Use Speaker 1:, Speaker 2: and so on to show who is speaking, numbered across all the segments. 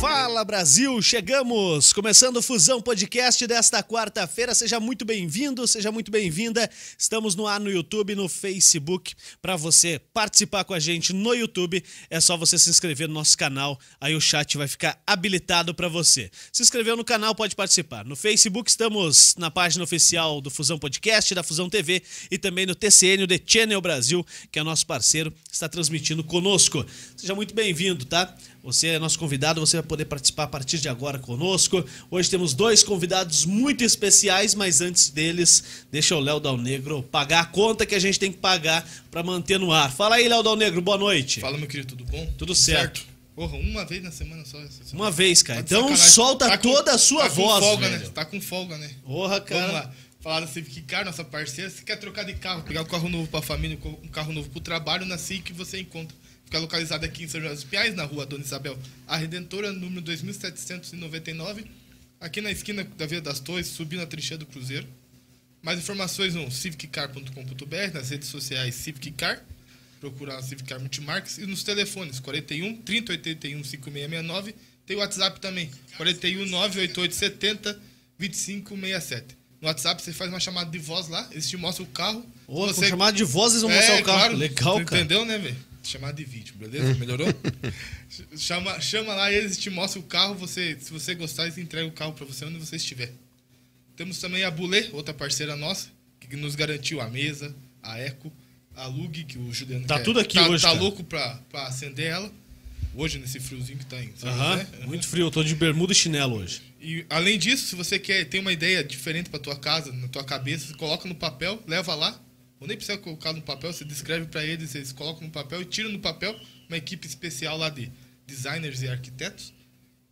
Speaker 1: Fala Brasil, chegamos! Começando o Fusão Podcast desta quarta-feira. Seja muito bem-vindo, seja muito bem-vinda. Estamos no ar no YouTube, no Facebook. Para você participar com a gente no YouTube, é só você se inscrever no nosso canal, aí o chat vai ficar habilitado para você. Se inscreveu no canal, pode participar. No Facebook estamos na página oficial do Fusão Podcast, da Fusão TV e também no TCN, o The Channel Brasil, que é nosso parceiro, está transmitindo conosco. Seja muito bem-vindo, tá? Você é nosso convidado, você vai poder participar a partir de agora conosco. Hoje temos dois convidados muito especiais, mas antes deles, deixa o Léo Dal Negro pagar a conta que a gente tem que pagar para manter no ar. Fala aí, Léo Dal Negro, boa noite.
Speaker 2: Fala, meu querido, tudo bom?
Speaker 1: Tudo certo.
Speaker 2: Porra, uma vez na semana só. essa semana.
Speaker 1: Uma vez, cara.
Speaker 2: Tá de
Speaker 1: Então
Speaker 2: sacanagem.
Speaker 1: solta
Speaker 2: Tá com-
Speaker 1: toda a sua
Speaker 2: tá
Speaker 1: voz,
Speaker 2: Com folga,
Speaker 1: velho.
Speaker 2: né? Tá com folga, né?
Speaker 1: Porra, cara.
Speaker 2: Vamos lá. Falaram assim, que cara, nossa parceira, se quer trocar de carro, pegar um carro novo pra família, um co- um carro novo pro trabalho, na SIC você encontra. Fica localizado aqui em São José dos Piais, na rua Dona Isabel, a Redentora, número 2799, aqui na esquina da Via das Torres, subindo a trincheira do Cruzeiro. Mais informações no civiccar.com.br, nas redes sociais Civic Car, procurar a Civic Car Multimarques e nos telefones 41 30 81 5669. Tem o WhatsApp também, 41 988 70 2567. No WhatsApp você faz uma chamada de voz lá, eles te mostram o carro.
Speaker 1: Ô,
Speaker 2: você É,
Speaker 1: com chamada de voz, eles vão mostrar o carro. Legal,
Speaker 2: tu
Speaker 1: cara. É.
Speaker 2: Entendeu, né, velho? Chamada de vídeo, beleza? Melhorou? chama, chama lá, eles te mostram o carro, você, se você gostar, eles entregam o carro pra você onde você estiver. Temos também a Bulê, outra parceira nossa, que nos garantiu a mesa, a Eco, a Lug, que o Juliano
Speaker 1: Tá
Speaker 2: quer-
Speaker 1: tudo aqui
Speaker 2: tá,
Speaker 1: hoje,
Speaker 2: Tá
Speaker 1: cara.
Speaker 2: louco pra, pra acender ela. Hoje, nesse friozinho que tá em São
Speaker 1: Aham,
Speaker 2: José.
Speaker 1: muito frio, eu tô de bermuda e chinelo hoje.
Speaker 2: E além disso, se você quer ter uma ideia diferente para tua casa, na tua cabeça, você coloca no papel, leva lá. Ou nem precisa colocar no papel, você descreve para eles, eles colocam no papel e tiram no papel uma equipe especial lá de designers e arquitetos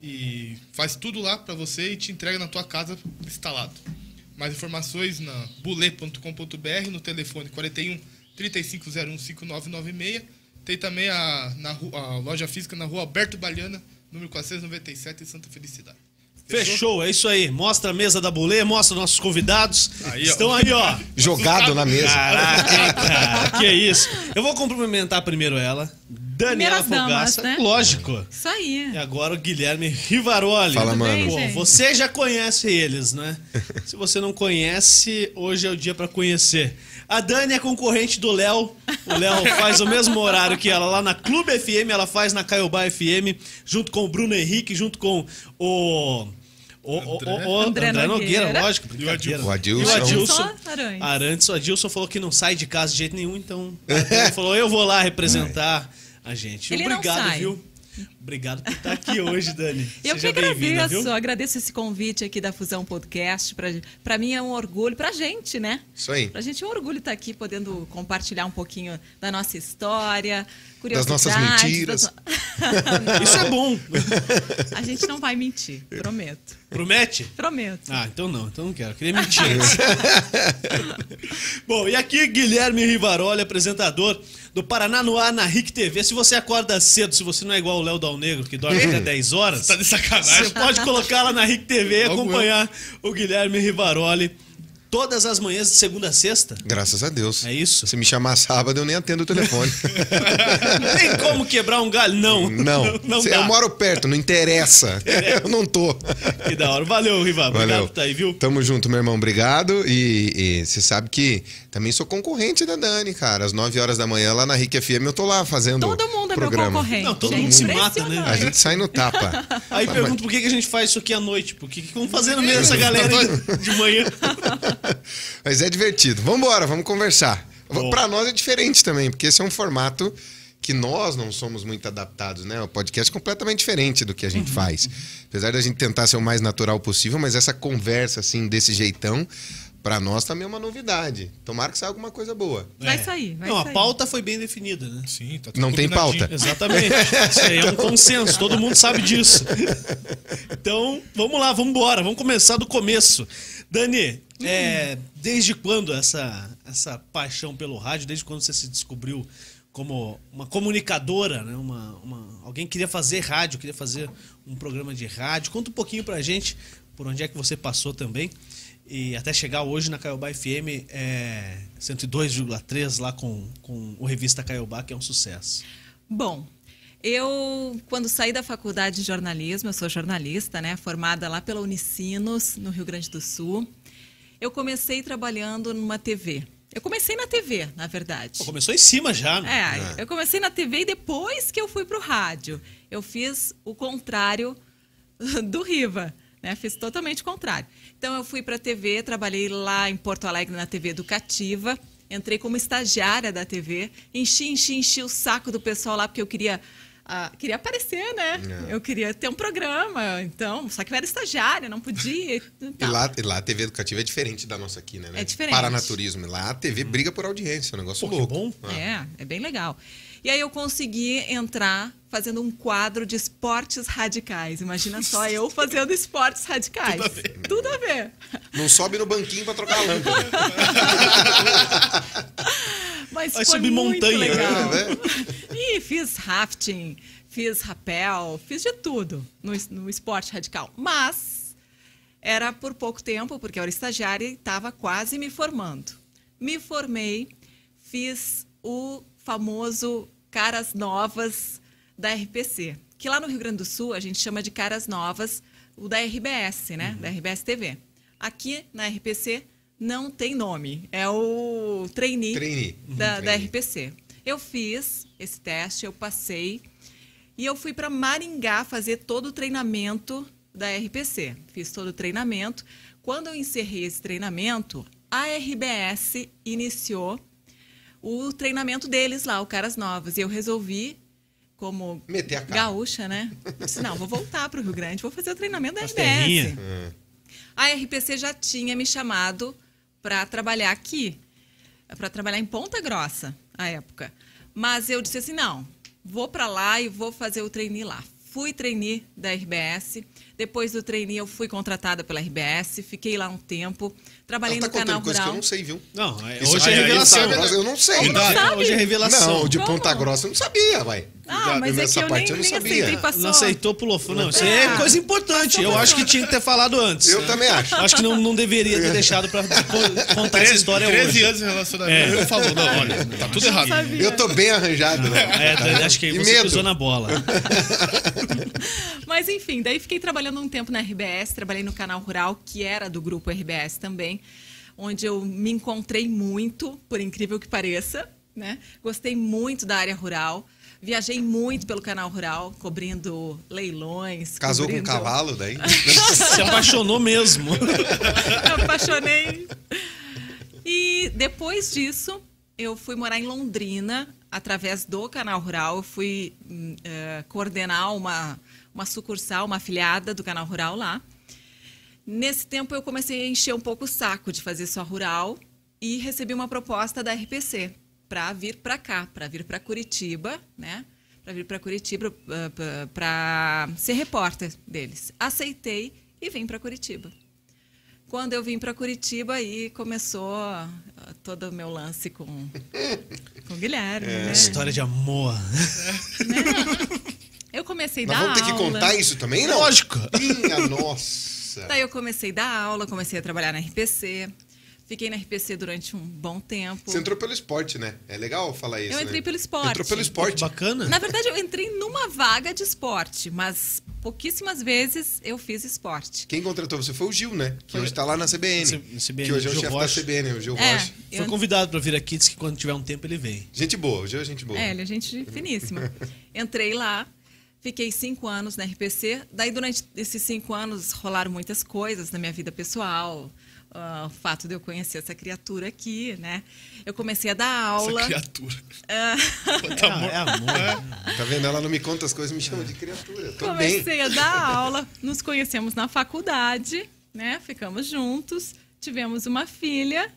Speaker 2: e faz tudo lá para você e te entrega na tua casa instalado. Mais informações na bulê.com.br, no telefone 41 3501 5996. Tem também a, na ru- a loja física na rua Alberto Baliana, número 497, em Santa Felicidade.
Speaker 1: Fechou, é isso aí. Mostra a mesa da Bulê, mostra nossos convidados.
Speaker 2: Aí, ó.
Speaker 1: Estão aí, ó.
Speaker 3: Jogado na mesa.
Speaker 1: Caraca, cara, que isso. Eu vou cumprimentar primeiro ela, Daniela
Speaker 4: Primeiras damas,
Speaker 1: Fogaça,
Speaker 4: né?
Speaker 1: lógico.
Speaker 4: Isso
Speaker 1: E
Speaker 4: aí.
Speaker 1: agora o Guilherme Rivaroli.
Speaker 3: Fala,
Speaker 4: Tudo bem,
Speaker 3: mano.
Speaker 1: Bom,
Speaker 4: gente?
Speaker 1: você já conhece eles, né? Se você não conhece, hoje é o dia pra conhecer. A Dani é concorrente do Léo. O Léo faz o mesmo horário que ela lá na Clube FM, ela faz na Caiobá FM, junto com o Bruno Henrique, junto com o. O, o- o- o- André,
Speaker 4: André
Speaker 1: Nogueira,
Speaker 4: Nogueira.
Speaker 1: lógico. brincadeira.
Speaker 3: E o Adilson.
Speaker 1: E o Adilson.
Speaker 4: Só Arantes.
Speaker 1: Arantes, o Adilson falou que não sai de casa de jeito nenhum, então. Ele falou: eu vou lá representar a gente.
Speaker 4: Ele não
Speaker 1: Obrigado,
Speaker 4: sai.
Speaker 1: viu? Obrigado por estar aqui hoje, Dani.
Speaker 4: Eu que
Speaker 1: Seja bem-vinda,
Speaker 4: agradeço,
Speaker 1: viu?
Speaker 4: agradeço esse convite aqui da Fusão Podcast. Pra, pra mim é um orgulho, pra gente, né?
Speaker 3: Isso aí.
Speaker 4: Pra gente é um orgulho estar aqui podendo compartilhar um pouquinho da nossa história,
Speaker 3: Das
Speaker 4: curiosidades.
Speaker 3: nossas mentiras.
Speaker 4: das-
Speaker 1: Isso é bom.
Speaker 4: a gente não vai mentir, prometo.
Speaker 1: Promete?
Speaker 4: Prometo.
Speaker 1: Ah, então não, então não quero. Queria mentir. Bom, e aqui Guilherme Rivaroli, apresentador do Paraná no Ar na RIC TV. Se você acorda cedo, se você não é igual o Léo Dal Negro, que dorme até 10 horas,
Speaker 2: Tá de sacanagem.
Speaker 1: você pode colocar lá na RIC TV e
Speaker 2: Logo eu.
Speaker 1: acompanhar o Guilherme Rivaroli todas as manhãs de segunda a sexta.
Speaker 3: Graças a Deus.
Speaker 1: É isso.
Speaker 3: Se me chamar sábado, eu nem atendo o telefone.
Speaker 1: Tem como quebrar um galho? Não.
Speaker 3: Não.
Speaker 1: Não
Speaker 3: Cê-
Speaker 1: dá.
Speaker 3: eu moro perto, não interessa. eu não tô.
Speaker 1: Que da hora. Valeu, Rivar. Obrigado
Speaker 3: Valeu.
Speaker 1: por estar aí, viu?
Speaker 3: Tamo junto, meu irmão. Obrigado. E você sabe que também sou concorrente da Dani, cara. Às 9 horas da manhã, lá na RIC FM, eu tô lá fazendo.
Speaker 4: Todo mundo é
Speaker 3: programa.
Speaker 4: meu concorrente.
Speaker 1: Não, todo
Speaker 4: é
Speaker 1: mundo se mata, né?
Speaker 4: impressionante.
Speaker 3: A gente sai no tapa.
Speaker 1: Aí
Speaker 3: Mas-
Speaker 1: pergunto por que que a gente faz isso aqui à noite. Por que que vamos fazer no meio dessa galera de- de manhã?
Speaker 3: Mas é divertido. Vambora, vamos conversar.
Speaker 1: Bom.
Speaker 3: Pra nós é diferente também, porque esse é um formato que nós não somos muito adaptados, né? O podcast é completamente diferente do que a
Speaker 4: Uhum.
Speaker 3: gente faz. Apesar da gente tentar ser o mais natural possível, mas essa conversa assim desse jeitão, pra nós também é uma novidade. Tomara que saia alguma coisa boa.
Speaker 4: Vai
Speaker 1: É.
Speaker 4: sair, vai
Speaker 1: Não, a
Speaker 4: sair.
Speaker 1: pauta foi bem definida, né?
Speaker 2: Sim, tá
Speaker 3: Não tem
Speaker 2: combinadinho.
Speaker 3: pauta.
Speaker 1: Exatamente. Isso aí é um consenso, todo mundo sabe disso. Então, vamos lá, vamos embora, vamos começar do começo. Dani, é, desde quando essa, essa paixão pelo rádio, desde quando você se descobriu como uma comunicadora, né? uma, uma- alguém que queria fazer rádio, queria fazer um programa de rádio? Conta um pouquinho pra gente por onde é que você passou também. E até chegar hoje na Caiobá FM é 102,3 lá com, com o Revista Caiobá, que é um sucesso.
Speaker 4: Bom, Eu, quando saí da faculdade de jornalismo, eu sou jornalista, né? Formada lá pela Unicinos, no Rio Grande do Sul. Eu comecei trabalhando numa TV. Eu comecei na TV, na verdade.
Speaker 1: Pô, começou em cima já, né?
Speaker 4: É, eu comecei na TV e depois que eu fui pro rádio, eu fiz o contrário do Riva, né? Fiz totalmente o contrário. Então eu fui pra TV, trabalhei lá em Porto Alegre na TV Educativa, entrei como estagiária da TV, enchi, enchi, enchi o saco do pessoal lá porque eu queria ah, queria aparecer, né? Eu queria ter um programa, então, só que eu era estagiária, não podia. e
Speaker 3: E
Speaker 4: tal.
Speaker 3: lá, e lá a TV educativa é diferente da nossa aqui, né? né?
Speaker 4: Tá. É diferente. Uhum.
Speaker 3: Paranaturismo. Lá a TV briga por audiência, é um negócio
Speaker 1: Pô, que
Speaker 3: louco.
Speaker 1: bom.
Speaker 4: É, é bem legal. E aí eu consegui entrar fazendo um quadro de esportes radicais. Imagina só eu fazendo esportes radicais. Tudo a ver.
Speaker 3: Não sobe no banquinho pra trocar a lâmpada.
Speaker 4: Mas
Speaker 1: Vai
Speaker 4: foi
Speaker 1: subir
Speaker 4: muito
Speaker 1: montanha,
Speaker 4: legal.
Speaker 3: né?
Speaker 4: E fiz rafting, fiz rapel, fiz de tudo no, es- no esporte radical. Mas era por pouco tempo, porque eu era estagiária e estava quase me formando. Me formei, fiz o famoso Caras Novas da RPC, que lá no Rio Grande do Sul a gente chama de Caras Novas o da RBS, né? Da RBS TV. Aqui na RPC não tem nome, é o trainee,
Speaker 3: Trainee.
Speaker 4: Da,
Speaker 3: Uhum,
Speaker 4: da
Speaker 3: trainee.
Speaker 4: RPC. Eu fiz esse teste, eu passei e eu fui para Maringá fazer todo o treinamento da RPC. Fiz todo o treinamento. Quando eu encerrei esse treinamento, a RBS iniciou o treinamento deles lá, o Caras Novas. E eu resolvi, como
Speaker 3: Meter a cara.
Speaker 4: gaúcha, né? Disse, não, vou voltar para o Rio Grande, vou fazer o treinamento da
Speaker 1: Nas
Speaker 4: RBS.
Speaker 1: terrinhas.
Speaker 4: É. A RPC já tinha me chamado para trabalhar aqui, para trabalhar em Ponta Grossa, à época. Mas eu disse assim: não, vou para lá e vou fazer o trainee lá. Fui trainee da RBS. Depois do trainee, eu fui contratada pela RBS. Fiquei lá um tempo. Trabalhei
Speaker 3: Ela tá
Speaker 4: no canal
Speaker 3: contando coisa que eu
Speaker 4: rural.
Speaker 3: não sei, viu?
Speaker 1: Não, é-
Speaker 3: Isso
Speaker 1: hoje é
Speaker 3: aí,
Speaker 1: revelação.
Speaker 3: Ponta Grossa, eu não sei.
Speaker 1: Hoje-
Speaker 3: Não
Speaker 4: sabe?
Speaker 1: Hoje é revelação.
Speaker 3: Não, de
Speaker 4: Como?
Speaker 3: Ponta Grossa eu não sabia, vai.
Speaker 4: Ah, mas é
Speaker 3: Nessa
Speaker 4: que eu nem,
Speaker 3: parte eu não
Speaker 4: nem
Speaker 3: sabia.
Speaker 4: aceitei, passou.
Speaker 1: Não aceitou, pulou. fora. Não, isso aí é
Speaker 4: Ah.
Speaker 1: coisa importante. Eu acho que tinha que ter falado antes.
Speaker 3: Eu também acho.
Speaker 1: Acho que não, não deveria ter deixado pra co- contar essa história
Speaker 2: 13
Speaker 1: hoje.
Speaker 2: anos de relacionamento.
Speaker 1: É.
Speaker 2: Não falou, não, olha, tá tudo errado.
Speaker 4: sabia.
Speaker 3: Eu tô bem arranjado, né?
Speaker 1: É, tá- acho que
Speaker 3: E
Speaker 1: você
Speaker 3: medo?
Speaker 1: pisou na bola.
Speaker 4: Mas enfim, daí fiquei trabalhando um tempo na RBS, trabalhei no canal rural, que era do grupo RBS também, onde eu me encontrei muito, por incrível que pareça, né? Gostei muito da área rural. Viajei muito pelo canal rural, cobrindo leilões.
Speaker 3: Casou com um
Speaker 4: cobrindo...
Speaker 3: cavalo daí.
Speaker 4: Ah,
Speaker 1: Se apaixonou mesmo.
Speaker 4: Me apaixonei. E depois disso, eu fui morar em Londrina, através do Canal Rural. Eu fui hum, eh, coordenar uma, uma sucursal, uma afiliada do Canal Rural lá. Nesse tempo, eu comecei a encher um pouco o saco de fazer só rural e recebi uma proposta da RPC para vir para cá, para vir para Curitiba, né? Para vir para Curitiba, para ser repórter deles. Aceitei e vim para Curitiba. Quando eu vim para Curitiba, aí começou ah, todo o meu lance com, com o Guilherme.
Speaker 3: É,
Speaker 4: Né?
Speaker 1: História de amor.
Speaker 4: Eu comecei a
Speaker 3: Nós
Speaker 4: dar
Speaker 3: vamos ter que
Speaker 4: aula.
Speaker 3: contar isso também, não?
Speaker 1: Lógico.
Speaker 3: Minha nossa.
Speaker 4: Daí eu comecei a dar aula, comecei a trabalhar na RPC. Fiquei na RPC durante um bom tempo.
Speaker 3: Você entrou pelo esporte, né? É legal falar isso.
Speaker 4: Eu
Speaker 3: né?
Speaker 4: entrei pelo esporte.
Speaker 3: Entrou pelo esporte.
Speaker 1: Bacana.
Speaker 4: Na verdade, eu entrei numa vaga de esporte, mas pouquíssimas vezes eu fiz esporte.
Speaker 3: Quem contratou você foi o Gil, né? Que hoje tá lá na CBN.
Speaker 1: C- CBN,
Speaker 3: que hoje é o
Speaker 1: Gil
Speaker 3: chefe da
Speaker 1: Rocha.
Speaker 3: CBN, o Gil
Speaker 4: É.
Speaker 3: Rocha.
Speaker 1: Foi convidado pra vir aqui, disse que quando tiver um tempo ele vem.
Speaker 3: Gente boa, o Gil é gente boa.
Speaker 4: É, ele é gente finíssima. Entrei lá, fiquei cinco anos na RPC. Daí, durante esses cinco anos, rolaram muitas coisas na minha vida pessoal. Ah, o fato de eu conhecer essa criatura aqui, né? Eu comecei a dar aula.
Speaker 2: Essa criatura.
Speaker 4: Ah,
Speaker 1: É, é amor.
Speaker 3: Tá vendo? Ela não me conta as coisas, me chama de criatura. Tô bem.
Speaker 4: comecei a dar aula. Nos conhecemos na faculdade, né? Ficamos juntos, tivemos uma filha.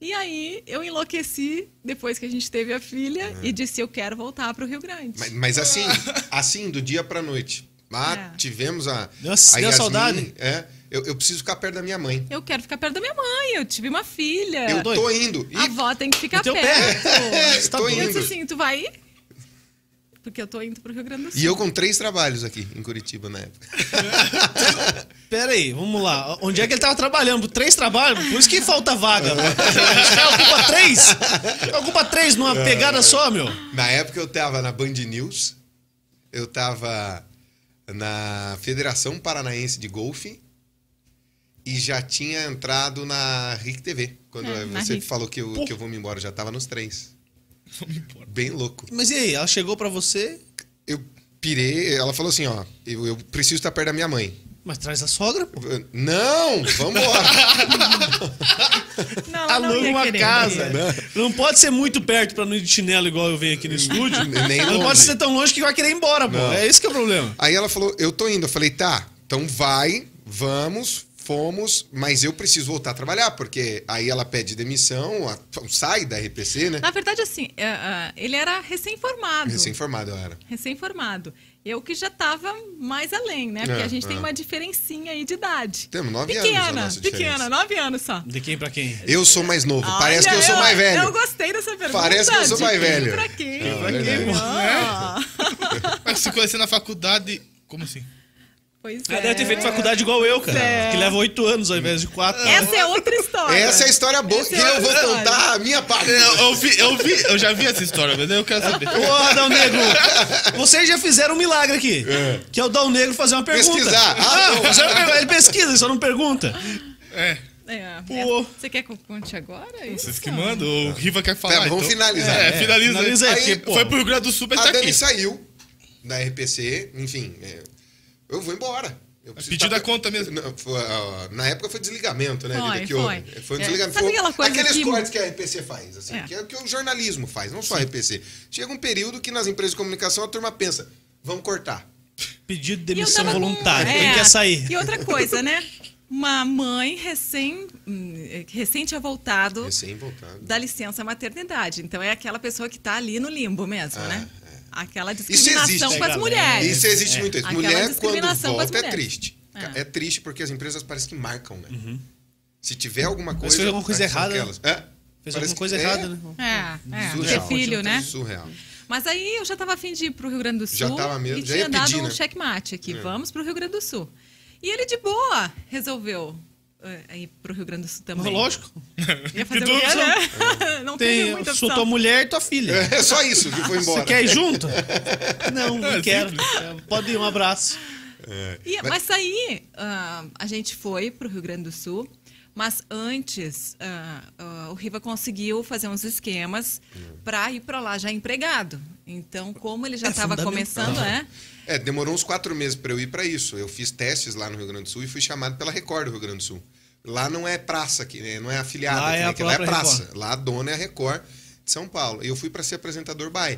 Speaker 4: E aí, eu enlouqueci depois que a gente teve a filha e disse: Eu quero voltar para o Rio Grande.
Speaker 3: É. Mas, mas assim, assim, do dia pra noite. Ah,
Speaker 4: É.
Speaker 3: tivemos a.
Speaker 1: Deu- deu
Speaker 3: a Yasmin,
Speaker 1: saudade?
Speaker 3: É. Eu, eu preciso ficar perto da minha mãe.
Speaker 4: Eu quero ficar perto da minha mãe, eu tive uma filha.
Speaker 3: Eu tô indo.
Speaker 4: É. A
Speaker 3: E É,
Speaker 4: avó tem que ficar
Speaker 1: No teu
Speaker 4: perto.
Speaker 1: pé. Você tá
Speaker 3: Tô
Speaker 1: doido.
Speaker 4: E eu disse
Speaker 3: indo.
Speaker 4: assim, tu vai ir? Porque eu tô indo pro Rio Grande do Sul.
Speaker 3: E eu com três trabalhos aqui em Curitiba na época.
Speaker 1: Pera aí, vamos lá. Onde é que ele tava trabalhando? Três trabalhos? Por isso que falta vaga. né? pô. Os caras ocupam
Speaker 3: É,
Speaker 1: três. Ocupa três numa pegada só, meu.
Speaker 3: Na época eu tava na Band News, eu tava na Federação Paranaense de Golfe e já tinha entrado na RIC TV. Quando
Speaker 4: É, na
Speaker 3: você
Speaker 4: RIC.
Speaker 3: falou que eu,
Speaker 1: Pô.
Speaker 3: que eu vou me embora, eu já tava nos três.
Speaker 2: Não me importa.
Speaker 3: Bem louco.
Speaker 1: Mas e aí, ela chegou pra você,
Speaker 3: Eu pirei, ela falou assim, ó, eu, eu preciso estar perto da minha mãe.
Speaker 1: mas traz a sogra, pô.
Speaker 3: Eu, Não, vambora.
Speaker 4: Não, ela não
Speaker 1: Aluga
Speaker 4: ia
Speaker 1: uma
Speaker 4: querer.
Speaker 1: casa.
Speaker 3: né?
Speaker 1: Não pode ser muito perto pra não ir de chinelo igual eu venho aqui no estúdio.
Speaker 3: Nem
Speaker 1: não
Speaker 3: longe.
Speaker 1: pode ser tão longe que vai querer ir embora, pô.
Speaker 3: Não.
Speaker 1: É esse que é o problema.
Speaker 3: Aí ela falou, eu tô indo. Eu falei, tá, então vai, vamos, fomos, mas eu preciso voltar a trabalhar, porque aí ela pede demissão, a- sai da RPC, né?
Speaker 4: Na verdade, assim, é, é, ele era recém-formado.
Speaker 3: Recém-formado eu era.
Speaker 4: Recém-formado. Eu que já estava mais além, né? Porque
Speaker 3: É,
Speaker 4: a gente tem
Speaker 3: é.
Speaker 4: uma diferencinha aí de idade.
Speaker 3: Temos nove
Speaker 4: pequena,
Speaker 3: anos a nossa diferença.
Speaker 4: Pequena, nove anos só.
Speaker 1: De quem pra quem?
Speaker 3: Eu sou mais novo, parece que eu sou mais velho.
Speaker 4: Eu gostei dessa pergunta.
Speaker 3: Parece que eu sou
Speaker 4: de
Speaker 3: mais
Speaker 4: quem
Speaker 3: velho.
Speaker 4: Pra quem?
Speaker 3: Não,
Speaker 4: Pra
Speaker 3: é
Speaker 4: quem?
Speaker 3: verdade.
Speaker 4: Ah,
Speaker 2: Mas se conhecer na faculdade. Como assim?
Speaker 4: Pois é.
Speaker 1: Ela deve ter feito faculdade igual eu, cara.
Speaker 4: É.
Speaker 1: Que leva oito anos ao invés de quatro.
Speaker 4: Essa é outra história.
Speaker 3: Essa é a história boa
Speaker 4: Essa
Speaker 3: que
Speaker 4: é a
Speaker 3: eu vou
Speaker 4: história.
Speaker 3: contar a minha parte.
Speaker 2: Eu, eu vi, eu vi, eu já vi essa história, mas eu quero saber.
Speaker 1: Ô, Adão Negro, vocês já fizeram um milagre aqui. Que é o Dal Negro fazer uma pergunta.
Speaker 3: Pesquisar. Ah,
Speaker 1: Não,
Speaker 3: não.
Speaker 1: fazer uma pergunta. ele pesquisa, ele só não pergunta.
Speaker 2: É.
Speaker 4: É,
Speaker 1: Pô.
Speaker 4: essa- Você quer que eu conte agora?
Speaker 2: Vocês
Speaker 4: Isso?
Speaker 2: que mandam, o Riva quer falar.
Speaker 3: Tá, vamos finalizar.
Speaker 2: É, finaliza.
Speaker 1: Finaliza aí,
Speaker 2: aí,
Speaker 1: porque, pô,
Speaker 2: foi pro Rio Grande do Sul, mas
Speaker 3: A
Speaker 2: tá
Speaker 3: Dani
Speaker 2: aqui.
Speaker 3: saiu da RPC, enfim. é, eu vou embora. Eu preciso
Speaker 2: Pediu
Speaker 3: tá-
Speaker 2: da conta mesmo.
Speaker 3: Não, foi, ó, na época foi desligamento, né?
Speaker 4: Foi,
Speaker 3: Lívia, que
Speaker 4: foi.
Speaker 3: houve. Foi um
Speaker 4: É,
Speaker 3: desligamento.
Speaker 4: sabe
Speaker 3: foi-
Speaker 4: aquela coisa
Speaker 3: Aqueles
Speaker 4: que-
Speaker 3: cortes que a RPC faz, assim,
Speaker 4: É.
Speaker 3: que é o que o jornalismo faz, não só a RPC. Chega um período que nas empresas de comunicação a turma pensa, vamos cortar.
Speaker 1: Pedido de
Speaker 4: E eu
Speaker 1: demissão
Speaker 4: tava com-
Speaker 1: voluntária.
Speaker 4: é.
Speaker 1: Quem quer sair?
Speaker 4: E outra coisa, né? Uma mãe recém, hum, recém tinha voltado
Speaker 3: Recém voltado.
Speaker 4: Uhum. da licença é maternidade. Então é aquela pessoa que tá ali no limbo mesmo,
Speaker 3: Ah,
Speaker 4: né? Aquela
Speaker 3: existe, né,
Speaker 4: discriminação com as
Speaker 1: galera.
Speaker 4: mulheres.
Speaker 3: Isso existe
Speaker 1: É.
Speaker 3: muito. Isso.
Speaker 4: Aquela
Speaker 3: Mulher, quando
Speaker 4: discriminação com as
Speaker 3: volta, é
Speaker 4: mulheres.
Speaker 3: triste.
Speaker 4: É.
Speaker 3: É. triste porque as empresas parece que marcam, né? Se tiver alguma coisa.
Speaker 1: Uhum. fez alguma coisa
Speaker 3: ah, são
Speaker 1: errada, né?
Speaker 3: aquelas. É.
Speaker 1: Fez
Speaker 3: Parece
Speaker 1: alguma
Speaker 3: que-
Speaker 1: coisa
Speaker 3: é,
Speaker 1: errada, né?
Speaker 4: É, é.
Speaker 3: Surreal.
Speaker 4: Ter filho, né?
Speaker 3: Surreal.
Speaker 4: Mas aí eu já estava afim de ir pro Rio Grande do Sul.
Speaker 3: Já tava mesmo,
Speaker 4: E
Speaker 3: já
Speaker 4: tinha
Speaker 3: ia
Speaker 4: dado
Speaker 3: pedir,
Speaker 4: um
Speaker 3: né?
Speaker 4: checkmate aqui.
Speaker 3: É.
Speaker 4: Vamos pro Rio Grande do Sul. E ele de boa resolveu eh, ir pro Rio Grande do Sul também.
Speaker 1: Lógico.
Speaker 4: Ia fazer o
Speaker 1: Tem
Speaker 4: quê,
Speaker 1: opção.
Speaker 4: né? Não teve
Speaker 1: Tem
Speaker 4: muita
Speaker 1: sou
Speaker 4: opção.
Speaker 1: tua mulher e tua filha.
Speaker 3: É só isso que foi embora.
Speaker 1: Ah, Você quer ir junto? Não, não
Speaker 2: É,
Speaker 1: quero. Pode ir, um abraço.
Speaker 4: E- mas... aí ah, a gente foi pro Rio Grande do Sul. Mas antes, ah, ah, o Riva conseguiu fazer uns esquemas
Speaker 3: Hum.
Speaker 4: para ir para lá já empregado. Então, como ele já
Speaker 1: É
Speaker 4: estava
Speaker 1: fundamental.
Speaker 4: começando, né?
Speaker 3: É, demorou uns quatro meses pra eu ir pra isso. Eu fiz testes lá no Rio Grande do Sul e fui chamado pela Record do Rio Grande do Sul. Lá não é praça, que né, não é afiliada,
Speaker 1: Lá
Speaker 3: que,
Speaker 1: é
Speaker 3: né,
Speaker 1: a
Speaker 3: que lá é
Speaker 1: própria
Speaker 3: praça.
Speaker 1: Record.
Speaker 3: Lá a dona é a Record de São Paulo. E eu fui pra ser apresentador by.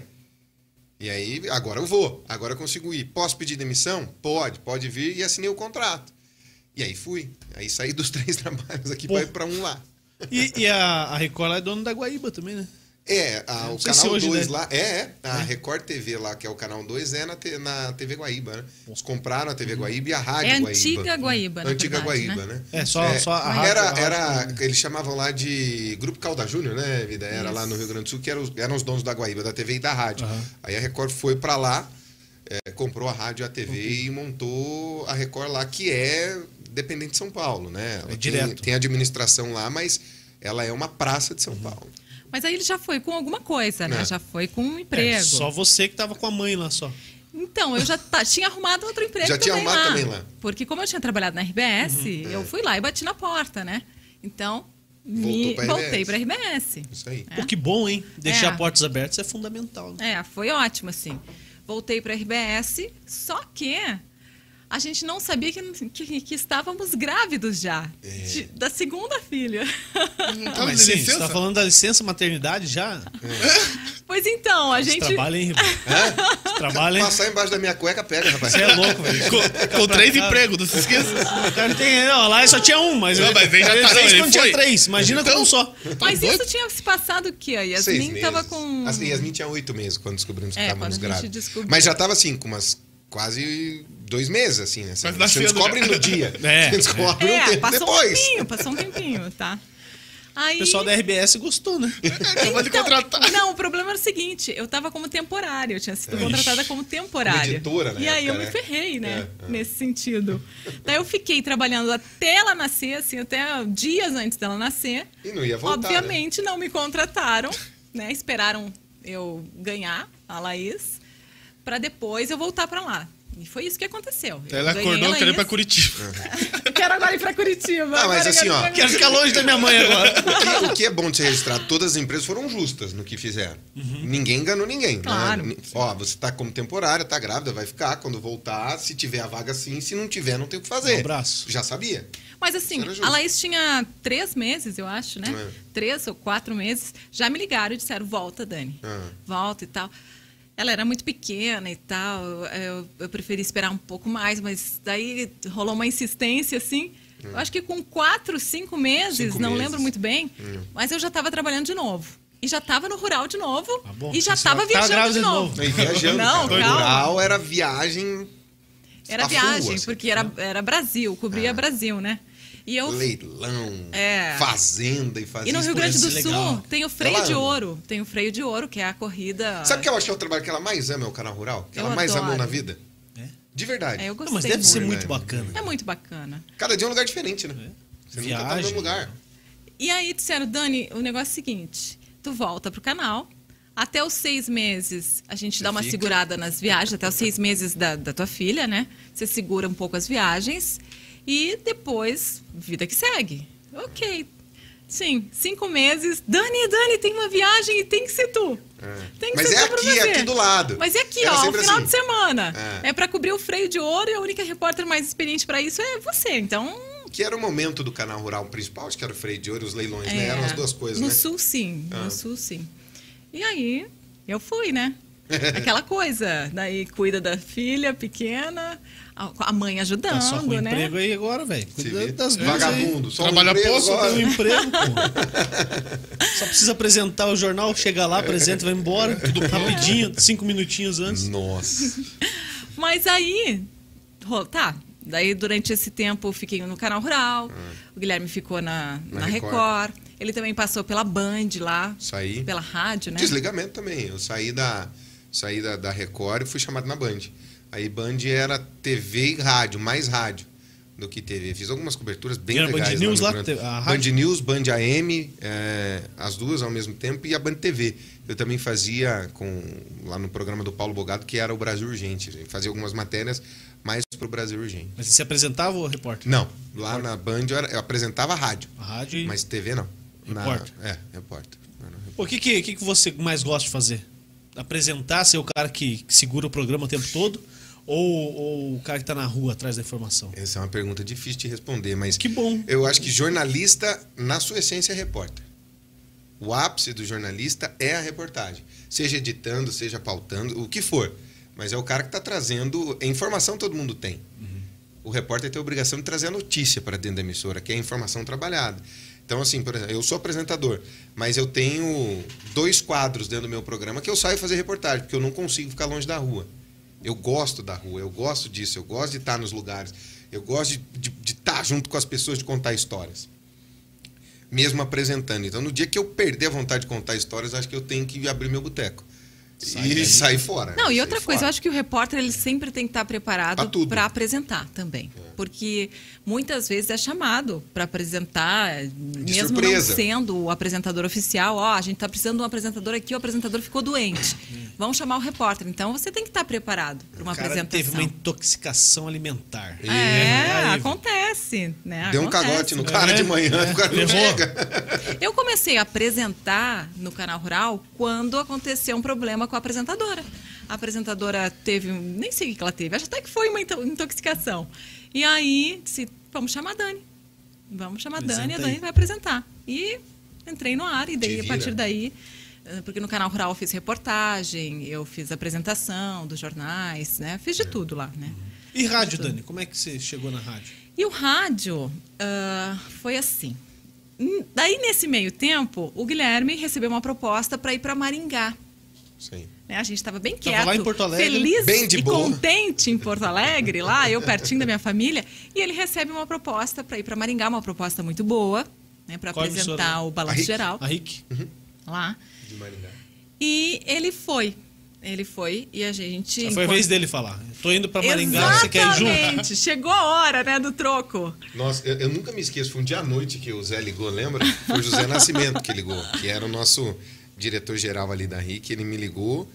Speaker 3: E aí, agora eu vou, agora eu consigo ir. Posso pedir demissão? Pode, pode vir e assinei o contrato. E aí fui. Aí saí dos três trabalhos aqui
Speaker 1: Pô.
Speaker 3: pra ir pra um lá.
Speaker 1: E, e a, a Record lá é dona da Guaíba também, né?
Speaker 3: É, a-
Speaker 1: Não
Speaker 3: o
Speaker 1: sei se
Speaker 3: canal
Speaker 1: hoje,
Speaker 3: 2
Speaker 1: né?
Speaker 3: lá. É, é, a Record TV lá, que é o canal 2, é na, te- na TV Guaíba, né? Eles compraram a TV
Speaker 1: Uhum.
Speaker 3: Guaíba e a Rádio
Speaker 4: É
Speaker 3: Guaíba. Uhum.
Speaker 4: antiga Guaíba, na
Speaker 3: Antiga
Speaker 4: verdade,
Speaker 3: Guaíba, né?
Speaker 1: É, só- só a rádio- a
Speaker 3: Era,
Speaker 1: rádio-
Speaker 3: era, eles chamavam lá de Grupo Calda Júnior, né, Vida? Era lá no Rio Grande do Sul, que eram os, eram os donos da Guaíba, da TV e da rádio. Aí a Record foi pra lá, é, comprou a rádio e a TV
Speaker 1: Uhum.
Speaker 3: e montou a Record lá, que é dependente de São Paulo, né? Ela tem-
Speaker 1: É direto.
Speaker 3: Tem, administração lá, mas ela é uma praça de São Paulo.
Speaker 4: Mas aí ele já foi com alguma coisa, né?
Speaker 3: É.
Speaker 4: Já foi com um
Speaker 1: É,
Speaker 4: emprego.
Speaker 1: só você que tava com a mãe lá só.
Speaker 4: Então, eu já ta- tinha arrumado outro emprego
Speaker 3: Já tinha
Speaker 4: também
Speaker 3: arrumado
Speaker 4: lá.
Speaker 3: também lá. Uhum. É.
Speaker 4: Porque como eu tinha trabalhado na RBS, eu fui lá e bati na porta, né? Então,
Speaker 3: Voltou
Speaker 4: me...
Speaker 3: pra
Speaker 4: voltei
Speaker 3: RBS.
Speaker 4: para RBS.
Speaker 3: Isso aí.
Speaker 1: Pô, que bom, hein? Deixar
Speaker 4: É.
Speaker 1: portas abertas é fundamental. Né?
Speaker 4: É, foi ótimo, assim. Voltei para RBS, só que a gente não sabia que, que- que estávamos grávidos já.
Speaker 3: É.
Speaker 4: de- da segunda filha.
Speaker 2: Não
Speaker 1: Ah,
Speaker 2: tava
Speaker 1: mas
Speaker 2: de
Speaker 1: sim, você
Speaker 2: licença?
Speaker 1: tá falando da licença maternidade já?
Speaker 4: pois então, a
Speaker 1: Você
Speaker 4: gente...
Speaker 1: trabalha, hein, Ribeiro?
Speaker 2: É?
Speaker 1: Você trabalha, hein?
Speaker 3: Tá, Passar embaixo da minha cueca, pega, rapaz.
Speaker 1: Você é louco, velho. Tá
Speaker 2: Com, com três empregos, não se esqueça.
Speaker 1: O cara tem. Não, lá só tinha um, mas.
Speaker 2: Não, mas ele já tá-
Speaker 1: fez
Speaker 2: não, ele
Speaker 1: quando tinha
Speaker 2: foi. Então?
Speaker 1: três. Imagina com um só.
Speaker 4: Mas isso tinha se passado o quê? A
Speaker 3: é Seis
Speaker 4: Yasmin
Speaker 3: meses. Assim,
Speaker 4: estava com...
Speaker 3: As- Yasmin tinha oito meses quando descobrimos que
Speaker 4: É,
Speaker 3: estávamos
Speaker 4: quando a gente
Speaker 3: grávidos.
Speaker 4: descobriu.
Speaker 3: Mas já estava assim, com umas quase dois meses, assim, né? Você,
Speaker 2: Mas nasceu,
Speaker 3: descobre
Speaker 2: né?
Speaker 3: no dia.
Speaker 1: É,
Speaker 3: você descobre um
Speaker 4: É,
Speaker 3: tempo
Speaker 4: passou
Speaker 3: depois.
Speaker 4: um tempinho, passou um tempinho, tá? Aí,
Speaker 1: O pessoal da RBS gostou, né?
Speaker 2: Acabou de contratar.
Speaker 4: Então, Não, o problema era o seguinte, eu tava como temporária, eu tinha sido
Speaker 1: Ixi.
Speaker 4: contratada como temporária.
Speaker 3: Como editora, né,
Speaker 4: E aí eu
Speaker 3: época,
Speaker 4: me
Speaker 3: né?
Speaker 4: ferrei, né,
Speaker 3: É, é.
Speaker 4: nesse sentido. Daí eu fiquei trabalhando até ela nascer, assim, até dias antes dela nascer.
Speaker 3: E não ia voltar,
Speaker 4: Obviamente né, não me contrataram, né, esperaram eu ganhar a Laís. pra para depois eu voltar para lá. E foi isso que aconteceu. Eu
Speaker 2: Ela
Speaker 4: ganhei
Speaker 2: acordou querendo ir pra
Speaker 4: Anaís.
Speaker 2: Curitiba.
Speaker 4: Quero agora ir pra Curitiba.
Speaker 3: Ah, mas
Speaker 4: agora eu
Speaker 3: assim,
Speaker 4: quero ir
Speaker 3: ó,
Speaker 4: pra
Speaker 1: Quero ficar longe da minha mãe agora.
Speaker 3: O que, o que é bom de se registrar, todas as empresas foram justas no que fizeram.
Speaker 4: Uhum.
Speaker 3: Ninguém enganou ninguém. né?
Speaker 4: Claro.
Speaker 3: Ni- Ó, você tá como temporária, tá grávida, vai ficar. Quando voltar, se tiver a vaga sim, se não tiver, não tem o que fazer.
Speaker 1: Um abraço.
Speaker 3: Já sabia.
Speaker 4: Mas assim,
Speaker 3: Era justo.
Speaker 4: a Laís tinha três meses, eu acho, né?
Speaker 3: É.
Speaker 4: Três ou quatro meses. Já me ligaram e disseram, volta, Dani.
Speaker 3: Ah.
Speaker 4: Volta e tal. Ela era muito pequena e tal. Eu, eu- eu preferi esperar um pouco mais, mas daí rolou uma insistência, assim. Eu acho que com quatro, cinco meses,
Speaker 3: É. Cinco
Speaker 4: não
Speaker 3: meses. É.
Speaker 4: lembro muito bem, mas eu já estava trabalhando de novo. E já estava no rural de novo.
Speaker 1: Tá bom,
Speaker 4: e já
Speaker 1: você já
Speaker 4: estava
Speaker 1: tá
Speaker 4: viajando
Speaker 1: grávida
Speaker 4: de
Speaker 1: de
Speaker 4: novo.
Speaker 1: novo.
Speaker 3: E viajando.
Speaker 4: Não,
Speaker 3: cara.
Speaker 4: calma.
Speaker 3: Rural era viagem
Speaker 4: Era
Speaker 3: a full,
Speaker 4: viagem,
Speaker 3: assim. É.
Speaker 4: porque era, era Brasil, cobria Brasil, né? E eu
Speaker 3: leilão,
Speaker 4: É.
Speaker 3: fazenda e fazenda.
Speaker 4: E no Rio Grande do
Speaker 1: isso é
Speaker 4: Sul
Speaker 1: legal.
Speaker 4: tem o freio
Speaker 3: né? Ela
Speaker 4: de
Speaker 3: ama.
Speaker 4: ouro. Tem o freio de ouro, que é a corrida.
Speaker 3: Sabe que eu acho que é o trabalho que ela mais ama, é o canal rural? Que
Speaker 4: Eu
Speaker 3: ela mais
Speaker 4: adoro.
Speaker 3: amou na vida?
Speaker 1: É?
Speaker 3: De verdade.
Speaker 4: É, eu
Speaker 1: Não,
Speaker 4: gostei
Speaker 1: mas deve ser
Speaker 4: muito.
Speaker 1: muito bacana.
Speaker 4: É muito bacana.
Speaker 3: Cada dia é um lugar diferente, né? Você nunca tá
Speaker 1: É.
Speaker 3: no
Speaker 1: Viagem.
Speaker 3: mesmo lugar.
Speaker 4: E aí disseram, Dani, o negócio é o seguinte: tu volta pro canal. Até os seis meses, a gente dá uma
Speaker 3: fica.
Speaker 4: segurada nas viagens, até os seis meses da, da tua filha, né? Você segura um pouco as viagens e depois, vida que segue. Ok. Sim, cinco meses. Dani, Dani, tem uma viagem e tem que ser tu. Tem que
Speaker 3: Mas
Speaker 4: ser
Speaker 3: é
Speaker 4: tu pra
Speaker 3: aqui, é
Speaker 4: fazer.
Speaker 3: aqui do lado.
Speaker 4: Mas é aqui,
Speaker 3: Era
Speaker 4: ó, o
Speaker 3: sempre
Speaker 4: final
Speaker 3: assim.
Speaker 4: de semana.
Speaker 3: É.
Speaker 4: É, pra cobrir o freio de ouro e a única repórter mais experiente pra isso é você. Então,
Speaker 3: Que era o momento do canal rural principal, acho que era o freio de ouro e os leilões,
Speaker 4: é,
Speaker 3: né? Eram as duas coisas,
Speaker 4: no
Speaker 3: né?
Speaker 4: sul sim,
Speaker 3: Ah.
Speaker 4: no sul sim. E aí, eu fui, né? Aquela coisa, daí cuida da filha pequena, a a mãe ajudando,
Speaker 1: Tá só com
Speaker 4: né?
Speaker 1: emprego aí agora, velho.
Speaker 3: Se vê.
Speaker 1: Cuida das minhas aí.
Speaker 3: Vagabundo, só
Speaker 2: Trabalha
Speaker 3: um emprego
Speaker 2: pouco,
Speaker 3: agora.
Speaker 1: Tem um emprego, pô. Só precisa apresentar o jornal, chega lá, apresenta, vai embora. Tudo rapidinho, cinco minutinhos antes.
Speaker 3: Nossa.
Speaker 4: Mas aí, ro- tá. Daí, durante esse tempo, eu fiquei no Canal Rural, o Guilherme ficou na,
Speaker 3: Ah. Na
Speaker 4: na Record.
Speaker 3: Record.
Speaker 4: ele também passou pela Band lá,
Speaker 3: Isso aí.
Speaker 4: pela rádio, né?
Speaker 3: Desligamento também. Eu saí da, saí da, da Record e fui chamado na Band. Aí Band era TV e rádio, mais rádio do que TV. Fiz algumas coberturas bem
Speaker 1: Era
Speaker 3: legais.
Speaker 1: Band News
Speaker 3: no
Speaker 1: lá,
Speaker 3: Rio Grande.
Speaker 1: te- a
Speaker 3: Band
Speaker 1: rádio?
Speaker 3: News, Band AM, é, as duas ao mesmo tempo e a Band TV. Eu também fazia com lá no programa do Paulo Bogado, que era o Brasil Urgente. Eu fazia algumas matérias mais pro Brasil Urgente.
Speaker 1: Mas você se apresentava, ô repórter?
Speaker 3: Não, lá na Band eu, era- eu apresentava rádio,
Speaker 1: A rádio. e-
Speaker 3: mas TV não. Na-
Speaker 1: Repórter.
Speaker 3: é, repórter. Era repórter.
Speaker 1: Pô, o que, que, que que você mais gosta de fazer? Apresentar, ser o cara que, que segura o programa o tempo todo? Ou, ou o cara que tá na rua atrás da informação?
Speaker 3: Essa é uma pergunta difícil de responder, mas.
Speaker 1: Que bom.
Speaker 3: Eu acho que jornalista, na sua essência, é repórter. O ápice do jornalista é a reportagem. Seja editando, seja pautando, o que for. Mas é o cara que está trazendo. A informação todo mundo tem. O repórter tem a obrigação de trazer a notícia para dentro da emissora, que é a informação trabalhada. Então, assim, por exemplo, eu sou apresentador, mas eu tenho dois quadros dentro do meu programa que eu saio fazer reportagem, porque eu não consigo ficar longe da rua. Eu gosto da rua, eu gosto disso, eu gosto de estar nos lugares, eu gosto de- de de estar junto com as pessoas, de contar histórias. Mesmo apresentando. Então, no dia que eu perder a vontade de contar histórias, acho que eu tenho que abrir meu boteco.
Speaker 1: Sai
Speaker 3: e
Speaker 1: daí.
Speaker 3: sair fora.
Speaker 4: Não, e
Speaker 3: sair
Speaker 4: outra coisa,
Speaker 3: fora.
Speaker 4: eu acho que o repórter ele sempre tem que estar
Speaker 3: É, Pra
Speaker 4: preparado
Speaker 3: tudo. É.
Speaker 4: para apresentar também. Porque muitas vezes é chamado para apresentar, é, mesmo
Speaker 3: surpresa.
Speaker 4: não sendo o apresentador oficial, ó, a gente tá precisando de um apresentador aqui, o apresentador ficou doente.
Speaker 3: Uhum.
Speaker 4: Vamos chamar o repórter. Então você tem que estar preparado para uma
Speaker 1: o cara
Speaker 4: apresentação.
Speaker 1: teve uma intoxicação alimentar.
Speaker 4: É,
Speaker 1: Aí,
Speaker 4: acontece, né?
Speaker 3: Deu um
Speaker 4: Acontece.
Speaker 3: calote no
Speaker 4: É.
Speaker 3: cara de manhã, o cara não
Speaker 1: Errou.
Speaker 3: pega.
Speaker 4: Eu comecei a apresentar no canal rural quando aconteceu um problema com a apresentadora. A apresentadora teve, um- nem sei o que ela teve, acho até que foi uma into- intoxicação. E aí disse: vamos chamar a Dani. Vamos chamar a Dani,
Speaker 1: Apresenta
Speaker 4: a
Speaker 1: aí.
Speaker 4: Dani vai apresentar. E entrei no ar, e daí
Speaker 3: Te
Speaker 4: a
Speaker 3: vira.
Speaker 4: partir daí. eh, Porque no canal rural eu fiz reportagem, eu fiz apresentação dos jornais, né? Fiz de tudo lá, né?
Speaker 1: E rádio, Dani? Como é que você chegou na rádio?
Speaker 4: E o rádio ah, foi assim. Hum, Daí, nesse meio tempo, o Guilherme recebeu uma proposta para ir para Maringá.
Speaker 3: Sim.
Speaker 4: né? A gente estava bem
Speaker 1: Tava
Speaker 4: quieto,
Speaker 1: lá em Porto Alegre.
Speaker 4: feliz
Speaker 3: Bem de
Speaker 4: e
Speaker 3: boa.
Speaker 4: contente em Porto Alegre, lá eu pertinho da minha família, e ele recebe uma proposta para ir para Maringá, uma proposta muito boa, né, para
Speaker 1: Qual a emissora?
Speaker 4: apresentar o
Speaker 3: A
Speaker 4: balanço
Speaker 3: Rick?
Speaker 4: geral
Speaker 1: A Rick?
Speaker 4: lá.
Speaker 3: De Maringá.
Speaker 4: E ele foi, ele foi e a gente
Speaker 1: Foi a
Speaker 4: enquanto-
Speaker 1: vez dele falar. Tô indo pra Maringá, você quer ir junto?
Speaker 4: Exatamente, chegou a hora, né, do troco.
Speaker 3: Nossa, eu, eu nunca me esqueço, foi um dia à noite que o Zé ligou, lembra? Foi o José Nascimento que ligou, que era o nosso diretor-geral ali da RIC, ele me ligou.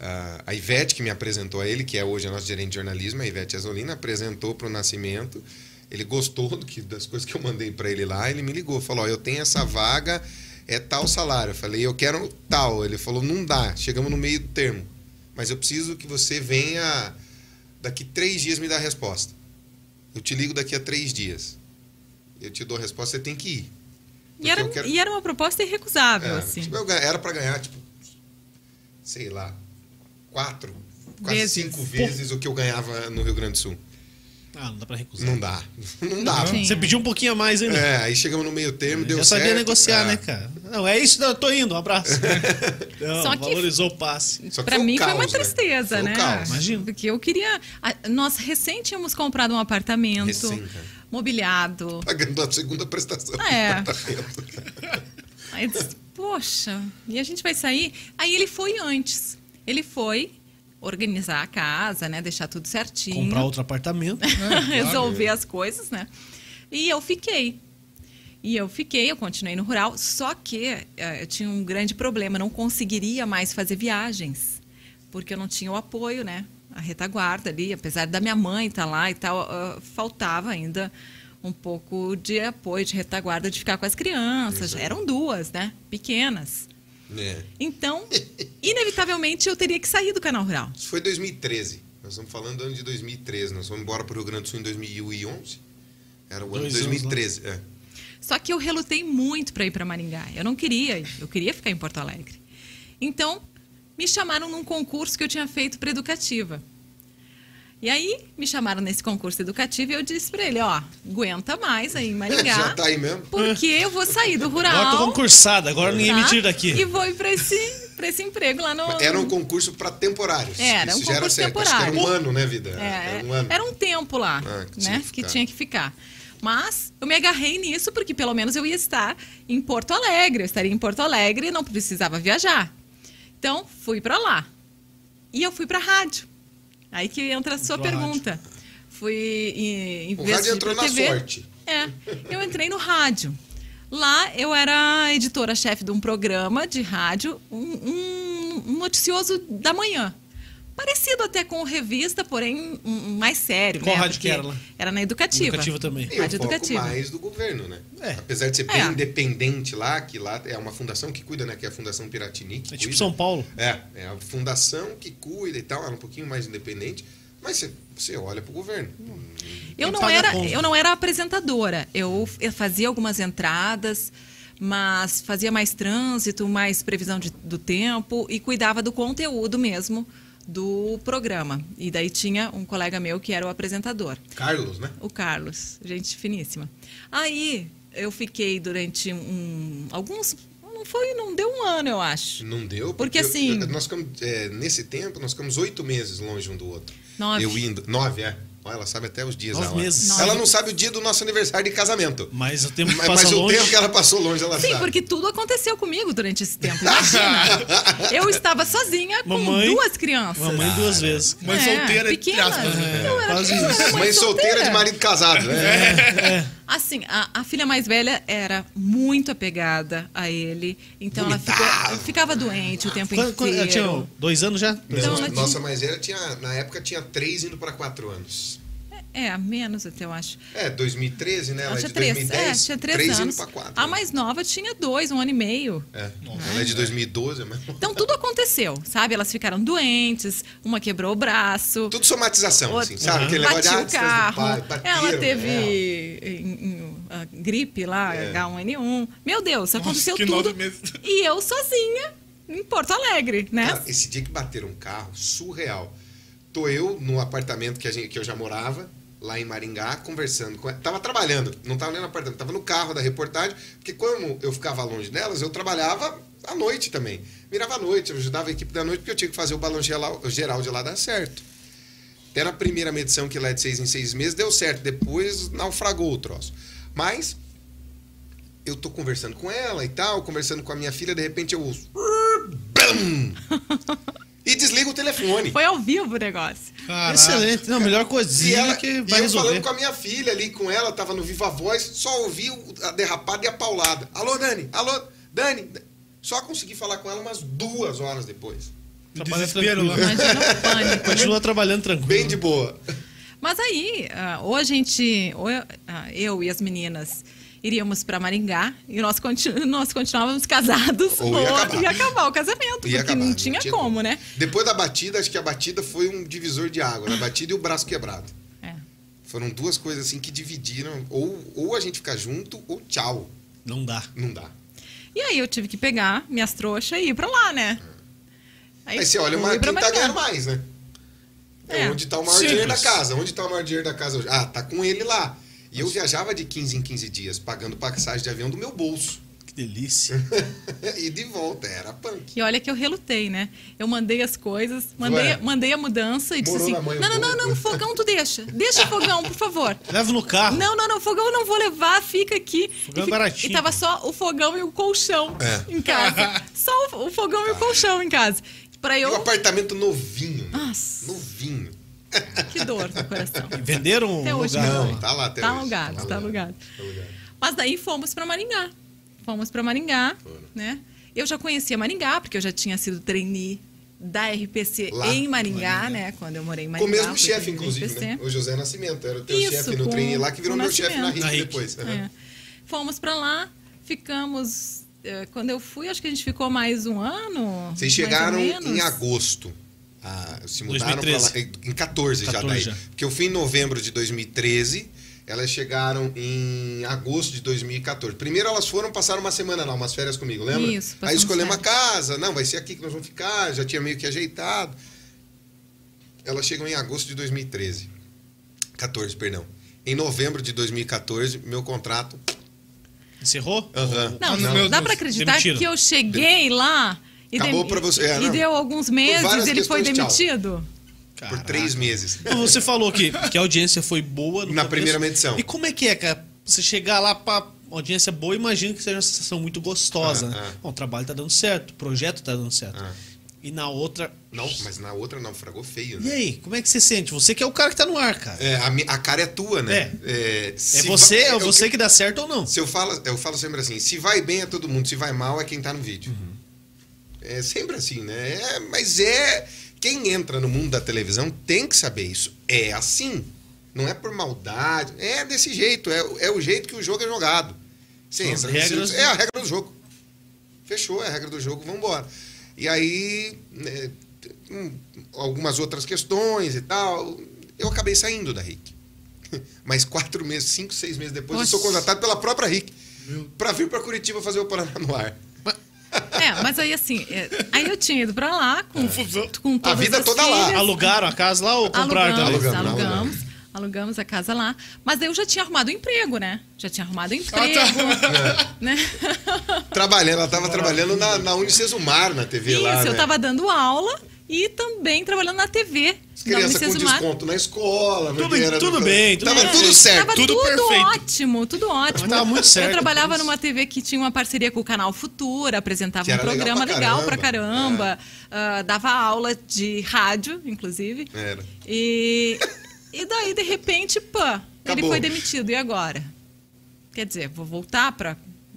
Speaker 3: ah, a- a Ivete, que me apresentou a ele, que é hoje a nossa gerente de jornalismo, a Ivete Azolina, apresentou para o Nascimento. Ele gostou do que, das coisas que eu mandei para ele lá. Ele me ligou, falou: ó, Eu tenho essa vaga, é tal salário. Eu falei: Eu quero tal. Ele falou: Não dá, chegamos no meio do termo. Mas eu preciso que você venha daqui três dias me dar a resposta. Eu te ligo daqui a três dias. Eu te dou a resposta, você tem que ir.
Speaker 4: E era, um,
Speaker 3: Porque eu quero-
Speaker 4: e era uma proposta irrecusável,
Speaker 1: É,
Speaker 3: era,
Speaker 4: assim.
Speaker 3: tipo, eu ga- era pra ganhar, tipo, sei lá, quatro, quase
Speaker 4: Vezes.
Speaker 3: cinco vezes o que eu ganhava no Rio Grande do Sul.
Speaker 1: Ah, não dá pra recusar.
Speaker 3: Não dá. Não dá.
Speaker 4: Sim.
Speaker 1: Você pediu um pouquinho a mais ainda.
Speaker 3: É, aí chegamos no meio termo, deu
Speaker 1: Já
Speaker 3: certo.
Speaker 1: sabia negociar,
Speaker 3: Ah,
Speaker 1: né, cara? Não, é isso, eu tô indo, um abraço. Não,
Speaker 4: Só que-
Speaker 1: valorizou o passe.
Speaker 3: só que
Speaker 4: Pra
Speaker 3: foi um
Speaker 4: mim foi
Speaker 3: caos,
Speaker 4: uma
Speaker 3: né?
Speaker 4: tristeza,
Speaker 3: Foi um
Speaker 4: né?
Speaker 3: caos.
Speaker 1: Imagino.
Speaker 4: Porque eu queria. a- Nós recém tínhamos comprado um apartamento
Speaker 3: Recém, cara.
Speaker 4: mobiliado.
Speaker 3: Pagando a segunda prestação.
Speaker 4: Ah, é.
Speaker 3: do apartamento.
Speaker 4: Aí eu disse, poxa, e a gente vai sair? Aí ele foi antes. Ele foi organizar a casa, né? Deixar tudo certinho.
Speaker 1: Comprar outro apartamento.
Speaker 4: resolver as coisas, né? E eu fiquei. E eu fiquei, eu continuei no rural, só que eh, eu tinha um grande problema, eu não conseguiria mais fazer viagens, porque eu não tinha o apoio, né? A retaguarda ali, apesar da minha mãe estar lá e tal, ah, faltava ainda um pouco de apoio, de retaguarda, de ficar com as crianças. Eram duas, né? Pequenas.
Speaker 3: É.
Speaker 4: Então, inevitavelmente, eu teria que sair do canal rural.
Speaker 3: Isso foi 2013. Nós estamos falando do ano de 2013. Nós fomos embora pro Rio Grande do Sul em 2011. Era o ano de
Speaker 1: Dois anos lá.
Speaker 3: 2013. É.
Speaker 4: Só que eu relutei muito para ir para Maringá. Eu não queria, ir, eu queria ficar em Porto Alegre. Então, me chamaram num concurso que eu tinha feito para educativa. E aí, me chamaram nesse concurso educativo e eu disse para ele, ó, aguenta mais aí em Maringá.
Speaker 3: Já tá aí mesmo?
Speaker 4: Porque eu vou sair do rural.
Speaker 1: Agora tô concursado, agora ninguém um me
Speaker 4: tá?
Speaker 1: tira
Speaker 4: E
Speaker 1: daqui.
Speaker 4: vou ir para esse, pra esse emprego lá no...
Speaker 3: Era um concurso para temporários.
Speaker 4: então- Era,
Speaker 3: Isso
Speaker 4: um
Speaker 3: já era
Speaker 4: concurso
Speaker 3: certo. Acho que era um
Speaker 4: temporário.
Speaker 3: ano, né, vida?
Speaker 4: É,
Speaker 3: era um ano.
Speaker 4: era um tempo lá,
Speaker 3: Ah, que tinha
Speaker 4: né?
Speaker 3: que
Speaker 4: Que
Speaker 3: ficar.
Speaker 4: tinha que ficar. Mas eu me agarrei nisso porque pelo menos eu ia estar em Porto Alegre. Eu estaria em Porto Alegre e não precisava viajar. Então, fui para lá. E eu fui para rádio. Aí que entra a sua
Speaker 1: Pra
Speaker 4: pergunta. Fui em, em
Speaker 3: O
Speaker 4: vez de
Speaker 3: rádio
Speaker 4: ir
Speaker 3: entrou
Speaker 4: pra
Speaker 3: na
Speaker 4: TV,
Speaker 3: sorte.
Speaker 4: É, eu entrei no rádio. Lá eu era editora-chefe de um programa de rádio, um, um noticioso da manhã. Parecido até com o revista, porém um- um mais sério.
Speaker 1: Qual
Speaker 4: né?
Speaker 1: rádio que
Speaker 4: Porque
Speaker 1: era lá?
Speaker 4: Era na educativa.
Speaker 1: Educativa também.
Speaker 3: E o
Speaker 4: Rádio
Speaker 3: foco
Speaker 4: educativa.
Speaker 3: mais do governo, né?
Speaker 1: É.
Speaker 3: Apesar de ser bem
Speaker 4: É.
Speaker 3: independente lá, que lá é uma fundação que cuida, né? Que é a Fundação Piratini. que
Speaker 1: É tipo
Speaker 3: cuida.
Speaker 1: São Paulo.
Speaker 3: É, é a fundação que cuida e tal, era um pouquinho mais independente. Mas você, você olha pro governo.
Speaker 4: Eu
Speaker 1: Quem
Speaker 4: não,
Speaker 1: paga a
Speaker 4: era,
Speaker 1: conta?
Speaker 4: eu não era apresentadora. Eu, eu fazia algumas entradas, mas fazia mais trânsito, mais previsão de- do tempo e cuidava do conteúdo mesmo do programa. E daí tinha um colega meu que era o apresentador.
Speaker 3: Carlos, né?
Speaker 4: o Carlos, gente finíssima. Aí eu fiquei durante um alguns não foi, não deu um ano, eu acho.
Speaker 3: Não deu.
Speaker 4: Porque, assim-
Speaker 3: eu- nós ficamos, é, nesse tempo, nós ficamos oito meses longe um do outro.
Speaker 4: Nove.
Speaker 3: Eu indo. Nove, é. Ó, Ela sabe até os dias.
Speaker 1: Nove
Speaker 3: ela.
Speaker 1: meses.
Speaker 4: Nove.
Speaker 3: Ela não sabe o dia do nosso aniversário de casamento.
Speaker 1: Mas o tempo que
Speaker 3: Mas,
Speaker 1: passa
Speaker 3: mas o
Speaker 1: longe.
Speaker 3: tempo que ela passou longe, ela
Speaker 4: Sim,
Speaker 3: sabe.
Speaker 4: porque tudo aconteceu comigo durante esse tempo. Imagina. eu estava sozinha com
Speaker 1: Mamãe-
Speaker 4: duas crianças.
Speaker 1: Mamãe duas vezes.
Speaker 2: Mãe
Speaker 4: É,
Speaker 2: solteira, entre
Speaker 4: pequenas.
Speaker 2: aspas. né?
Speaker 4: Eu era,
Speaker 1: quase
Speaker 4: eu era
Speaker 1: isso.
Speaker 4: mãe,
Speaker 3: Mãe solteira de
Speaker 4: solteira.
Speaker 3: marido casado, né?
Speaker 1: É.
Speaker 4: Assim, a, a filha mais velha era muito apegada a ele, então ela ficou-
Speaker 3: Vomitava.
Speaker 4: ficava doente o tempo
Speaker 1: Quando, quando- ela
Speaker 4: inteiro.
Speaker 1: tinha dois anos já?
Speaker 4: Então,
Speaker 3: Nossa-
Speaker 4: ela tinha-
Speaker 3: nossa mais velha tinha, na época tinha três indo pra quatro anos.
Speaker 4: É, menos até eu acho.
Speaker 3: É, 2013, né? Ela
Speaker 4: Ela
Speaker 3: é
Speaker 4: tinha
Speaker 3: de
Speaker 4: três,
Speaker 3: 2010.
Speaker 4: é, tinha três,
Speaker 3: indo
Speaker 4: anos. Ah,
Speaker 3: pra quatro.
Speaker 4: a mais nova tinha dois, um ano e meio.
Speaker 3: É. Ela é de 2012, mas.
Speaker 4: Então tudo aconteceu, sabe? Elas ficaram doentes, uma quebrou o braço,
Speaker 3: Tudo somatização, assim, sabe? Aquele negócio de
Speaker 4: batiu
Speaker 3: ah,
Speaker 4: o
Speaker 3: distância
Speaker 4: carro.
Speaker 3: do pai, bateram,
Speaker 4: ela teve
Speaker 3: né?
Speaker 4: em- em- a gripe lá,
Speaker 3: É.
Speaker 4: H1N1. Meu Deus, aconteceu
Speaker 2: que
Speaker 4: tudo.
Speaker 2: nove meses.
Speaker 4: E eu sozinha em Porto Alegre, né?
Speaker 3: Cara, esse dia que bateram um carro, surreal. Tô eu no apartamento que, a gente, que eu já morava, lá em Maringá, conversando com ela. Tava trabalhando, não tava nem no apartamento, tava no carro da reportagem, porque como eu ficava longe delas, eu trabalhava à noite também. Virava à noite, eu ajudava a equipe da noite, porque eu tinha que fazer o balanço geral, geral de lá dar certo. Era a primeira medição que lá é de seis em seis meses, deu certo. Depois naufragou o troço. Mas eu tô conversando com ela e tal, conversando com a minha filha, de repente eu ouço. "Bam!" E desliga o telefone.
Speaker 4: Foi ao vivo o negócio.
Speaker 1: Caraca.
Speaker 2: Caraca.
Speaker 1: Excelente. Não, a melhor
Speaker 3: E,
Speaker 1: coisinha
Speaker 3: ela,
Speaker 1: que
Speaker 3: e
Speaker 1: vai
Speaker 3: eu
Speaker 1: resolver.
Speaker 3: falando com a minha filha ali, com ela, tava no Viva Voz, só ouvi o- a derrapada e a paulada. Alô, Dani, alô, Dani. Só consegui falar com ela umas duas horas depois.
Speaker 2: No
Speaker 1: Trabalha
Speaker 2: desespero lá.
Speaker 1: tranquilo.
Speaker 4: Imagina o pânico. né?
Speaker 1: Continua trabalhando tranquilo.
Speaker 3: Bem de boa.
Speaker 4: Mas aí, ah, ou a gente, ou eu, ah, eu e as meninas iríamos para Maringá e nós, continu, nós continuávamos casados
Speaker 3: Ou ia
Speaker 4: ou
Speaker 3: acabar.
Speaker 4: acabar o casamento,
Speaker 3: Ia
Speaker 4: porque
Speaker 3: acabar,
Speaker 4: não tinha como, né?
Speaker 3: Depois da batida, acho que a batida foi um divisor de água. né? A batida e o braço quebrado.
Speaker 4: É.
Speaker 3: Foram duas coisas assim que dividiram. Ou, ou a gente fica junto, ou tchau.
Speaker 1: Não dá.
Speaker 3: Não dá.
Speaker 4: E aí eu tive que pegar minhas trouxas e ir para lá, né? É
Speaker 3: Aí, você olha
Speaker 4: fui
Speaker 3: mas
Speaker 4: pra
Speaker 3: quem tá
Speaker 4: Maringá.
Speaker 3: ganhando mais, né? É,
Speaker 4: um É.
Speaker 3: onde tá o maior
Speaker 1: Simples.
Speaker 3: dinheiro da casa. Onde tá o maior dinheiro da casa hoje? Ah, tá com ele lá. E eu viajava de 15 em 15 dias, pagando passagem de avião do meu bolso.
Speaker 1: Que delícia.
Speaker 3: e de volta, era punk.
Speaker 4: E olha que eu relutei, né? Eu mandei as coisas, mandei,
Speaker 3: Ué.
Speaker 4: mandei a mudança e disse
Speaker 3: Morou
Speaker 4: assim:
Speaker 3: na mãe um
Speaker 4: não, não, não,
Speaker 3: pouco."
Speaker 4: não, fogão tu deixa. Deixa o fogão, por favor.
Speaker 1: Leva no
Speaker 3: Ah.
Speaker 1: carro.
Speaker 4: Não, não, não, fogão eu não vou levar, fica aqui.
Speaker 1: Fogão é
Speaker 4: e, fica-
Speaker 1: baratinho.
Speaker 4: e tava só o fogão e o colchão
Speaker 3: É.
Speaker 4: em casa. Só o, o fogão e o colchão em casa. Pra
Speaker 3: Tá. E um
Speaker 4: eu.
Speaker 3: apartamento novinho. né?
Speaker 4: Nossa. Tá.
Speaker 3: Novinho.
Speaker 4: Que dor no coração.
Speaker 1: Venderam um
Speaker 4: Até hoje
Speaker 1: lugar.
Speaker 4: não.
Speaker 1: lá.
Speaker 3: Tá lá até
Speaker 4: Tá
Speaker 3: hoje.
Speaker 4: alugado, tá alugado.
Speaker 3: Tá alugado.
Speaker 4: Mas daí fomos pra Maringá. Fomos pra Maringá, né? Eu já conhecia Maringá, porque eu já tinha sido trainee da RPC
Speaker 3: Lá,
Speaker 4: em Maringá, né? Quando eu morei em
Speaker 3: Com
Speaker 4: Maringá.
Speaker 3: o mesmo
Speaker 4: fui
Speaker 3: chefe,
Speaker 4: trainee da
Speaker 3: inclusive,
Speaker 4: RPC.
Speaker 3: né? O José Nascimento. Era o teu
Speaker 4: Isso,
Speaker 3: chefe no
Speaker 4: com-
Speaker 3: treino lá que virou
Speaker 4: com
Speaker 3: meu
Speaker 4: o
Speaker 3: chefe na
Speaker 4: Nascimento.
Speaker 3: RIC
Speaker 1: Na RIC.
Speaker 3: depois.
Speaker 4: É. Fomos pra lá, ficamos. eh, Quando eu fui, acho que a gente ficou mais um ano.
Speaker 3: Vocês chegaram
Speaker 4: mais ou menos.
Speaker 3: em agosto. Ah, se mudaram pra
Speaker 1: 2013.
Speaker 3: lá. Em 14, já
Speaker 1: 14
Speaker 3: daí.
Speaker 1: já.
Speaker 3: Porque eu fui em novembro de 2013. Elas chegaram em agosto de 2014. Primeiro elas foram, passaram uma semana lá, umas férias comigo, lembra?
Speaker 4: Isso,
Speaker 3: Aí
Speaker 4: passamos
Speaker 3: escolhemos uma
Speaker 4: férias.
Speaker 3: casa, não, vai ser aqui que nós vamos ficar, já tinha meio que ajeitado. Elas chegam em agosto de 2013. 14, perdão. Em novembro de 2014, meu contrato.
Speaker 1: Encerrou?
Speaker 3: Aham.
Speaker 4: Não,
Speaker 2: Ah,
Speaker 4: não,
Speaker 2: meu
Speaker 4: dá
Speaker 2: Deus,
Speaker 4: pra acreditar
Speaker 1: demitiram.
Speaker 4: que eu cheguei lá e,
Speaker 3: Acabou
Speaker 4: demi-
Speaker 3: pra você, é,
Speaker 4: e
Speaker 3: não.
Speaker 4: deu alguns
Speaker 3: várias
Speaker 4: meses ele foi
Speaker 3: questões, tchau.
Speaker 4: demitido.
Speaker 3: Por
Speaker 1: Caraca.
Speaker 3: três meses.
Speaker 1: Então, Você falou que, que a audiência foi boa no
Speaker 3: Na
Speaker 1: começo.
Speaker 3: primeira medição.
Speaker 1: E como é que é, cara? Você chegar lá pra audiência boa, imagino que seja uma sensação muito gostosa,
Speaker 3: Ah,
Speaker 1: né?
Speaker 3: ah.
Speaker 1: Bom, o trabalho tá dando certo, o projeto tá dando certo.
Speaker 3: Ah.
Speaker 1: E na outra.
Speaker 3: Não, mas na outra naufragou feio, né?
Speaker 1: E aí, como é que você sente? Você que é o cara que tá no ar, cara.
Speaker 3: É, a, mi- a cara é tua, né? É,
Speaker 1: É
Speaker 3: se
Speaker 1: você,
Speaker 3: vai-
Speaker 1: é
Speaker 3: eu-
Speaker 1: você que dá certo ou não?
Speaker 3: Se eu falo, eu falo sempre assim, se vai bem é todo mundo, se vai mal é quem tá no vídeo.
Speaker 1: Uhum.
Speaker 3: É sempre assim, né? É, mas é quem entra no mundo da televisão tem que saber isso. É assim. Não é por maldade, é desse jeito, é, é o jeito que o jogo é jogado. Você
Speaker 1: São as
Speaker 3: entra, no
Speaker 1: regras
Speaker 3: circo- é a regra do jogo. Fechou, é a regra do jogo, vamos embora. E aí, né, hum, algumas outras questões e tal, eu acabei saindo da RIC. Mas quatro meses, cinco, seis meses depois, eu sou
Speaker 4: Nossa.
Speaker 3: contratado pela própria RIC para vir para Curitiba fazer o Paraná no ar.
Speaker 4: É, mas aí assim, é, aí eu tinha ido pra lá com,
Speaker 3: É.
Speaker 4: com todas
Speaker 3: vida
Speaker 4: as
Speaker 3: toda lá.
Speaker 4: filhas.
Speaker 1: Alugaram a casa lá ou compraram Então,
Speaker 4: Alugamos,
Speaker 1: também?
Speaker 3: Alugamos,
Speaker 4: alugamos,
Speaker 3: alugamos.
Speaker 4: alugamos, a casa lá. Mas eu já tinha arrumado um emprego, né? Já tinha arrumado um
Speaker 2: tá.
Speaker 4: emprego. né?
Speaker 3: Trabalhando, ela estava trabalhando na, na Unicesumar, na TV
Speaker 4: Isso,
Speaker 3: lá.
Speaker 4: eu
Speaker 3: né?
Speaker 4: tava dando aula e também trabalhando na TV.
Speaker 3: As
Speaker 4: na
Speaker 3: crianças com
Speaker 4: Unicesumar.
Speaker 3: desconto na escola.
Speaker 1: Tudo-
Speaker 3: porque era-
Speaker 1: tudo bem, tudo
Speaker 3: Tava
Speaker 1: bem.
Speaker 3: tudo certo.
Speaker 4: É, Tava
Speaker 1: tudo
Speaker 4: tudo,
Speaker 1: perfeito.
Speaker 4: ótimo, tudo ótimo.
Speaker 1: Tava muito certo,
Speaker 4: Eu trabalhava
Speaker 1: tudo
Speaker 4: numa TV que tinha uma parceria com o Canal Futura, apresentava
Speaker 3: Que
Speaker 4: um
Speaker 3: era legal
Speaker 4: programa
Speaker 3: pra
Speaker 4: legal pra
Speaker 3: caramba. É.
Speaker 4: caramba, ah, dava aula de rádio, inclusive.
Speaker 3: Era.
Speaker 4: E, e daí, de repente, pã, ele
Speaker 3: Acabou.
Speaker 4: foi demitido. E agora? Quer dizer, vou voltar pra.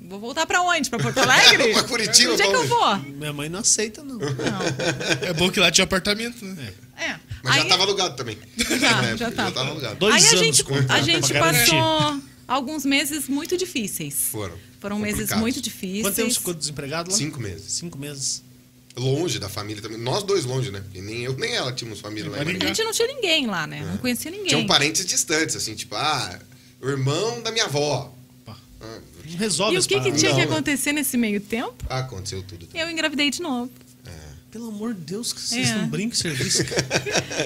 Speaker 4: Vou voltar pra onde? Pra Porto Alegre?
Speaker 3: Pra Curitiba,
Speaker 4: Onde é que
Speaker 3: pra
Speaker 4: eu
Speaker 3: onde?
Speaker 4: vou?
Speaker 1: Minha mãe não aceita, não.
Speaker 4: Não.
Speaker 2: É bom que lá tinha apartamento, né?
Speaker 4: É.
Speaker 3: Mas já
Speaker 4: Aí-
Speaker 3: estava alugado também.
Speaker 4: Já,
Speaker 3: Na época,
Speaker 4: já tava.
Speaker 3: alugado.
Speaker 1: Dois
Speaker 4: Aí a
Speaker 1: anos
Speaker 4: gente,
Speaker 1: com contrato
Speaker 4: a
Speaker 1: pra
Speaker 4: gente
Speaker 1: garantir.
Speaker 4: passou alguns meses muito difíceis.
Speaker 3: Foram.
Speaker 4: Foram meses
Speaker 3: Complicados.
Speaker 4: muito difíceis.
Speaker 1: Quanto tempo você ficou desempregado lá?
Speaker 3: Cinco meses.
Speaker 1: Cinco meses.
Speaker 3: Longe da família também. Nós dois longe, né? Porque nem eu nem ela tínhamos família lá em
Speaker 2: Maringá.
Speaker 4: A
Speaker 3: Maringá.
Speaker 4: gente não tinha ninguém lá, né?
Speaker 1: É.
Speaker 4: Não conhecia ninguém.
Speaker 1: um
Speaker 3: Tinham parentes distantes, assim, tipo, ah, o irmão da minha avó.
Speaker 1: Pá.
Speaker 3: Ah,
Speaker 1: Não resolve
Speaker 4: E o
Speaker 1: as
Speaker 4: que, que
Speaker 1: paradas.
Speaker 4: tinha que
Speaker 3: Não.
Speaker 4: acontecer nesse meio tempo?
Speaker 3: aconteceu tudo.
Speaker 4: Eu engravidei de novo.
Speaker 1: Pelo amor de Deus, que vocês
Speaker 4: É.
Speaker 1: não brincam com serviço, cara.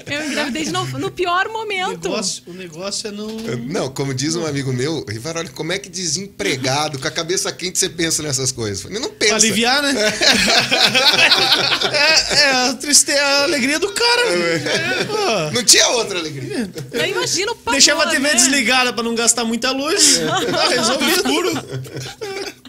Speaker 1: É.
Speaker 4: Eu engravidei de novo no pior
Speaker 1: O
Speaker 4: momento.
Speaker 1: negócio, o negócio é não...
Speaker 3: Não, como diz um amigo meu, Rivaroli, como é que desempregado, com a cabeça quente, você pensa nessas coisas? Eu falei, não pensa.
Speaker 1: Pra aliviar, né? é, é a tristeza, a alegria do cara.
Speaker 3: É
Speaker 1: Ah,
Speaker 3: Não tinha outra alegria.
Speaker 1: É.
Speaker 4: Eu imagino o pavor,
Speaker 1: Deixava a TV
Speaker 4: né?
Speaker 1: desligada pra não gastar muita luz.
Speaker 3: É.
Speaker 1: Tá resolvido.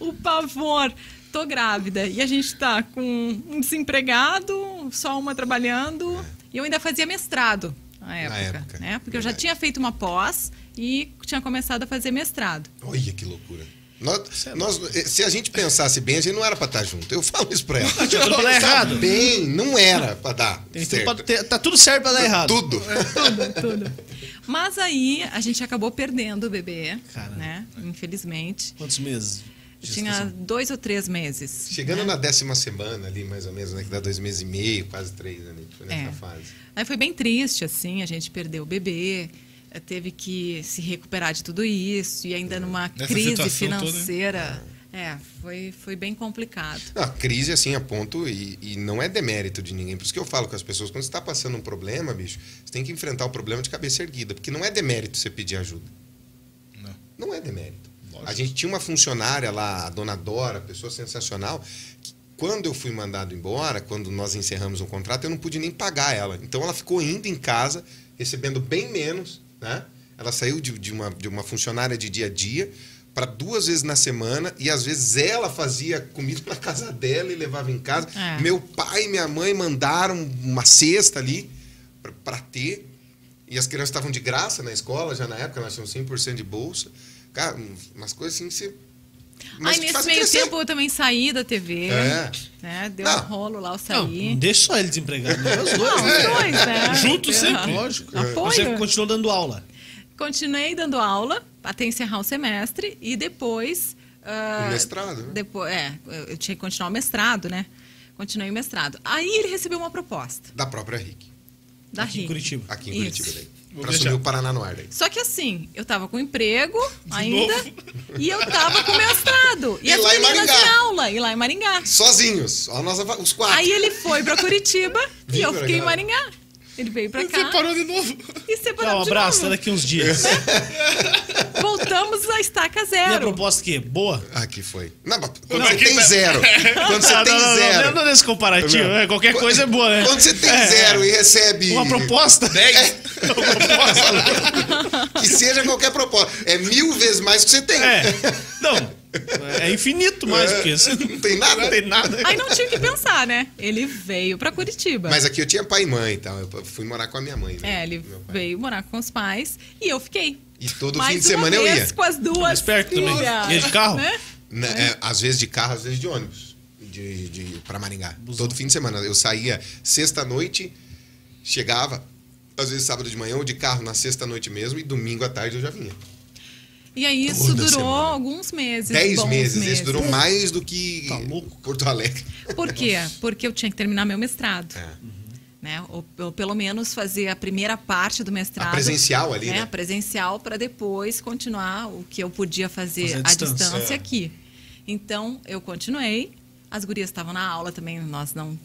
Speaker 4: O pavor. Tô grávida. E a gente tá com um desempregado, só uma trabalhando. E eu ainda fazia mestrado na época.
Speaker 3: época,
Speaker 4: né? Porque eu já
Speaker 3: verdade.
Speaker 4: tinha feito uma pós e tinha começado a fazer mestrado.
Speaker 3: Olha que loucura. Nós,
Speaker 1: é
Speaker 3: nós- eh, se a gente pensasse bem, a gente não era pra estar junto. Eu falo isso pra ela.
Speaker 1: tinha tudo pra dar
Speaker 3: Tá
Speaker 1: errado.
Speaker 3: Bem, não era pra dar.
Speaker 1: Tem tudo
Speaker 3: certo.
Speaker 1: pra ter- tá tudo certo pra dar errado. É.
Speaker 3: Tudo.
Speaker 4: Mas aí a gente acabou perdendo o bebê,
Speaker 1: Caramba.
Speaker 4: né? Infelizmente.
Speaker 1: Quantos meses? de
Speaker 4: Tinha
Speaker 1: gestação?
Speaker 4: dois ou três meses.
Speaker 3: Chegando na décima semana ali, mais ou menos, né? Que dá dois meses e meio, quase três, né? Nick? Foi nessa
Speaker 4: É.
Speaker 3: fase.
Speaker 4: Aí foi bem triste, assim, a gente perdeu o bebê, eh, teve que se recuperar de tudo isso, e
Speaker 3: É,
Speaker 4: ainda numa
Speaker 2: Nessa
Speaker 4: crise
Speaker 2: situação toda, né?
Speaker 4: financeira. É, foi, foi bem complicado.
Speaker 3: Não, a crise, assim, a ponto, e, e não é demérito de ninguém. Por isso que eu falo com as pessoas, quando você está passando um problema, bicho, você tem que enfrentar o problema de cabeça erguida, porque não é demérito você pedir ajuda.
Speaker 2: Não.
Speaker 3: Não é demérito.
Speaker 2: Lógico.
Speaker 3: A gente tinha uma funcionária lá, a dona Dora, pessoa sensacional, que quando eu fui mandado embora, quando nós encerramos o contrato, eu não pude nem pagar ela. Então ela ficou indo em casa, recebendo bem menos, né? Ela saiu de, de uma, de uma funcionária de dia a dia para duas vezes na semana e às vezes ela fazia comida na casa dela e levava em casa.
Speaker 4: É.
Speaker 3: Meu pai e minha mãe mandaram uma cesta ali para ter. E as crianças estavam de graça na escola, já na época, elas tinham 100% de bolsa. Cara, umas coisas assim que você.
Speaker 4: Aí
Speaker 3: que te
Speaker 4: nesse
Speaker 3: fazem
Speaker 4: meio
Speaker 3: crescer.
Speaker 4: tempo eu também saí da TV.
Speaker 3: É.
Speaker 4: né? Deu
Speaker 3: Não.
Speaker 4: um rolo lá, eu
Speaker 1: Não,
Speaker 4: saí.
Speaker 1: não deixa só ele desempregado, não. Os
Speaker 4: Não,
Speaker 1: dois,
Speaker 4: os
Speaker 1: né?
Speaker 4: dois, né?
Speaker 2: Junto
Speaker 4: Eu-
Speaker 2: sempre.
Speaker 3: É.
Speaker 1: Lógico.
Speaker 4: Apoio.
Speaker 1: Você continuou dando aula.
Speaker 4: Continuei dando aula até encerrar o semestre e depois. ah,
Speaker 3: O mestrado, né?
Speaker 4: Depois, é, eu- eu tinha que continuar o mestrado, né? Continuei o mestrado. Aí ele recebeu uma proposta
Speaker 3: Da própria RIC.
Speaker 4: da
Speaker 1: aqui em
Speaker 4: RIC.
Speaker 1: Curitiba.
Speaker 3: Aqui em
Speaker 4: Isso.
Speaker 3: Curitiba daí.
Speaker 2: Vou
Speaker 3: Pra
Speaker 2: deixar.
Speaker 3: assumir o Paraná no ar daí.
Speaker 4: Só que assim, eu tava com emprego ainda e eu tava com mestrado. E,
Speaker 3: E
Speaker 4: as
Speaker 3: lá em
Speaker 4: meninas
Speaker 3: Maringá. Ah.
Speaker 4: em aula, e lá em Maringá.
Speaker 3: Sozinhos. A nossa, va- os quatro.
Speaker 4: Aí ele foi pra Curitiba e
Speaker 3: Vim
Speaker 4: eu
Speaker 3: pra
Speaker 4: fiquei em
Speaker 3: cá.
Speaker 4: Maringá. Ele veio pra
Speaker 2: E
Speaker 4: cá
Speaker 2: você parou de novo.
Speaker 4: e
Speaker 1: Dá um
Speaker 4: separamos
Speaker 1: abraço, né? até
Speaker 4: de novo.
Speaker 1: daqui uns dias.
Speaker 4: Voltamos à estaca
Speaker 1: E a
Speaker 4: zero.
Speaker 1: proposta que é boa?
Speaker 3: Aqui Ah, foi. Não, mas quando
Speaker 2: Não,
Speaker 3: você
Speaker 2: aqui
Speaker 3: tem
Speaker 2: vai-
Speaker 3: zero. Quando você
Speaker 1: Ah,
Speaker 3: tem
Speaker 1: tá- não, não, não,
Speaker 3: zero.
Speaker 1: não, não nesse comparativo.
Speaker 3: Entendeu?
Speaker 1: é, qualquer coisa é boa, né?
Speaker 3: Quando você tem zero e recebe.
Speaker 1: Uma proposta?
Speaker 3: É. que seja qualquer proposta. É mil vezes mais que você tem.
Speaker 1: É. Não, é infinito mais do que isso.
Speaker 3: Não tem nada.
Speaker 1: Não tem nada.
Speaker 4: Aí não tinha o que pensar, né? Ele veio pra Curitiba.
Speaker 3: é Mas aqui eu tinha pai e mãe e tal. Eu fui morar com a minha mãe. né?
Speaker 4: É, ele
Speaker 3: Meu pai.
Speaker 4: veio morar com os pais e eu fiquei.
Speaker 3: E todo
Speaker 4: Mais
Speaker 3: fim de
Speaker 4: uma
Speaker 3: semana eu
Speaker 4: vez
Speaker 3: ia.
Speaker 4: com as duas.
Speaker 1: Mais perto também.
Speaker 4: filhas,
Speaker 1: Ia de carro?
Speaker 4: né?
Speaker 3: Né, é, às vezes de carro, às vezes de ônibus. De, de, pra Maringá. Todo fim de semana. Eu saía sexta-noite, chegava, às vezes sábado de manhã, ou de carro na sexta-noite mesmo, e domingo à tarde eu já vinha.
Speaker 4: E aí isso
Speaker 3: Toda
Speaker 4: durou
Speaker 3: semana.
Speaker 4: alguns meses.
Speaker 3: Dez
Speaker 4: bons
Speaker 3: meses. Esse durou mais do que
Speaker 1: Tá louco.
Speaker 3: Porto Alegre.
Speaker 4: Por quê? Porque eu tinha que terminar meu mestrado.
Speaker 3: É.
Speaker 4: Né? Ou, ou pelo menos fazer a primeira parte do mestrado. É,
Speaker 3: A presencial ali, né?
Speaker 4: A presencial para depois continuar o que eu podia fazer,
Speaker 1: Fazer à
Speaker 4: à
Speaker 1: distância. É.
Speaker 4: distância, aqui. Então, eu continuei. As gurias estavam na aula também, nós não,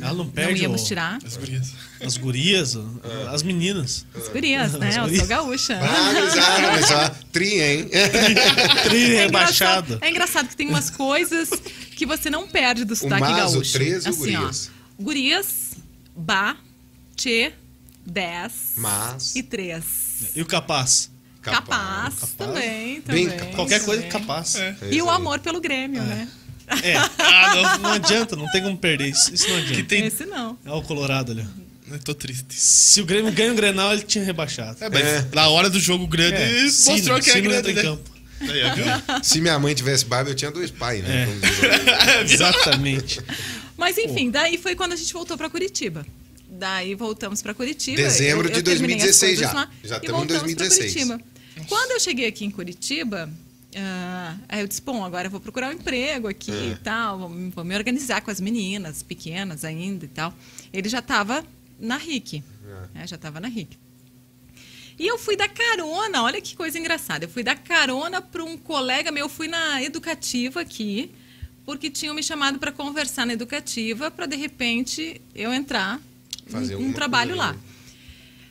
Speaker 1: Ela não
Speaker 4: não
Speaker 1: perde
Speaker 4: íamos
Speaker 1: o-
Speaker 4: tirar.
Speaker 2: As gurias.
Speaker 1: as gurias,
Speaker 2: É.
Speaker 1: as meninas.
Speaker 4: As gurias, né?
Speaker 1: As
Speaker 4: Eu
Speaker 1: gurias.
Speaker 4: sou gaúcha.
Speaker 3: Ah, mas, ah, mas ó, tri, hein? É.
Speaker 1: Tri
Speaker 4: É
Speaker 1: rebaixado.
Speaker 4: engraçado, é engraçado que tem umas coisas que você não perde do sotaque
Speaker 3: Maso,
Speaker 4: gaúcho. Assim,
Speaker 3: 13 ou gurias?
Speaker 4: ó. Gurias, ba, tchê, 10
Speaker 3: Mas.
Speaker 4: e 3.
Speaker 1: E o capaz.
Speaker 4: Capaz,
Speaker 3: capaz. Bem
Speaker 4: também, também.
Speaker 3: capaz.
Speaker 1: Qualquer coisa é
Speaker 4: também.
Speaker 1: capaz. É.
Speaker 3: É
Speaker 4: E
Speaker 3: isso
Speaker 4: o
Speaker 3: aí. É.
Speaker 4: amor pelo Grêmio, né?
Speaker 1: Ah, não, não adianta, não tem como perder isso. Isso não
Speaker 2: Que
Speaker 1: adianta.
Speaker 2: tem...
Speaker 4: Esse não.
Speaker 1: Olha o Colorado ali. ó.
Speaker 2: Eu tô triste.
Speaker 1: Se o Grêmio ganha o Grenal, ele tinha rebaixado.
Speaker 2: É, mas na hora do jogo grande,
Speaker 1: Sino,
Speaker 2: mostrou que é
Speaker 1: Sino
Speaker 2: grande,
Speaker 1: entra
Speaker 2: né?
Speaker 1: em campo.
Speaker 2: Aí, ó, viu?
Speaker 3: Se minha mãe tivesse barba, eu tinha dois pais, né?
Speaker 1: É.
Speaker 3: Vamos dizer.
Speaker 1: Exatamente.
Speaker 4: Mas enfim, daí foi quando a gente voltou para Curitiba. Daí voltamos para Curitiba.
Speaker 3: Dezembro de
Speaker 4: terminei as
Speaker 3: 2016 já.
Speaker 4: coisas lá
Speaker 3: Já
Speaker 4: e
Speaker 3: estamos em
Speaker 4: voltamos pra
Speaker 3: 2016.
Speaker 4: Curitiba. Quando eu cheguei aqui em Curitiba, ah, aí eu disse, bom, agora eu vou procurar um emprego aqui
Speaker 3: É.
Speaker 4: e tal, vou, me- vou me organizar com as meninas, pequenas ainda e tal. Ele já estava na RIC,
Speaker 3: É.
Speaker 4: né, já estava na RIC. E eu fui dar carona, olha que coisa engraçada. Eu fui dar carona para um colega meu, eu fui na educativa aqui, porque tinham me chamado para conversar na educativa, para de repente eu entrar
Speaker 3: Fazer
Speaker 4: num
Speaker 3: alguma
Speaker 4: trabalho
Speaker 3: coisa,
Speaker 4: lá.
Speaker 3: né?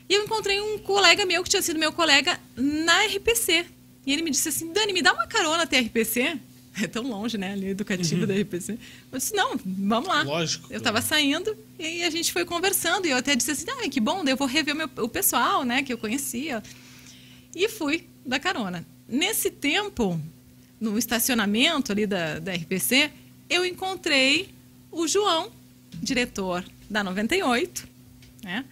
Speaker 4: E eu encontrei um colega meu que tinha sido meu colega na RPC. E ele me disse assim: Dani, me dá uma carona até a RPC. É tão longe, né? Ali, educativa da RPC. Eu disse: não, vamos lá.
Speaker 1: Lógico.
Speaker 4: Eu tava saindo e a gente foi conversando. E eu até disse assim: ah, que bom, daí eu vou rever o, meu- o pessoal, né, que eu conhecia. E fui da carona. Nesse tempo, no estacionamento ali da, da RPC, eu encontrei o João, diretor da 98, né?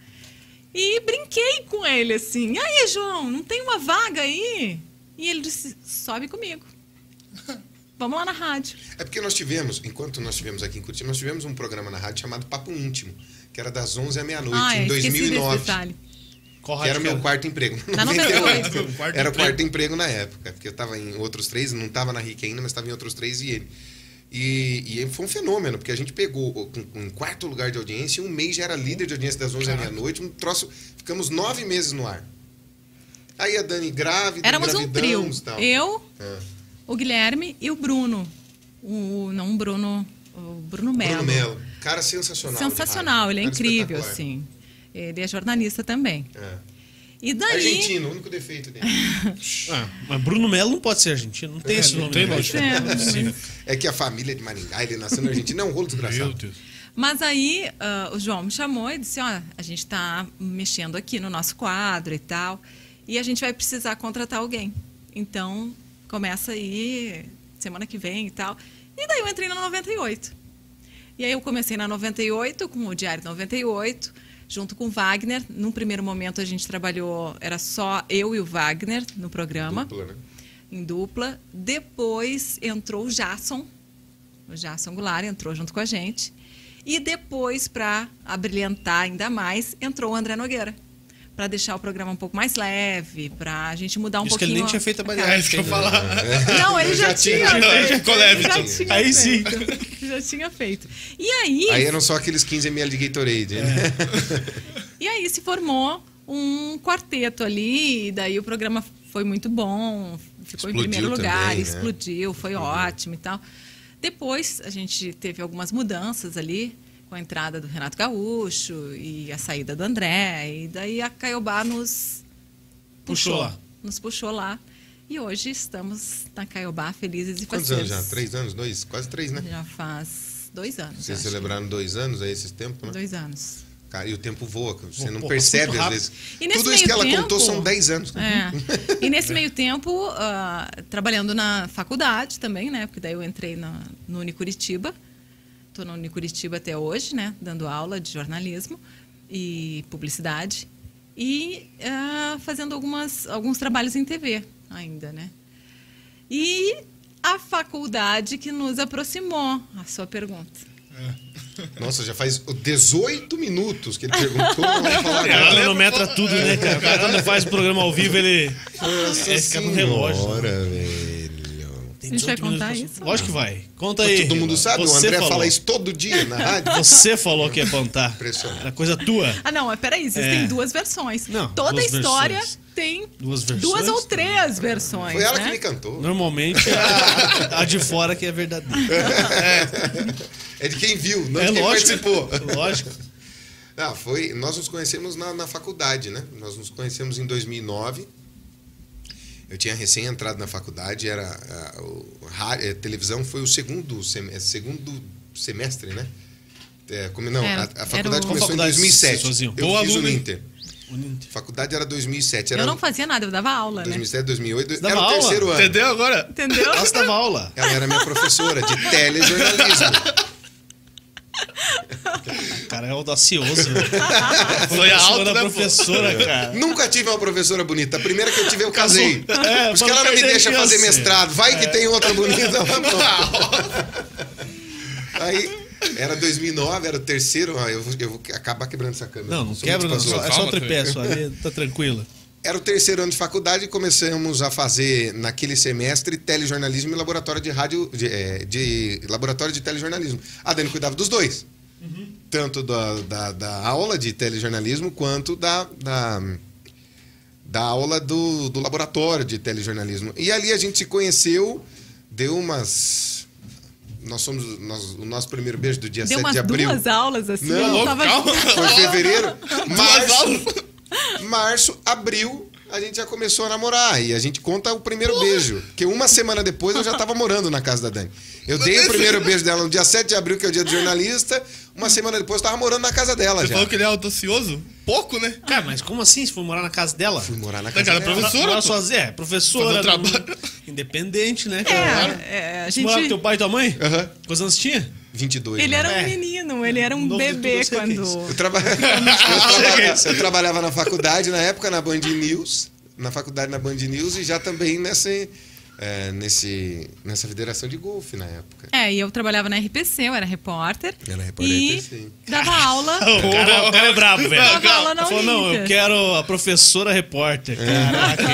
Speaker 4: E brinquei com ele assim: aí, João, não tem uma vaga aí? E ele disse: sobe comigo. Vamos lá na rádio.
Speaker 3: É porque nós tivemos, enquanto nós tivemos aqui em Curitiba, nós tivemos um programa na rádio chamado Papo Íntimo, que era das 11 à meia-noite,
Speaker 4: ah, é,
Speaker 3: em
Speaker 4: esqueci desse
Speaker 3: 2009.
Speaker 4: detalhe.
Speaker 1: Corra
Speaker 3: Que era
Speaker 1: de
Speaker 3: o meu
Speaker 1: cara.
Speaker 3: quarto emprego.
Speaker 4: Na
Speaker 3: Então,
Speaker 4: 98.
Speaker 2: Meu um quarto
Speaker 3: era o quarto
Speaker 2: emprego.
Speaker 3: emprego na época. Porque eu tava em outros três, não tava na RIC ainda, mas tava em outros três e ele. E, e foi um fenômeno, porque a gente pegou o- com, com em quarto lugar de audiência, e um mês já era líder de audiência das 11 da meia-noite, um troço. Ficamos nove meses no ar. Aí a Dani grávida,
Speaker 4: Éramos um trio.
Speaker 3: engravidamos e Tal.
Speaker 4: Eu,
Speaker 3: É.
Speaker 4: o Guilherme e o Bruno. O, não o Bruno, o Bruno Melo.
Speaker 3: Bruno Melo. Cara sensacional. de
Speaker 4: Sensacional,
Speaker 3: rádio.
Speaker 4: ele é
Speaker 3: Cara
Speaker 4: incrível,
Speaker 3: espetacular.
Speaker 4: assim. Ele é jornalista também.
Speaker 3: É.
Speaker 4: E daí.
Speaker 3: Argentino, o único defeito dele.
Speaker 1: Ah, mas Bruno Melo não pode ser argentino, não tem esse
Speaker 2: não
Speaker 1: nome.
Speaker 2: tem
Speaker 1: né?
Speaker 2: lógica.
Speaker 4: É, mas-
Speaker 3: É que a família é de Maringá, ele nasceu na Argentina, é um rolo
Speaker 2: Meu
Speaker 3: desgraçado.
Speaker 2: Deus.
Speaker 4: Mas aí ah, o João me chamou e disse: Ó, a gente está mexendo aqui no nosso quadro e tal, e a gente vai precisar contratar alguém. Então, começa aí semana que vem e tal. E daí eu entrei na 98. E aí eu comecei na 98, com o Diário 98, junto com o Wagner. Num primeiro momento a gente trabalhou, era só eu e o Wagner no programa
Speaker 3: Dupla, né?
Speaker 4: em dupla. Depois entrou o Jason, o Jason Goulart entrou junto com a gente. E depois, para abrilhantar ainda mais, entrou o André Nogueira. Para deixar o programa um pouco mais leve, para a gente mudar um
Speaker 1: Isso que ele
Speaker 4: pouquinho.
Speaker 1: nem tinha feito a
Speaker 2: É
Speaker 1: barriga.
Speaker 2: isso que eu ia falar.
Speaker 4: Não, ele
Speaker 3: Eu
Speaker 4: já,
Speaker 3: já tinha,
Speaker 4: tinha.
Speaker 2: não,
Speaker 4: feito.
Speaker 2: ele ficou leve,
Speaker 4: Já
Speaker 2: então.
Speaker 4: tinha
Speaker 1: Aí sim.
Speaker 4: feito. Já tinha feito. E aí,
Speaker 3: Aí eram só aqueles 15 ml de Gatorade, né?
Speaker 4: É. E aí se formou um quarteto ali, e daí o programa foi muito bom, ficou
Speaker 3: Explodiu
Speaker 4: em primeiro lugar,
Speaker 3: também, né?
Speaker 4: explodiu, foi ótimo e tal. Depois a gente teve algumas mudanças ali, com a entrada do Renato Gaúcho e a saída do André, e daí a Caiobá nos
Speaker 1: Puxou lá.
Speaker 4: Nos puxou lá. E hoje estamos na Caiobá felizes e
Speaker 3: Quantos anos
Speaker 4: faceiros.
Speaker 3: já? Três anos? Dois? Quase três, né?
Speaker 4: Já faz dois anos.
Speaker 3: Vocês
Speaker 4: eu acho.
Speaker 3: celebraram dois anos aí esses tempos, né?
Speaker 4: Dois anos.
Speaker 3: Cara, e o tempo voa, cara. você
Speaker 1: Pô,
Speaker 3: não
Speaker 1: pô,
Speaker 3: percebe
Speaker 1: muito
Speaker 3: às
Speaker 1: rápido.
Speaker 3: vezes.
Speaker 4: E nesse
Speaker 3: Tudo isso que
Speaker 4: meio
Speaker 3: ela
Speaker 4: tempo-
Speaker 3: contou são 10 anos.
Speaker 4: É. E nesse meio tempo, ah, trabalhando na faculdade também, né? Porque daí eu entrei na, no Unicuritiba. Estou no Unicuritiba até hoje, né? Dando aula de jornalismo e publicidade. E ah, fazendo algumas, alguns trabalhos em TV ainda, né? E a faculdade que nos aproximou, a sua pergunta.
Speaker 3: Nossa, já faz 18 minutos que ele perguntou. Vamos
Speaker 2: É,
Speaker 3: falar
Speaker 1: Cara,
Speaker 3: agora.
Speaker 1: cronometra tudo, né, cara? O cara quando faz o programa ao vivo, ele.
Speaker 3: Nossa
Speaker 1: É, fica no relógio.
Speaker 3: senhora, velho.
Speaker 1: Tem
Speaker 4: A gente vai
Speaker 1: 18 minutos
Speaker 4: contar
Speaker 1: pra-
Speaker 4: isso?
Speaker 1: Lógico que vai. Conta aí.
Speaker 3: Todo mundo sabe, o
Speaker 1: Você
Speaker 3: André
Speaker 1: falou.
Speaker 3: fala isso todo dia na rádio.
Speaker 1: Você falou que ia contar.
Speaker 3: Impressionante.
Speaker 1: Era coisa tua.
Speaker 4: Ah, não, mas peraí, existem
Speaker 1: É.
Speaker 4: duas versões.
Speaker 1: Não,
Speaker 4: Toda
Speaker 1: duas
Speaker 4: história
Speaker 1: versões.
Speaker 4: tem
Speaker 1: Duas
Speaker 4: duas
Speaker 1: versões?
Speaker 4: ou três versões.
Speaker 3: Foi ela
Speaker 4: né?
Speaker 3: que me cantou.
Speaker 1: Normalmente a, a de fora que é verdadeira.
Speaker 3: É de quem viu, não
Speaker 1: é
Speaker 3: de quem
Speaker 1: lógico.
Speaker 3: participou.
Speaker 1: Lógico.
Speaker 3: Ah, foi. Nós nos conhecemos na, na faculdade, né? Nós nos conhecemos em 2009. Eu tinha recém entrado na faculdade, era ah, o ra- eh, televisão foi o segundo semestre, segundo semestre, né? É, como, não,
Speaker 4: Era-
Speaker 3: a, a faculdade
Speaker 4: era o-
Speaker 1: Qual
Speaker 3: começou
Speaker 1: faculdade
Speaker 3: em 2007.
Speaker 1: vocês faziam?
Speaker 3: Eu
Speaker 1: Boa
Speaker 3: fiz o
Speaker 1: aluna, hein?
Speaker 3: Inter. Faculdade era 2007, era
Speaker 4: Eu não fazia nada, eu dava aula, né?
Speaker 3: 2007, 2008,
Speaker 1: dava
Speaker 3: era o
Speaker 1: aula?
Speaker 3: terceiro ano.
Speaker 2: Entendeu agora?
Speaker 4: Entendeu?
Speaker 1: Ela dava aula.
Speaker 3: Ela era minha professora de telejornalismo.
Speaker 1: O cara é audacioso. né?
Speaker 2: Foi né, a
Speaker 1: Professora
Speaker 2: alta da
Speaker 1: professora,
Speaker 3: É.
Speaker 1: cara.
Speaker 3: Nunca tive uma professora bonita. A primeira que eu tive, eu casei.
Speaker 1: Casou. É,
Speaker 3: Por isso
Speaker 1: pra
Speaker 3: que
Speaker 1: não
Speaker 3: ela não me
Speaker 1: perder
Speaker 3: deixa
Speaker 1: chance. É.
Speaker 3: fazer mestrado. Vai que tem outra bonita. lá fora. Aí, era 2009, era o terceiro. ah, Eu vou, eu vou acabar quebrando essa câmera.
Speaker 1: Não, não
Speaker 3: Sou
Speaker 1: quebra,
Speaker 3: muito
Speaker 1: não. Só, é
Speaker 3: espaçoso.
Speaker 1: só o
Speaker 2: Calma,
Speaker 1: tripé, só ali, tá tranquila.
Speaker 3: Era o terceiro ano de faculdade e começamos a fazer, naquele semestre, telejornalismo e laboratório de rádio... De, eh, de- laboratório de telejornalismo. A Dani cuidava dos dois. Tanto da, da, da aula de telejornalismo quanto da- da da aula do, do laboratório de telejornalismo. E ali a gente se conheceu, deu umas. Nós somos. nós- o nosso primeiro beijo do dia
Speaker 4: Deu
Speaker 3: 7
Speaker 4: umas
Speaker 3: de abril.
Speaker 4: duas aulas assim.
Speaker 3: Não,
Speaker 4: eu
Speaker 3: louco,
Speaker 4: tava-
Speaker 2: calma.
Speaker 3: Foi em fevereiro.
Speaker 2: aulas.
Speaker 3: março, março, abril, a gente já começou a namorar. E a gente conta o primeiro beijo. Porque uma semana depois eu já tava morando na casa da Dani. Eu dei o primeiro beijo dela no dia 7 de abril, que é o dia do jornalista. Uma semana depois eu tava morando na casa dela
Speaker 2: Você
Speaker 3: já.
Speaker 2: falou que ele é audacioso? Pouco, né?
Speaker 1: Cara, mas como assim? Você foi morar na casa dela?
Speaker 3: Fui morar na
Speaker 2: Tá,
Speaker 3: casa
Speaker 2: cara,
Speaker 3: dela.
Speaker 2: pra você- Professora,
Speaker 1: Morar
Speaker 2: pô.
Speaker 1: sozinha? É, professora.
Speaker 2: Fazer o
Speaker 1: não-
Speaker 2: trabalho.
Speaker 1: Independente, né? cara?
Speaker 4: É, é, a
Speaker 1: Você morava com teu
Speaker 4: gente...
Speaker 1: pai e tua mãe?
Speaker 3: Aham.
Speaker 1: Quantos anos tinha?
Speaker 3: 22.
Speaker 4: Ele
Speaker 3: né?
Speaker 4: era um
Speaker 1: É.
Speaker 4: menino, ele era um
Speaker 1: Novo de tudo,
Speaker 4: bebê
Speaker 1: eu sei
Speaker 4: quando...
Speaker 1: disso.
Speaker 3: Eu, traba- eu trabalha- eu trabalhava na faculdade, na época, na Band News. Na faculdade, na Band News, e já também nessa. é, nesse, nessa federação de golfe na época.
Speaker 4: É, e eu trabalhava na RPC, eu era repórter.
Speaker 3: Era é repórter
Speaker 4: e
Speaker 3: RPC.
Speaker 4: dava aula.
Speaker 1: O cara, o cara é brabo, velho.
Speaker 4: Dava aula na
Speaker 1: Ele falou, não, eu
Speaker 4: Olímpia.
Speaker 1: quero a professora repórter.
Speaker 2: É.
Speaker 1: Caraca. hein?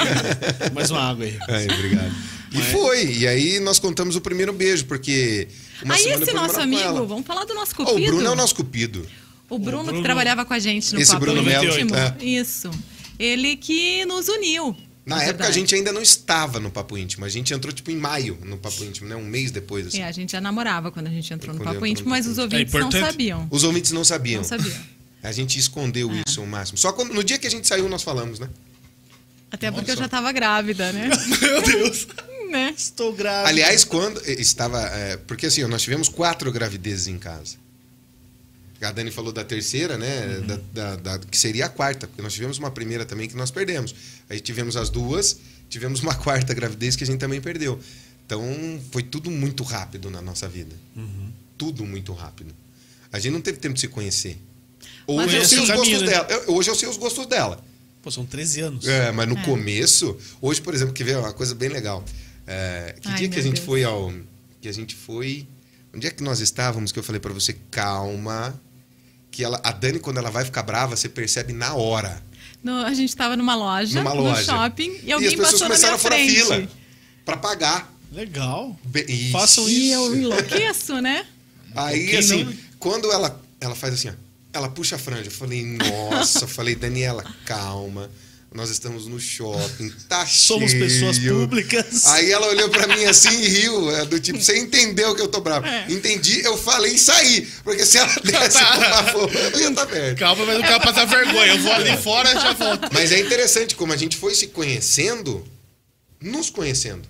Speaker 1: Mais uma água aí.
Speaker 3: Ai, obrigado. E foi. E aí nós contamos o primeiro beijo, porque. Uma
Speaker 4: Aí
Speaker 3: semana
Speaker 4: esse
Speaker 3: eu fui
Speaker 4: nosso
Speaker 3: morar com ela.
Speaker 4: amigo, vamos falar do nosso
Speaker 3: Ó,
Speaker 4: cupido.
Speaker 3: o Bruno é o nosso cupido.
Speaker 4: O Bruno,
Speaker 1: Bruno-
Speaker 4: que trabalhava com a gente no
Speaker 3: Esse
Speaker 4: Papo
Speaker 3: Bruno
Speaker 1: Melo,
Speaker 4: Íntimo.
Speaker 3: tá.
Speaker 4: Isso. Ele que nos uniu.
Speaker 3: Na época a gente ainda não estava no Papo Íntimo. A gente entrou tipo em maio no Papo Íntimo, né? Um mês depois. assim.
Speaker 4: É, a gente já namorava quando a gente entrou no
Speaker 3: Quando entrou no
Speaker 4: Papo Íntimo, mas
Speaker 3: Papo
Speaker 4: os
Speaker 3: Íntimo.
Speaker 4: ouvintes
Speaker 1: É
Speaker 4: não
Speaker 1: importante.
Speaker 4: sabiam.
Speaker 3: Os ouvintes não sabiam.
Speaker 4: Não Ah. sabiam.
Speaker 3: A gente escondeu isso ao máximo. Só quando- no dia que a gente saiu, nós falamos, né?
Speaker 4: Até porque eu
Speaker 3: Nossa.
Speaker 4: já tava grávida, né?
Speaker 2: Meu Deus.
Speaker 4: né?
Speaker 1: Estou grávida.
Speaker 3: Aliás, quando eh, estava. eh, porque assim, ó, nós tivemos quatro gravidezes em casa. A Dani falou da terceira, né? Da, da- da- que seria a quarta, porque nós tivemos uma primeira também que nós perdemos. Aí tivemos as duas, tivemos uma quarta gravidez que a gente também perdeu. Então foi tudo muito rápido na nossa vida. Tudo muito rápido. A gente não teve tempo de se conhecer. Hoje
Speaker 4: Mas
Speaker 3: eu
Speaker 1: assim-
Speaker 3: sei os gostos
Speaker 1: Caminho, né?
Speaker 3: dela. Eu- hoje eu sei os gostos dela.
Speaker 1: Pô, são 13 anos.
Speaker 3: É, mas no começo, hoje, por exemplo, que veio uma coisa bem legal. É, que
Speaker 4: Ai,
Speaker 3: dia que
Speaker 4: meu
Speaker 3: a gente
Speaker 4: Deus.
Speaker 3: foi ao. Que a gente foi. Onde é que nós estávamos? Que eu falei pra você, calma. Que ela, a Dani, quando ela vai ficar brava, você percebe na hora.
Speaker 4: No- a gente tava numa loja,
Speaker 3: numa loja.
Speaker 4: no shopping,
Speaker 3: as
Speaker 4: e alguém
Speaker 3: pessoas
Speaker 4: passou na
Speaker 3: começaram
Speaker 4: minha
Speaker 3: a furar
Speaker 4: frente.
Speaker 3: fila pra pagar.
Speaker 1: Legal.
Speaker 3: Be- Isso.
Speaker 1: Façam
Speaker 4: E eu enlouqueço, né?
Speaker 3: Aí,
Speaker 1: Quem
Speaker 3: assim,
Speaker 1: não, né?
Speaker 3: quando ela, ela faz assim, ó, ela puxa a franja. Eu falei, nossa, eu falei, Daniela, calma. Nós estamos no shopping, tá
Speaker 1: Somos
Speaker 3: cheio.
Speaker 1: pessoas públicas.
Speaker 3: Aí ela olhou pra mim assim e riu, é, do tipo, você entendeu que eu tô bravo.
Speaker 4: É.
Speaker 3: Entendi, eu falei e saí. Porque se ela desse
Speaker 4: tá.
Speaker 3: pra fora, eu ia tá perto.
Speaker 2: Calma, mas não quero passar vergonha. Eu vou ali fora e já volto.
Speaker 3: Mas é interessante como a gente foi se conhecendo, nos conhecendo.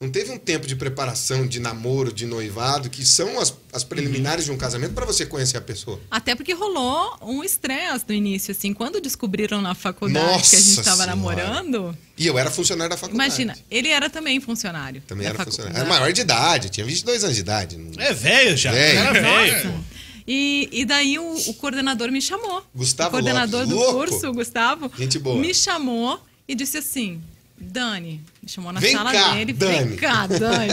Speaker 3: Não teve um tempo de preparação, de namoro, de noivado, que são as, as preliminares de um casamento pra você conhecer a pessoa.
Speaker 4: Até porque rolou um estresse no início, assim. Quando descobriram na faculdade que a gente
Speaker 3: Nossa
Speaker 4: tava
Speaker 3: Senhora.
Speaker 4: namorando,
Speaker 3: E eu era funcionário da faculdade.
Speaker 4: imagina, ele era também funcionário.
Speaker 3: Também
Speaker 4: da
Speaker 3: era
Speaker 4: facu-
Speaker 3: funcionário.
Speaker 4: da-
Speaker 3: Era maior de idade, tinha 22 anos de idade.
Speaker 1: É velho já.
Speaker 3: Velho.
Speaker 1: Cara velho.
Speaker 4: Nossa. E, e daí o, o coordenador me chamou.
Speaker 3: Gustavo
Speaker 4: O coordenador
Speaker 3: Lopes,
Speaker 4: do
Speaker 3: louco.
Speaker 4: curso, o Gustavo,
Speaker 3: Gente boa.
Speaker 4: me chamou e disse assim: Dani, me chamou na
Speaker 3: Vem
Speaker 4: sala
Speaker 3: cá,
Speaker 4: dele,
Speaker 3: Dani."
Speaker 4: vem cá, Dani.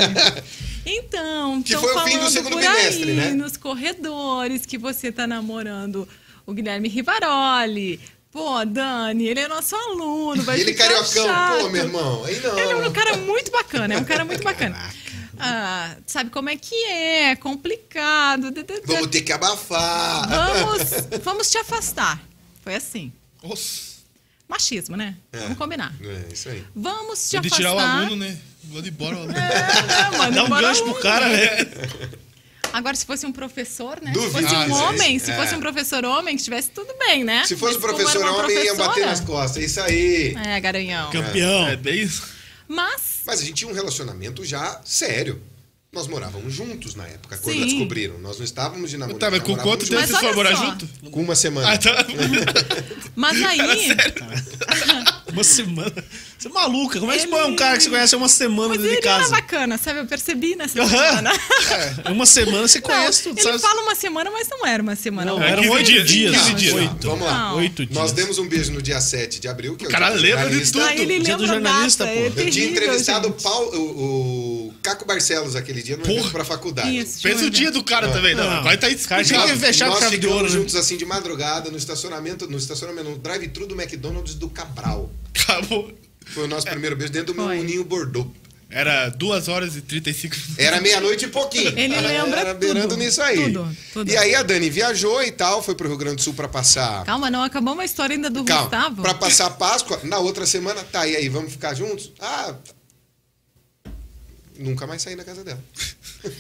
Speaker 4: Então,
Speaker 3: Que
Speaker 4: estão
Speaker 3: foi o fim do
Speaker 4: falando
Speaker 3: segundo
Speaker 4: por
Speaker 3: bimestre,
Speaker 4: aí,
Speaker 3: né?
Speaker 4: nos corredores, que você tá namorando o Guilherme Rivaroli. Pô, Dani, ele é nosso aluno, vai
Speaker 3: E ele é
Speaker 4: ficar
Speaker 3: cariocão,
Speaker 4: chato.
Speaker 3: pô, meu irmão, aí não.
Speaker 4: Ele é um cara muito bacana, é um cara muito bacana. Ah, sabe como é que é? É complicado.
Speaker 3: Vamos ter que abafar.
Speaker 4: Vamos, vamos te afastar. Foi assim.
Speaker 2: Nossa.
Speaker 4: Machismo, né? Vamos combinar.
Speaker 3: É, isso aí.
Speaker 4: Vamos te
Speaker 2: E de
Speaker 4: afastar.
Speaker 2: tirar o aluno, né? Vou de embora o aluno.
Speaker 4: É, né, mano?
Speaker 1: Dá um
Speaker 4: Bora
Speaker 1: gancho
Speaker 4: aluno.
Speaker 1: pro cara,
Speaker 2: É.
Speaker 1: né? velho.
Speaker 4: Agora, se fosse um professor, né?
Speaker 3: Duvido.
Speaker 4: Se fosse
Speaker 3: Ah,
Speaker 4: um
Speaker 3: isso aí,
Speaker 4: homem,
Speaker 3: isso-
Speaker 4: se
Speaker 3: é.
Speaker 4: fosse um professor homem, que tivesse tudo bem, né?
Speaker 3: Se fosse um
Speaker 4: Mas como
Speaker 3: professor
Speaker 4: era uma
Speaker 3: homem, ia bater nas
Speaker 4: professora-
Speaker 3: costas. Isso aí.
Speaker 4: É, garanhão.
Speaker 1: Campeão.
Speaker 2: É bem isso.
Speaker 4: Mas
Speaker 3: Mas a gente tinha um relacionamento já sério. Nós morávamos juntos na época, quando
Speaker 4: Sim.
Speaker 3: descobriram. Nós não estávamos de namoro.
Speaker 2: Tá, mas
Speaker 3: nós
Speaker 2: com
Speaker 3: morávamos
Speaker 2: quanto tempo
Speaker 3: juntos.
Speaker 4: Mas
Speaker 2: vocês foram
Speaker 4: olha
Speaker 2: morar
Speaker 4: só.
Speaker 2: junto?
Speaker 3: Com uma semana.
Speaker 2: Ah, tá.
Speaker 4: Mas aí.
Speaker 1: Uma semana. Você é maluca. Como é que
Speaker 4: Ele-
Speaker 1: você põe um cara que você conhece há uma semana
Speaker 4: Mas
Speaker 1: dentro de
Speaker 4: ele era
Speaker 1: casa?
Speaker 4: bacana, sabe? Eu percebi nessa
Speaker 1: Aham.
Speaker 4: semana.
Speaker 1: É, Uma semana você
Speaker 4: né? Não,
Speaker 1: conhece tudo,
Speaker 4: ele
Speaker 1: sabe?
Speaker 4: fala uma semana, mas não era uma semana.
Speaker 1: Não,
Speaker 4: Era
Speaker 1: eram
Speaker 2: 15
Speaker 1: oito
Speaker 2: dias,
Speaker 1: dias.
Speaker 2: 15 dias.
Speaker 1: Oito.
Speaker 3: Vamos lá.
Speaker 1: Oito dias.
Speaker 3: Nós demos um beijo no dia 7 de abril. Que é o
Speaker 2: Cara,
Speaker 3: dia do
Speaker 2: lembra de
Speaker 3: jornalista.
Speaker 4: Ah, ele
Speaker 1: Dia do
Speaker 4: lembra
Speaker 1: jornalista,
Speaker 4: data,
Speaker 1: pô.
Speaker 4: é
Speaker 1: Eu
Speaker 3: Eu tinha
Speaker 4: terrível,
Speaker 3: entrevistado o
Speaker 4: gente.
Speaker 3: Paulo- o, o Caco Barcelos aquele dia no evento
Speaker 2: Porra.
Speaker 3: pra faculdade.
Speaker 4: Isso. né?
Speaker 2: Pensa o dia do cara também. Não,
Speaker 1: Não.
Speaker 2: agora tá
Speaker 1: Cara, tinha que
Speaker 2: explicado.
Speaker 1: fechar com
Speaker 3: Nós
Speaker 1: chave de ouro.
Speaker 3: ficamos
Speaker 1: né?
Speaker 3: juntos assim de madrugada no estacionamento, no estacionamento, no drive-thru do McDonald's do Cabral.
Speaker 2: Acabou.
Speaker 3: Foi o nosso primeiro beijo dentro do meu
Speaker 4: Foi.
Speaker 3: uninho Bordeaux.
Speaker 2: Era 2 horas e 35 minutos.
Speaker 3: Era meia-noite e pouquinho.
Speaker 4: Ele
Speaker 3: Ela
Speaker 4: lembra
Speaker 3: Era beirando
Speaker 4: tudo,
Speaker 3: nisso aí.
Speaker 4: tudo, tudo.
Speaker 3: E aí a Dani viajou e tal, foi pro Rio Grande do Sul pra passar.
Speaker 4: Calma, não acabou uma história ainda do Gustavo.
Speaker 3: Pra passar Páscoa, na outra semana, tá, e aí, vamos ficar juntos? Ah. tá. Nunca mais saí da casa dela.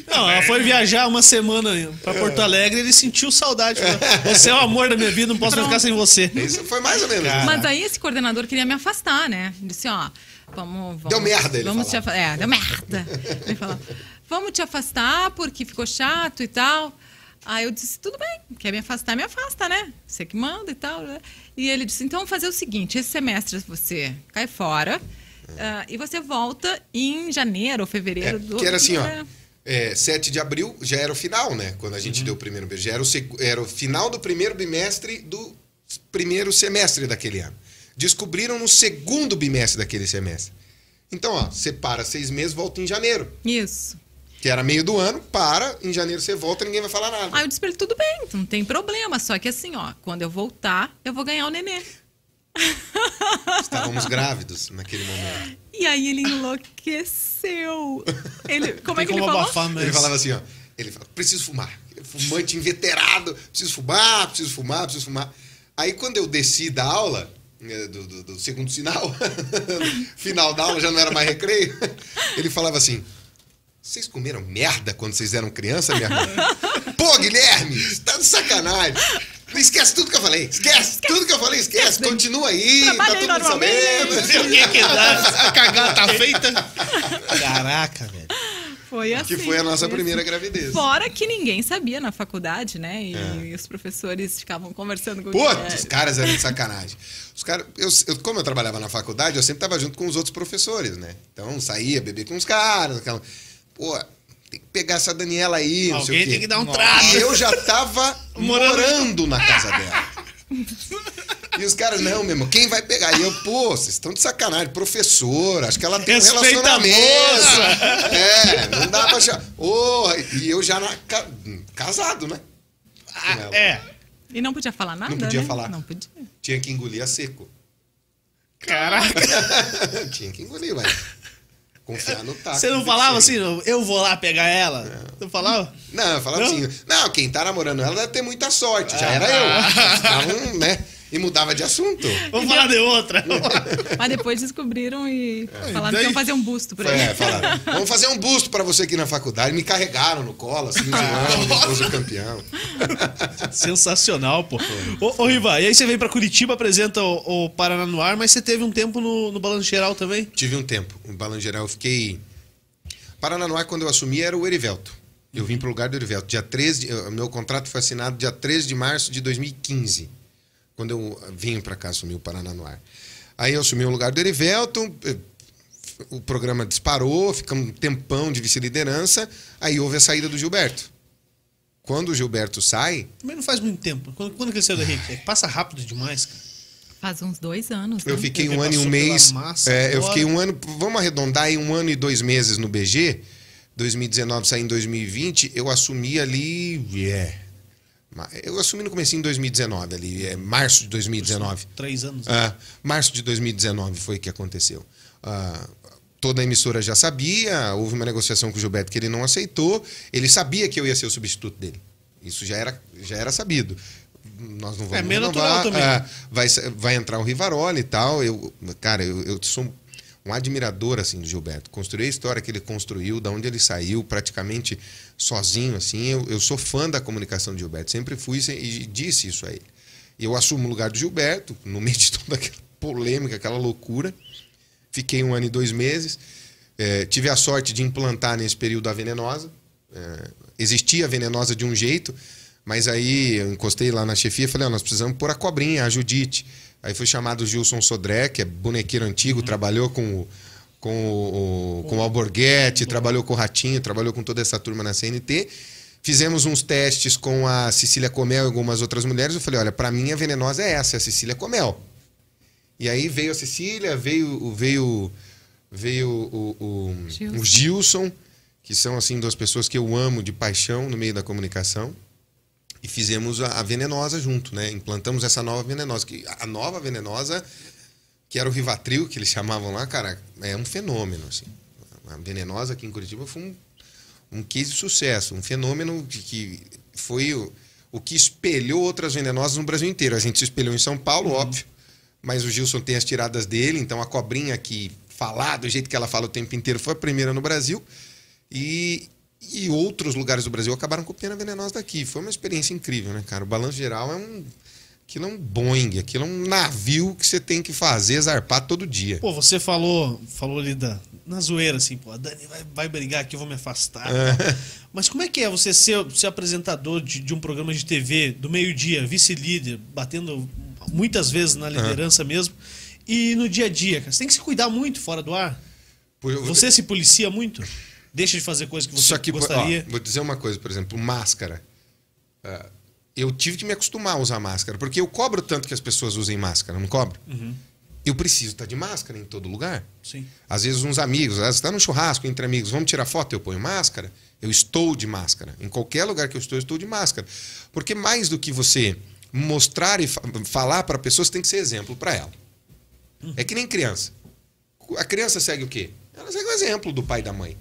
Speaker 1: Não, ela foi viajar uma semana pra Porto Alegre e ele sentiu saudade. Falou, você é o amor da minha vida, não posso mais ficar sem você.
Speaker 3: Isso foi mais ou menos.
Speaker 4: Mas aí esse coordenador queria me afastar, né? Disse, ó, vamos. vamos
Speaker 3: Deu merda, ele
Speaker 4: vamos te
Speaker 3: falava.
Speaker 4: afastar. É, deu merda. Ele falou, vamos te afastar porque ficou chato e tal. Aí eu disse, tudo bem, quer me afastar, me afasta, né? Você que manda e tal. né? E ele disse, então vamos fazer o seguinte: esse semestre você cai fora. ah, e você volta em janeiro ou fevereiro
Speaker 3: É,
Speaker 4: do
Speaker 3: que era assim, ó.
Speaker 4: É.
Speaker 3: É, 7 de abril já era o final, né? Quando a gente deu o primeiro beijo. Já era o, seg- era o final do primeiro bimestre do s- primeiro semestre daquele ano. Descobriram no segundo bimestre daquele semestre. Então, ó, você para seis meses, volta em janeiro.
Speaker 4: Isso.
Speaker 3: Que era meio do ano, para, em janeiro você volta ninguém vai falar nada.
Speaker 4: Aí eu disse pra ele, tudo bem, não tem problema. Só que assim, ó, quando eu voltar, eu vou ganhar o nenê.
Speaker 3: Estávamos grávidos naquele momento.
Speaker 4: E aí ele enlouqueceu. Ele, como é
Speaker 1: Tem
Speaker 4: que ele
Speaker 1: como
Speaker 4: falou?
Speaker 1: abafar, mas...
Speaker 3: Ele falava assim, ó. Ele falava, preciso fumar. Fumante inveterado, preciso fumar, preciso fumar, preciso fumar. Aí quando eu desci da aula, eh, do, do- do segundo sinal, final da aula, já não era mais recreio, ele falava assim. Vocês comeram merda quando vocês eram criança, minha irmã? Pô, Guilherme, você tá de sacanagem. Não esquece tudo que eu falei. Esquece, tudo que eu falei, esquece. Continua aí, tá
Speaker 4: Trabalhei
Speaker 3: todo mundo
Speaker 4: normalmente.
Speaker 3: sabendo.
Speaker 1: O que que dá?
Speaker 2: A cagada tá feita.
Speaker 1: Caraca, velho.
Speaker 4: Foi assim.
Speaker 3: Que foi a nossa
Speaker 4: assim.
Speaker 3: primeira gravidez.
Speaker 4: Fora que ninguém sabia na faculdade, né? E, os professores ficavam conversando com É, o
Speaker 3: É. Putz, os
Speaker 4: Guilherme.
Speaker 3: caras eram de sacanagem. Os caras, eu, eu- como eu trabalhava na faculdade, eu sempre tava junto com os outros professores, né? Então saía beber com os caras, aquela. Pô, tem que pegar essa Daniela aí, não sei o
Speaker 1: Alguém
Speaker 3: quê.
Speaker 1: tem que dar um
Speaker 2: Nossa.
Speaker 1: trato.
Speaker 3: E eu já tava
Speaker 1: Morando-
Speaker 3: morando. na casa dela. E os caras, não, meu irmão, quem vai pegar? E eu, pô, vocês estão de sacanagem, professor, acho que ela tem um
Speaker 1: Respeita a
Speaker 3: relacionamento.
Speaker 1: moça.
Speaker 3: É, não dá pra achar. Ô, e eu já na ca- casado, né? Com ela.
Speaker 1: É.
Speaker 4: E não podia falar nada,
Speaker 3: Não podia
Speaker 4: né?
Speaker 3: falar.
Speaker 4: Não podia.
Speaker 3: Tinha que engolir a seco.
Speaker 1: Caraca.
Speaker 3: Tinha que engolir, ué. Confiar no taco.
Speaker 1: Você não falava assim, eu vou lá pegar ela? Não falava?
Speaker 3: Não, eu falava
Speaker 1: Não?
Speaker 3: assim. Não, quem tá namorando ela deve ter muita sorte. Já era
Speaker 1: Ah.
Speaker 3: eu. Tava um, né? E mudava de assunto.
Speaker 1: Vamos falar de outra.
Speaker 4: Mas depois descobriram e falaram
Speaker 2: daí-
Speaker 4: que iam fazer um busto pra ele.
Speaker 3: É, falaram. Vamos fazer um busto pra você aqui na faculdade. Me carregaram no colo, assim, zoando, depois o campeão.
Speaker 1: Sensacional, pô. Ô, ô Riva, e aí você vem pra Curitiba, apresenta o, o Paraná no ar, mas você teve um tempo no, no Balanço Geral também?
Speaker 3: Tive um tempo. Em Balangeral, eu fiquei. Parananuá, quando eu assumi, era o Erivelto. Eu vim pro lugar do Erivelto. Dia 13 de... eh, Meu contrato foi assinado dia 13 de março de 2015, quando eu vim para cá assumir o Parananuá. Aí eu assumi o lugar do Erivelto, eh, o programa disparou, ficamos um tempão de vice-liderança, aí houve a saída do Gilberto. Quando o Gilberto sai,
Speaker 1: Também não faz muito tempo. Quando, quando que ele saiu da Rick? É que passa rápido demais, cara.
Speaker 4: Faz uns dois anos.
Speaker 3: Eu
Speaker 4: né?
Speaker 3: fiquei
Speaker 1: Ele
Speaker 3: um ano e um
Speaker 1: passou pela
Speaker 3: mês.
Speaker 1: massa
Speaker 3: é, eu
Speaker 1: agora.
Speaker 3: fiquei um ano. Vamos arredondar aí um ano e dois meses no BG. 2019 saí em 2020. Eu assumi ali. É. ma- Eu assumi no comecinho de 2019, ali, é, março de 2019.
Speaker 1: Três anos. né?
Speaker 3: Ah, março de 2019 foi que aconteceu. Ah, toda a emissora já sabia, houve uma negociação com o Gilberto que ele não aceitou. Ele sabia que eu ia ser o substituto dele. Isso já era, já era sabido. Nós não vamos
Speaker 1: É, meio
Speaker 3: renovar,
Speaker 1: natural também,
Speaker 3: ah,
Speaker 1: né?
Speaker 3: vai, sa- vai entrar o Rivaroli e tal. Eu, cara, eu, eu sou um admirador assim do Gilberto. Construir a história que ele construiu, da onde ele saiu, praticamente sozinho assim. Eu, eu sou fã da comunicação de Gilberto. Sempre fui e disse isso a ele. Eu assumo o lugar do Gilberto no meio de toda aquela polêmica, aquela loucura. Fiquei um ano e dois meses. Eh, tive a sorte de implantar nesse período a venenosa. Eh, existia a venenosa de um jeito, mas aí eu encostei lá na chefia e falei: "Ó, nós precisamos pôr a cobrinha, a Judite. Aí foi chamado o Gilson Sodré, que é bonequeiro antigo, trabalhou com o, com o, o- com o Alborguete, trabalhou com o Ratinho, trabalhou com toda essa turma na CNT. Fizemos uns testes com a Cecília Comel e algumas outras mulheres. Eu falei: olha, para mim a venenosa é essa, é a Cecília Comel. E aí veio a Cecília, veio, o- veio, veio o, o,
Speaker 4: Gilson.
Speaker 3: o Gilson, que são assim duas pessoas que eu amo de paixão no meio da comunicação. E fizemos a, a venenosa junto, né? Implantamos essa nova venenosa. Que a nova venenosa, que era o Rivatril, que eles chamavam lá, cara, é um fenômeno, assim. A venenosa aqui em Curitiba foi um, um case de sucesso, um fenômeno de que foi o, o que espelhou outras venenosas no Brasil inteiro. A gente se espelhou em São Paulo,
Speaker 1: Uhum.
Speaker 3: óbvio, mas o Gilson tem as tiradas dele, então a cobrinha que falar do jeito que ela fala o tempo inteiro foi a primeira no Brasil. E, e outros lugares do Brasil acabaram copiando a venenosa daqui. Foi uma experiência incrível, né, cara? O balanço geral é um. Aquilo é um Boeing, aquilo é um navio que você tem que fazer zarpar todo dia.
Speaker 1: Pô, você falou, falou ali da, na zoeira, assim, pô, a Dani vai, vai brigar aqui, eu vou me afastar. Mas como é que é você ser, ser apresentador de, de um programa de TV do meio-dia, vice-líder, batendo muitas vezes
Speaker 3: É.
Speaker 1: na liderança mesmo, e no dia a dia, cara? Você tem que se cuidar muito fora do ar.
Speaker 3: Por-
Speaker 1: Você se policia muito? Deixa de fazer coisas que você
Speaker 3: Só que, pô,
Speaker 1: gostaria.
Speaker 3: ó, vou dizer uma coisa, por exemplo, máscara. Ah,
Speaker 1: Uhum.
Speaker 3: eu tive que me acostumar a usar máscara, porque eu cobro tanto que as pessoas usem máscara, não cobro? eu preciso estar de máscara em todo lugar.
Speaker 1: Sim.
Speaker 3: Às vezes uns amigos, às vezes está num churrasco entre amigos, vamos tirar foto, eu ponho máscara. Eu estou de máscara. Em qualquer lugar que eu estou, eu estou de máscara. Porque mais do que você mostrar e fa- falar para a pessoa, você tem que ser exemplo para ela. É que nem criança. A criança segue o quê? Ela segue o exemplo do pai e da mãe.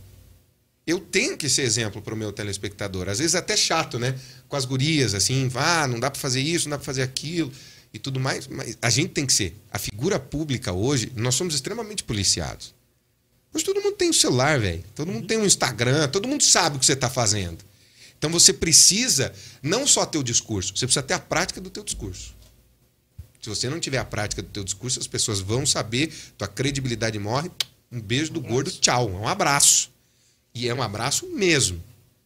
Speaker 3: Eu tenho que ser exemplo para o meu telespectador. Às vezes até chato, né? Com as gurias, assim, ah, não dá para fazer isso, não dá para fazer aquilo e tudo mais. Mas a gente tem que ser. A figura pública hoje, nós somos extremamente policiados. Hoje todo mundo tem um celular, velho. Todo mundo tem um Instagram, todo mundo sabe o que você está fazendo. Então você precisa não só ter o discurso, você precisa ter a prática do teu discurso. Se você não tiver a prática do teu discurso, as pessoas vão saber, tua credibilidade morre. Um beijo do gordo, tchau. É um abraço. E é um abraço mesmo.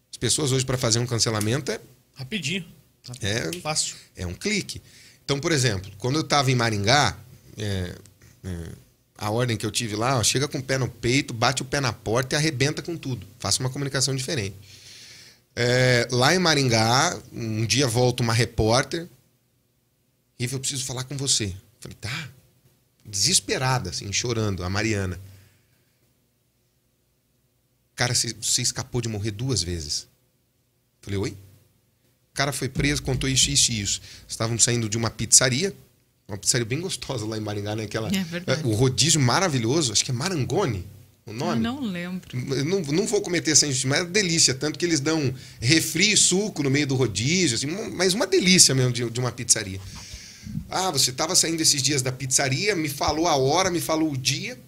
Speaker 3: As pessoas hoje, para fazer um cancelamento, é,
Speaker 1: Rapidinho.
Speaker 3: É.
Speaker 1: Fácil.
Speaker 3: é um clique. Então, por exemplo, quando eu estava em Maringá, é, é, a ordem que eu tive lá, ó, chega com o pé no peito, bate o pé na porta e arrebenta com tudo. Faça uma comunicação diferente. É, lá em Maringá, um dia volta uma repórter. Riva, eu preciso falar com você. Falei, tá. Desesperada, assim, chorando, a Mariana. Cara, você, você escapou de morrer duas vezes. Falei, oi? O cara foi preso, contou isso, isso e isso. Estávamos saindo de uma pizzaria, uma pizzaria bem gostosa lá em Maringá, né? Aquela,
Speaker 4: É verdade.
Speaker 3: o rodízio maravilhoso, acho que é Marangoni o
Speaker 4: Eu
Speaker 3: nome.
Speaker 4: não lembro.
Speaker 3: Eu não, não vou cometer essa injustiça, mas é uma delícia. Tanto que eles dão refri e suco no meio do rodízio, assim, um- mas uma delícia mesmo de, de uma pizzaria. Ah, você estava saindo esses dias da pizzaria, me falou a hora, me falou o dia,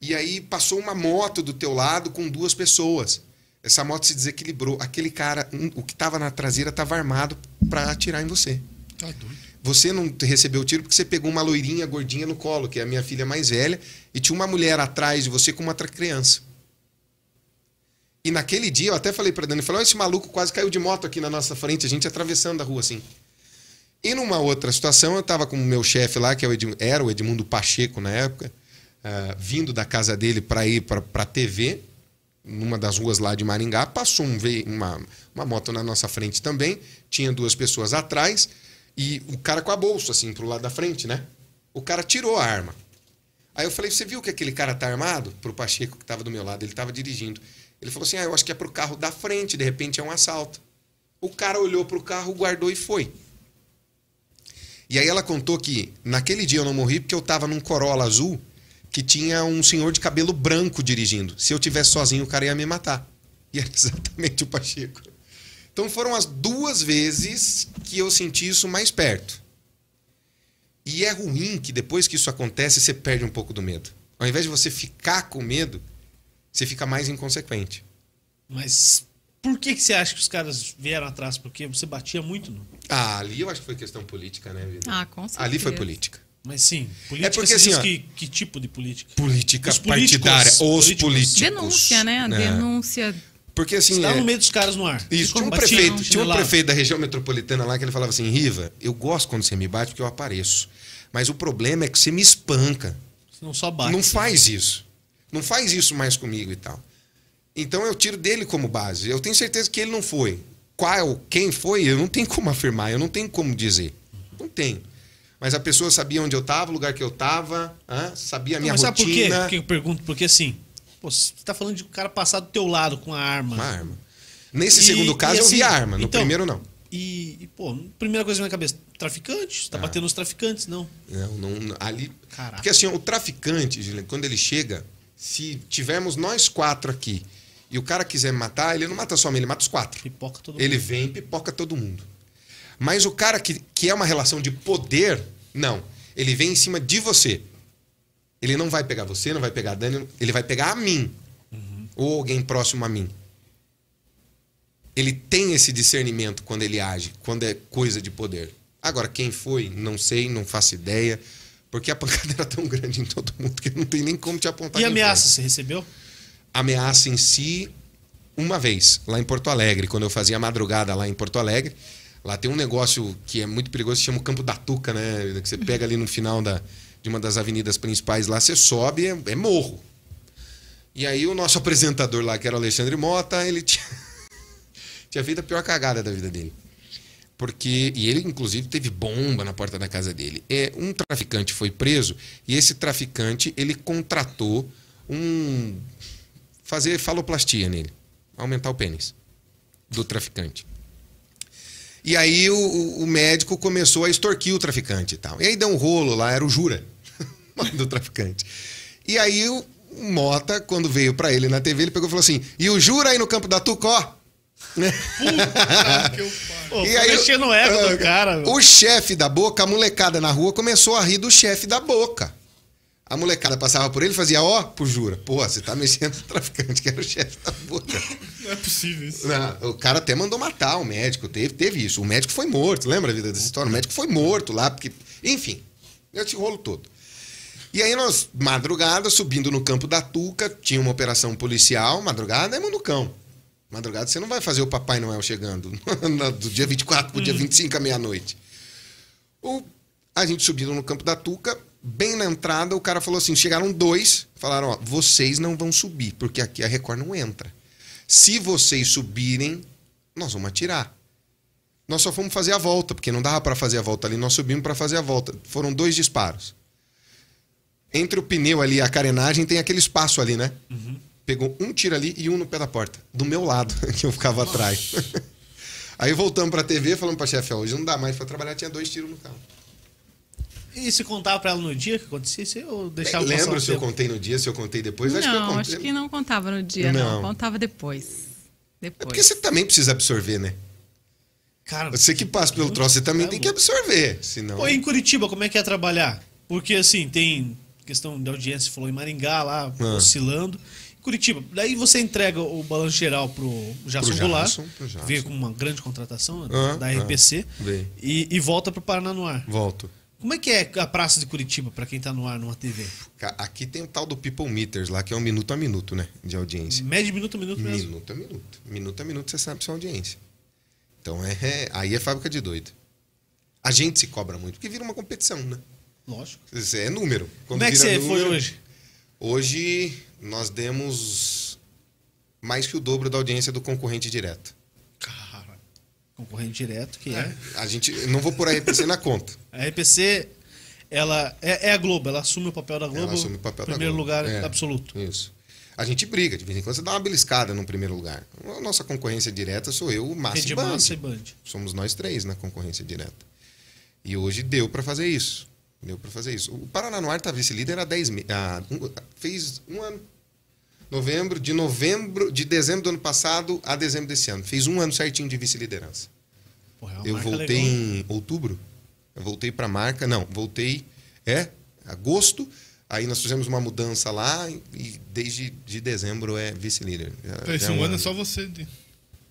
Speaker 3: e aí passou uma moto do teu lado com duas pessoas. Essa moto se desequilibrou. Aquele cara, um- o que estava na traseira, estava armado para atirar em você.
Speaker 2: Tá doido.
Speaker 3: Você não recebeu o tiro porque você pegou uma loirinha gordinha no colo, que é a minha filha mais velha, e tinha uma mulher atrás de você com uma outra criança. E naquele dia eu até falei pra Dani, falei, "Ó, esse maluco quase caiu de moto aqui na nossa frente, a gente atravessando a rua assim. E numa outra situação, eu tava com o meu chefe lá, que é o Edmu- era o Edmundo Pacheco na época, ah, vindo da casa dele para ir pra pra TV, numa das ruas lá de Maringá, passou um ve- uma, uma moto na nossa frente também, tinha duas pessoas atrás, e o cara com a bolsa, assim, pro lado da frente, né? O cara tirou a arma. Aí eu falei, você viu que aquele cara tá armado? Pro Pacheco que tava do meu lado, ele tava dirigindo. Ele falou assim, ah, eu acho que é pro carro da frente, de repente é um assalto. O cara olhou pro carro, guardou e foi. E aí ela contou que naquele dia eu não morri porque eu tava num Corolla azul que tinha um senhor de cabelo branco dirigindo. Se eu tivesse sozinho, o cara ia me matar. E era exatamente o Pacheco. Então foram as duas vezes que eu senti isso mais perto. E é ruim que depois que isso acontece, você perde um pouco do medo. Ao invés de você ficar com medo, você fica mais inconsequente.
Speaker 1: Mas por que, que você acha que os caras vieram atrás? Porque você batia muito, não?
Speaker 3: Ah, ali eu acho que foi questão política, né, vida?
Speaker 4: Ah, com certeza.
Speaker 3: ali foi política.
Speaker 1: Mas sim, política
Speaker 3: É porque,
Speaker 1: se
Speaker 3: assim,
Speaker 1: diz
Speaker 3: ó,
Speaker 1: que, que tipo de política?
Speaker 3: Política
Speaker 1: Os políticos,
Speaker 3: partidária. Os
Speaker 1: políticos.
Speaker 3: políticos.
Speaker 4: Denúncia,
Speaker 3: É.
Speaker 4: né? Denúncia.
Speaker 3: Porque assim.
Speaker 1: Você tá
Speaker 3: é-
Speaker 1: no meio dos caras no ar.
Speaker 3: Isso, tinha um,
Speaker 1: Batia,
Speaker 3: prefeito, tinha um
Speaker 1: chinelava.
Speaker 3: prefeito da região metropolitana lá que ele falava assim: Riva, eu gosto quando você me bate porque eu apareço. Mas o problema é que você me espanca.
Speaker 1: Não só bate.
Speaker 3: Não faz isso. Não faz isso mais comigo e tal. Então eu tiro dele como base. Eu tenho certeza que ele não foi. Qual, quem foi, eu não tenho como afirmar, eu não tenho como dizer. Não tenho. Mas a pessoa sabia onde eu estava, o lugar que eu estava, sabia a
Speaker 1: Não,
Speaker 3: minha
Speaker 1: mas sabe por quê?
Speaker 3: rotina.
Speaker 1: Por que eu pergunto? Porque assim, pô, você tá falando de um cara passar do teu lado com a arma.
Speaker 3: Uma arma. Nesse
Speaker 1: Uhum. E-
Speaker 3: segundo
Speaker 1: e
Speaker 3: caso eu vi
Speaker 1: assim,
Speaker 3: a arma, no
Speaker 1: então-
Speaker 3: primeiro não.
Speaker 1: E, e, pô, primeira coisa na minha cabeça, traficante? Você
Speaker 3: É.
Speaker 1: tá batendo nos traficantes, não.
Speaker 3: Não, não, não- ali.
Speaker 1: Caraca.
Speaker 3: Porque assim, ó, o traficante, Juliano, quando ele chega, se tivermos nós quatro aqui e o cara quiser me matar, ele não mata só a mim, ele mata os quatro.
Speaker 1: Pipoca todo mundo.
Speaker 3: Ele vem e pipoca todo mundo. Mas o cara que, que é uma relação de poder, não. Ele vem em cima de você. Ele não vai pegar você, não vai pegar a Dani, ele vai pegar a mim.
Speaker 1: Uhum.
Speaker 3: Ou alguém próximo a mim. Ele tem esse discernimento quando ele age, quando é coisa de poder. Agora, quem foi, não sei, não faço ideia. Porque a pancada era tão grande em todo mundo que não tem nem como te apontar.
Speaker 1: E
Speaker 3: quem foi
Speaker 1: ameaça, você recebeu?
Speaker 3: ameaça em si uma vez, lá em Porto Alegre, quando eu fazia madrugada lá em Porto Alegre. Lá tem um negócio que é muito perigoso, que chama o Campo da Tuca, né? Que você pega ali no final da, de uma das avenidas principais lá, você sobe, é, é morro. E aí o nosso apresentador lá, que era o Alexandre Mota, ele tinha, tinha feito a pior cagada da vida dele. porque e ele inclusive teve bomba na porta da casa dele. É um traficante foi preso e esse traficante ele contratou um fazer faloplastia nele, aumentar o pênis do traficante. E aí o, o- o médico começou a extorquir o traficante e tal. E aí deu um rolo lá, era o Jura do traficante. E aí o Mota, quando veio pra ele na TV, ele pegou e falou assim: "E o Jura aí no campo da Tucó?"
Speaker 2: Puta que eu paro.
Speaker 1: Pô,
Speaker 3: E
Speaker 1: tá
Speaker 3: aí-
Speaker 1: mexendo no ego
Speaker 3: Ah,
Speaker 1: do cara. meu.
Speaker 3: O chefe da boca, a molecada na rua começou a rir do chefe da boca. A molecada passava por ele e fazia ó pro Jura. Pô, você tá mexendo no traficante, que era o chefe da boca.
Speaker 2: Não é possível isso.
Speaker 3: Não, Ah, o cara até mandou matar o médico, teve, teve isso. O médico foi morto, lembra a vida dessa história? O médico foi morto lá, porque. Enfim, eu te rolo todo. E aí nós, madrugada, subindo no campo da Tuca, tinha uma operação policial, madrugada é manducão. Madrugada você não vai fazer o Papai Noel chegando, do dia 24 pro dia 25 à meia-noite. O- a gente subindo no campo da Tuca, bem na entrada, o cara falou assim: chegaram dois, falaram: ó, vocês não vão subir, porque aqui a Record não entra. Se vocês subirem, nós vamos atirar. Nós só fomos fazer a volta, porque não dava para fazer a volta ali, nós subimos para fazer a volta. Foram dois disparos. Entre o pneu ali e a carenagem tem aquele espaço ali, né?
Speaker 1: Uhum.
Speaker 3: Pegou um tiro ali e um no pé da porta, do meu lado, que eu ficava atrás. Aí voltamos pra TV, falamos pra chefe, ó, hoje não dá mais pra trabalhar, tinha dois tiros no carro.
Speaker 1: E se contava pra ela no dia que acontecesse, eu deixava
Speaker 3: Nem
Speaker 1: passar
Speaker 3: lembro
Speaker 1: o
Speaker 3: se eu
Speaker 1: tempo?
Speaker 3: contei no dia, se eu contei depois. acho que eu
Speaker 4: não,
Speaker 3: contei.
Speaker 4: acho que não contava no dia, não.
Speaker 3: Não.
Speaker 4: Contava depois.
Speaker 3: É porque
Speaker 4: Depois.
Speaker 3: você também precisa absorver, né?
Speaker 1: Cara, é
Speaker 3: Você que passa pelo troço, você também tem que absorver. Senão.
Speaker 1: Pô, em Curitiba, como é que é trabalhar? Porque, assim, tem questão de audiência, falou em Maringá lá,
Speaker 3: Ah.
Speaker 1: oscilando. Curitiba, daí você entrega o balanço geral pro Jason
Speaker 3: Pro
Speaker 1: Goulart,
Speaker 3: Jason, pro Jason.
Speaker 1: veio com uma grande contratação
Speaker 3: Ah,
Speaker 1: da
Speaker 3: ah.
Speaker 1: RPC,
Speaker 3: Veio.
Speaker 1: e, e volta pro Paraná no ar.
Speaker 3: Volto.
Speaker 1: Como é que é a praça de Curitiba, pra quem tá no ar numa TV?
Speaker 3: Ca- Aqui tem o tal do People Meters lá, que é um minuto a minuto, né? De audiência.
Speaker 1: Mede minuto a minuto mesmo.
Speaker 3: Minuto a minuto. Minuto a minuto você sabe sua audiência. Então é, é- Aí é fábrica de doido. A gente se cobra muito, porque vira uma competição, né?
Speaker 1: Lógico.
Speaker 3: Isso É número. Quando
Speaker 1: como é que
Speaker 3: vira
Speaker 1: você foi
Speaker 3: número-
Speaker 1: hoje?
Speaker 3: Hoje nós demos mais que o dobro da audiência do concorrente direto.
Speaker 1: Cara, concorrente direto, que é.
Speaker 3: A gente não vou por a RPC na conta.
Speaker 1: A RPC, ela é, é a Globo, ela assume o papel da Globo.
Speaker 3: Ela assume o papel da
Speaker 1: primeiro
Speaker 3: Globo.
Speaker 1: lugar
Speaker 3: É,
Speaker 1: absoluto.
Speaker 3: Isso. A gente briga, de vez em quando você dá uma beliscada no primeiro lugar. A nossa concorrência direta sou eu, o Márcio
Speaker 1: Rede
Speaker 3: e Band.
Speaker 1: Massa e Band.
Speaker 3: Somos nós três na concorrência direta. E hoje deu para fazer isso. Deu para fazer isso. O Paraná no ar tá vice-líder há 10 meses. fez um ano. Novembro, de novembro, de dezembro do ano passado a dezembro desse ano. Fez um ano certinho de vice-liderança.
Speaker 1: Porra, é uma
Speaker 3: Eu
Speaker 1: marca
Speaker 3: voltei
Speaker 1: legal.
Speaker 3: em outubro. Eu voltei para marca, não, voltei é agosto. Aí nós fizemos uma mudança lá e- e desde de dezembro é vice-líder. Já-
Speaker 2: Então, esse
Speaker 3: já é
Speaker 2: um ano é só você. de-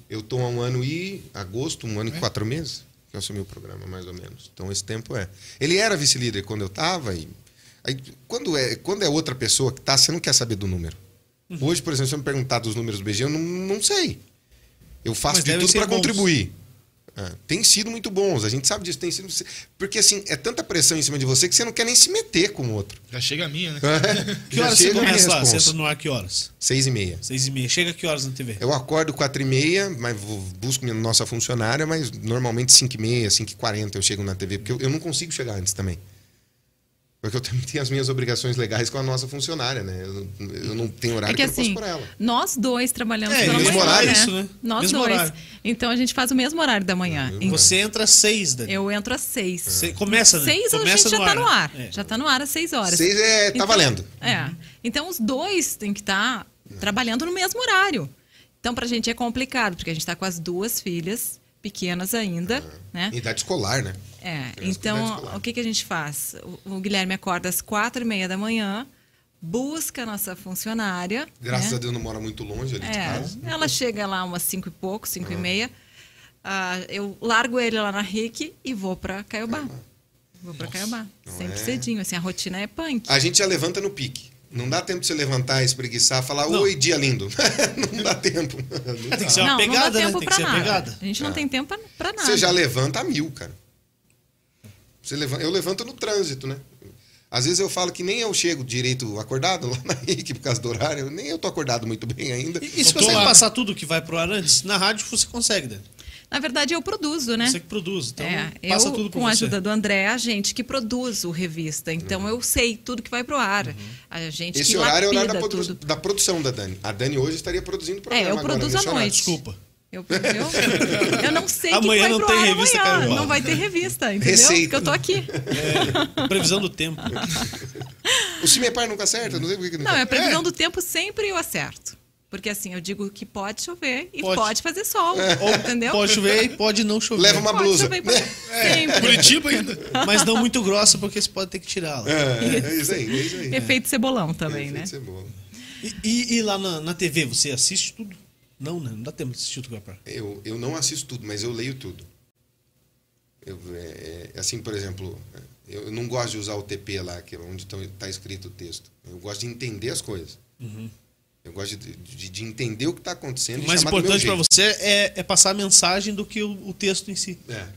Speaker 3: Eu tô há um ano e agosto, um
Speaker 1: É.
Speaker 3: ano e quatro meses que eu assumi o programa, mais ou menos. Então esse tempo é. Ele era vice-líder quando eu tava e aí, quando é quando é outra pessoa que tá, você não quer saber do número.
Speaker 1: Uhum.
Speaker 3: Hoje, por exemplo, se eu me perguntar dos números do BG, eu não, não sei. Eu faço
Speaker 1: Mas
Speaker 3: de
Speaker 1: devem
Speaker 3: tudo
Speaker 1: ser
Speaker 3: para
Speaker 1: bons.
Speaker 3: contribuir. Ah, tem sido muito bons, a gente sabe disso, tem sido. Porque assim, é tanta pressão em cima de você que você não quer nem se meter com o outro.
Speaker 2: Já chega a minha, né?
Speaker 1: Que horas
Speaker 3: Já
Speaker 1: você
Speaker 3: chega a minha
Speaker 1: começa lá? Você
Speaker 3: responsa.
Speaker 1: entra no ar que horas?
Speaker 3: Seis e meia.
Speaker 1: Seis e meia. Chega que horas na TV?
Speaker 3: Eu acordo quatro e meia, mas vou- busco minha nossa funcionária, mas normalmente cinco e meia, cinco e quarenta eu chego na TV, porque eu, eu não consigo chegar antes também. Porque eu também tenho as minhas obrigações legais com a nossa funcionária, né? Eu, eu não tenho horário
Speaker 4: É que
Speaker 3: que, eu
Speaker 4: assim,
Speaker 3: não posso por ela.
Speaker 4: nós dois trabalhamos
Speaker 1: É,
Speaker 4: pela
Speaker 1: mesmo
Speaker 4: manhã,
Speaker 3: horário,
Speaker 4: né?
Speaker 1: isso, né?
Speaker 4: Nós
Speaker 1: Mesmo
Speaker 4: dois.
Speaker 1: horário.
Speaker 4: Então a gente faz o mesmo horário da manhã.
Speaker 3: Não, eu-
Speaker 4: Então,
Speaker 1: Você entra às seis, Dani.
Speaker 4: Eu entro às seis.
Speaker 1: Você começa, né?
Speaker 4: Seis a
Speaker 1: começa
Speaker 4: gente já tá no ar.
Speaker 1: né? É.
Speaker 4: Já tá no ar às seis horas.
Speaker 3: Seis é, tá
Speaker 4: Então,
Speaker 3: valendo.
Speaker 4: É. Então os dois têm que estar trabalhando no mesmo horário. Então pra gente é complicado, porque a gente tá com as duas filhas pequenas ainda, né?
Speaker 3: Em Idade escolar, né?
Speaker 4: É,
Speaker 3: Criança com idade
Speaker 4: então
Speaker 3: escolar.
Speaker 4: o que, que a gente faz? O, o Guilherme acorda às quatro e meia da manhã, busca a nossa funcionária.
Speaker 3: Graças
Speaker 4: né?
Speaker 3: a Deus não mora muito longe ali de casa.
Speaker 1: né,
Speaker 4: É, ela chega lá umas cinco e pouco, cinco e meia. Ah, eu largo ele lá na RIC e vou pra Caiobá.
Speaker 1: Ah.
Speaker 4: Vou pra Caiobá. Sempre
Speaker 3: é?
Speaker 4: cedinho, assim, a rotina é punk.
Speaker 3: A gente já levanta no pique. Não dá tempo de você levantar, espreguiçar, falar,
Speaker 1: Não.
Speaker 3: oi, dia lindo. não dá tempo. Não
Speaker 1: Tem
Speaker 3: dá.
Speaker 1: que ser uma
Speaker 4: não, não
Speaker 1: pegada,
Speaker 4: dá
Speaker 1: né? Tem
Speaker 4: tempo
Speaker 1: que
Speaker 4: pra
Speaker 1: ser uma
Speaker 4: nada.
Speaker 1: pegada. É.
Speaker 4: A gente não tem tempo pra, pra nada.
Speaker 3: Você já levanta a mil, cara. Você leva- Eu levanto no trânsito, né? Às vezes eu falo que nem eu chego direito acordado lá na RIC por causa do horário, nem eu tô acordado muito bem ainda.
Speaker 1: E, e se
Speaker 2: Eu tô
Speaker 1: você
Speaker 2: lá.
Speaker 1: passar tudo que vai pro ar antes, na rádio você consegue, Dani.
Speaker 4: Na verdade, eu produzo, né?
Speaker 1: Você que produz, então
Speaker 4: É,
Speaker 1: passa
Speaker 4: eu,
Speaker 1: tudo por
Speaker 4: com a
Speaker 1: você.
Speaker 4: ajuda do André, a gente que produz o revista. Então eu sei tudo que vai pro ar.
Speaker 1: Uhum.
Speaker 4: A gente
Speaker 3: Esse
Speaker 4: que
Speaker 3: horário é o horário da,
Speaker 4: lapida
Speaker 3: produ-
Speaker 4: tudo.
Speaker 3: da produção da Dani. A Dani hoje estaria produzindo o programa
Speaker 4: É, eu
Speaker 3: agora,
Speaker 4: produzo
Speaker 3: nesse
Speaker 4: à
Speaker 3: horário.
Speaker 4: noite.
Speaker 1: Desculpa.
Speaker 4: Eu, eu, eu não sei o que
Speaker 1: Amanhã
Speaker 4: vai
Speaker 1: não
Speaker 4: pro
Speaker 1: tem
Speaker 4: ar
Speaker 1: revista,
Speaker 4: amanhã.
Speaker 1: Carol.
Speaker 4: Não vai ter receita, entendeu?
Speaker 3: Receita.
Speaker 4: Porque eu tô aqui.
Speaker 1: Previsão do tempo.
Speaker 3: O Cimepar nunca acerta? Não sei por que que nunca
Speaker 4: Não, é a
Speaker 3: acerta.
Speaker 4: previsão do tempo sempre eu acerto. Porque assim, eu digo que pode chover e
Speaker 1: Pode. É.
Speaker 4: pode, fazer sol, entendeu?
Speaker 1: Pode chover e pode não chover.
Speaker 3: Leva uma
Speaker 4: Pode
Speaker 3: blusa.
Speaker 4: chover e pode... Sempre.
Speaker 2: Curitiba ainda.
Speaker 1: Mas não muito grossa, porque você pode ter que tirá-la.
Speaker 3: É, é isso aí, é isso aí.
Speaker 4: Efeito cebolão também,
Speaker 3: Efeito
Speaker 4: né?
Speaker 3: cebola.
Speaker 1: E, e- e lá na, na TV, você assiste tudo? Não, né? Não dá tempo de assistir tudo que vai pra-
Speaker 3: Eu, eu não assisto tudo, mas eu leio tudo. Eu, é, é, assim, por exemplo, é, eu eu não gosto de usar o TP lá, que é onde está escrito o texto. Eu gosto de entender as coisas. Eu gosto de, de- de entender o que está
Speaker 1: Uhum.
Speaker 3: acontecendo.
Speaker 1: O
Speaker 3: e
Speaker 1: mais
Speaker 3: chamar do meu
Speaker 1: importante pra
Speaker 3: jeito.
Speaker 1: você é, é passar a mensagem do que o, o texto em si.
Speaker 3: É, é,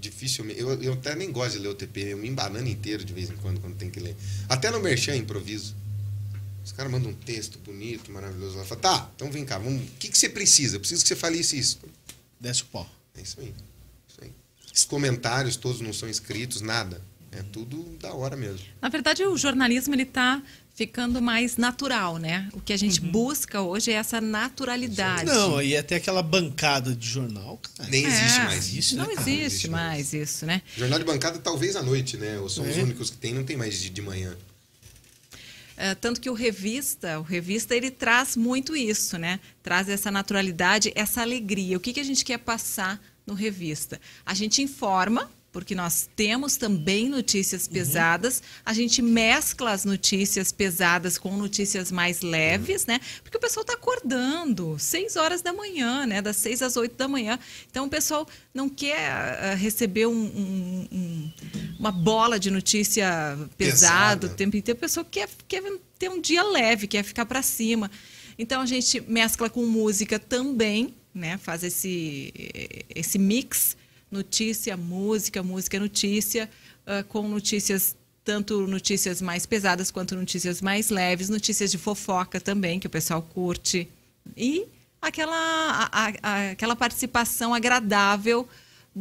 Speaker 3: dificilmente. Eu, eu até nem gosto de ler o TP, eu me embanano inteiro de vez em quando, quando tem que ler. Até no Merchan, improviso. Os caras mandam um texto bonito, maravilhoso. Ela fala, tá, então vem cá, vamos, o que, que você precisa? Eu preciso que você fale isso e isso.
Speaker 1: Desce o pau.
Speaker 3: É isso aí. Isso aí. Os comentários todos não são escritos, nada. É tudo da hora mesmo.
Speaker 4: Na verdade, o jornalismo ele está ficando mais natural, né? O que a gente busca hoje é essa naturalidade.
Speaker 1: Não, aí até aquela bancada de jornal, cara.
Speaker 3: Nem
Speaker 4: É,
Speaker 3: existe mais isso.
Speaker 4: Não
Speaker 3: né, cara?
Speaker 4: existe, mais isso, né?
Speaker 3: Jornal de bancada talvez à noite, né? Ou são os
Speaker 1: É.
Speaker 3: únicos que tem, não tem mais de, de manhã.
Speaker 4: É, tanto que o revista, o revista ele traz muito isso, né? Traz essa naturalidade, essa alegria. O que, que a gente quer passar no revista? A gente informa, porque nós temos também notícias pesadas. A gente mescla as notícias pesadas com notícias mais leves, né? Porque o pessoal está acordando, seis horas da manhã, né? Das seis às oito da manhã. Então o pessoal não quer ah, receber um- um- um- uma bola de notícia pesado,
Speaker 3: Pesada.
Speaker 4: o tempo inteiro. A pessoa quer, quer ter um dia leve, quer ficar para cima. Então a gente mescla com música também, né? Faz esse, esse mix notícia, música, música, notícia, ah, com notícias tanto notícias mais pesadas quanto notícias mais leves, notícias de fofoca também que o pessoal curte e aquela a- a- a- aquela participação agradável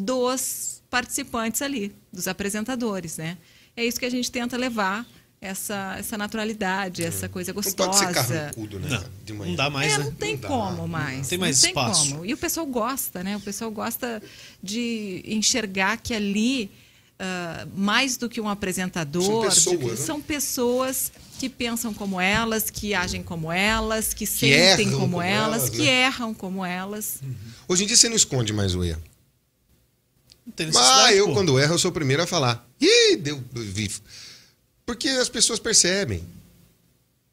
Speaker 4: dos participantes ali, dos apresentadores, né? É isso que a gente tenta levar, essa, essa naturalidade, essa coisa
Speaker 3: É. Não pode
Speaker 4: gostosa.
Speaker 3: ser carrancudo, né?
Speaker 1: Não,
Speaker 3: cara, de manhã.
Speaker 1: não dá mais,
Speaker 4: é,
Speaker 1: né?
Speaker 4: não tem
Speaker 3: Não dá,
Speaker 4: como
Speaker 3: não
Speaker 4: mais.
Speaker 1: tem mais
Speaker 4: não
Speaker 1: espaço.
Speaker 4: Tem como. E o pessoal gosta, né? O pessoal gosta de enxergar que ali, ah, mais do que um apresentador,
Speaker 3: São pessoas,
Speaker 4: de que-
Speaker 3: né?
Speaker 4: são pessoas que pensam como elas, que agem como elas, que,
Speaker 3: erram
Speaker 4: sentem como,
Speaker 3: como
Speaker 4: elas,
Speaker 3: elas,
Speaker 4: que
Speaker 3: né?
Speaker 4: erram como elas.
Speaker 3: Hoje em dia você não esconde mais o erro.
Speaker 1: Não tem necessidade,
Speaker 3: Mas eu,
Speaker 1: pô.
Speaker 3: quando erro, eu sou o primeiro a falar. Ih, deu. vi. Porque as pessoas percebem.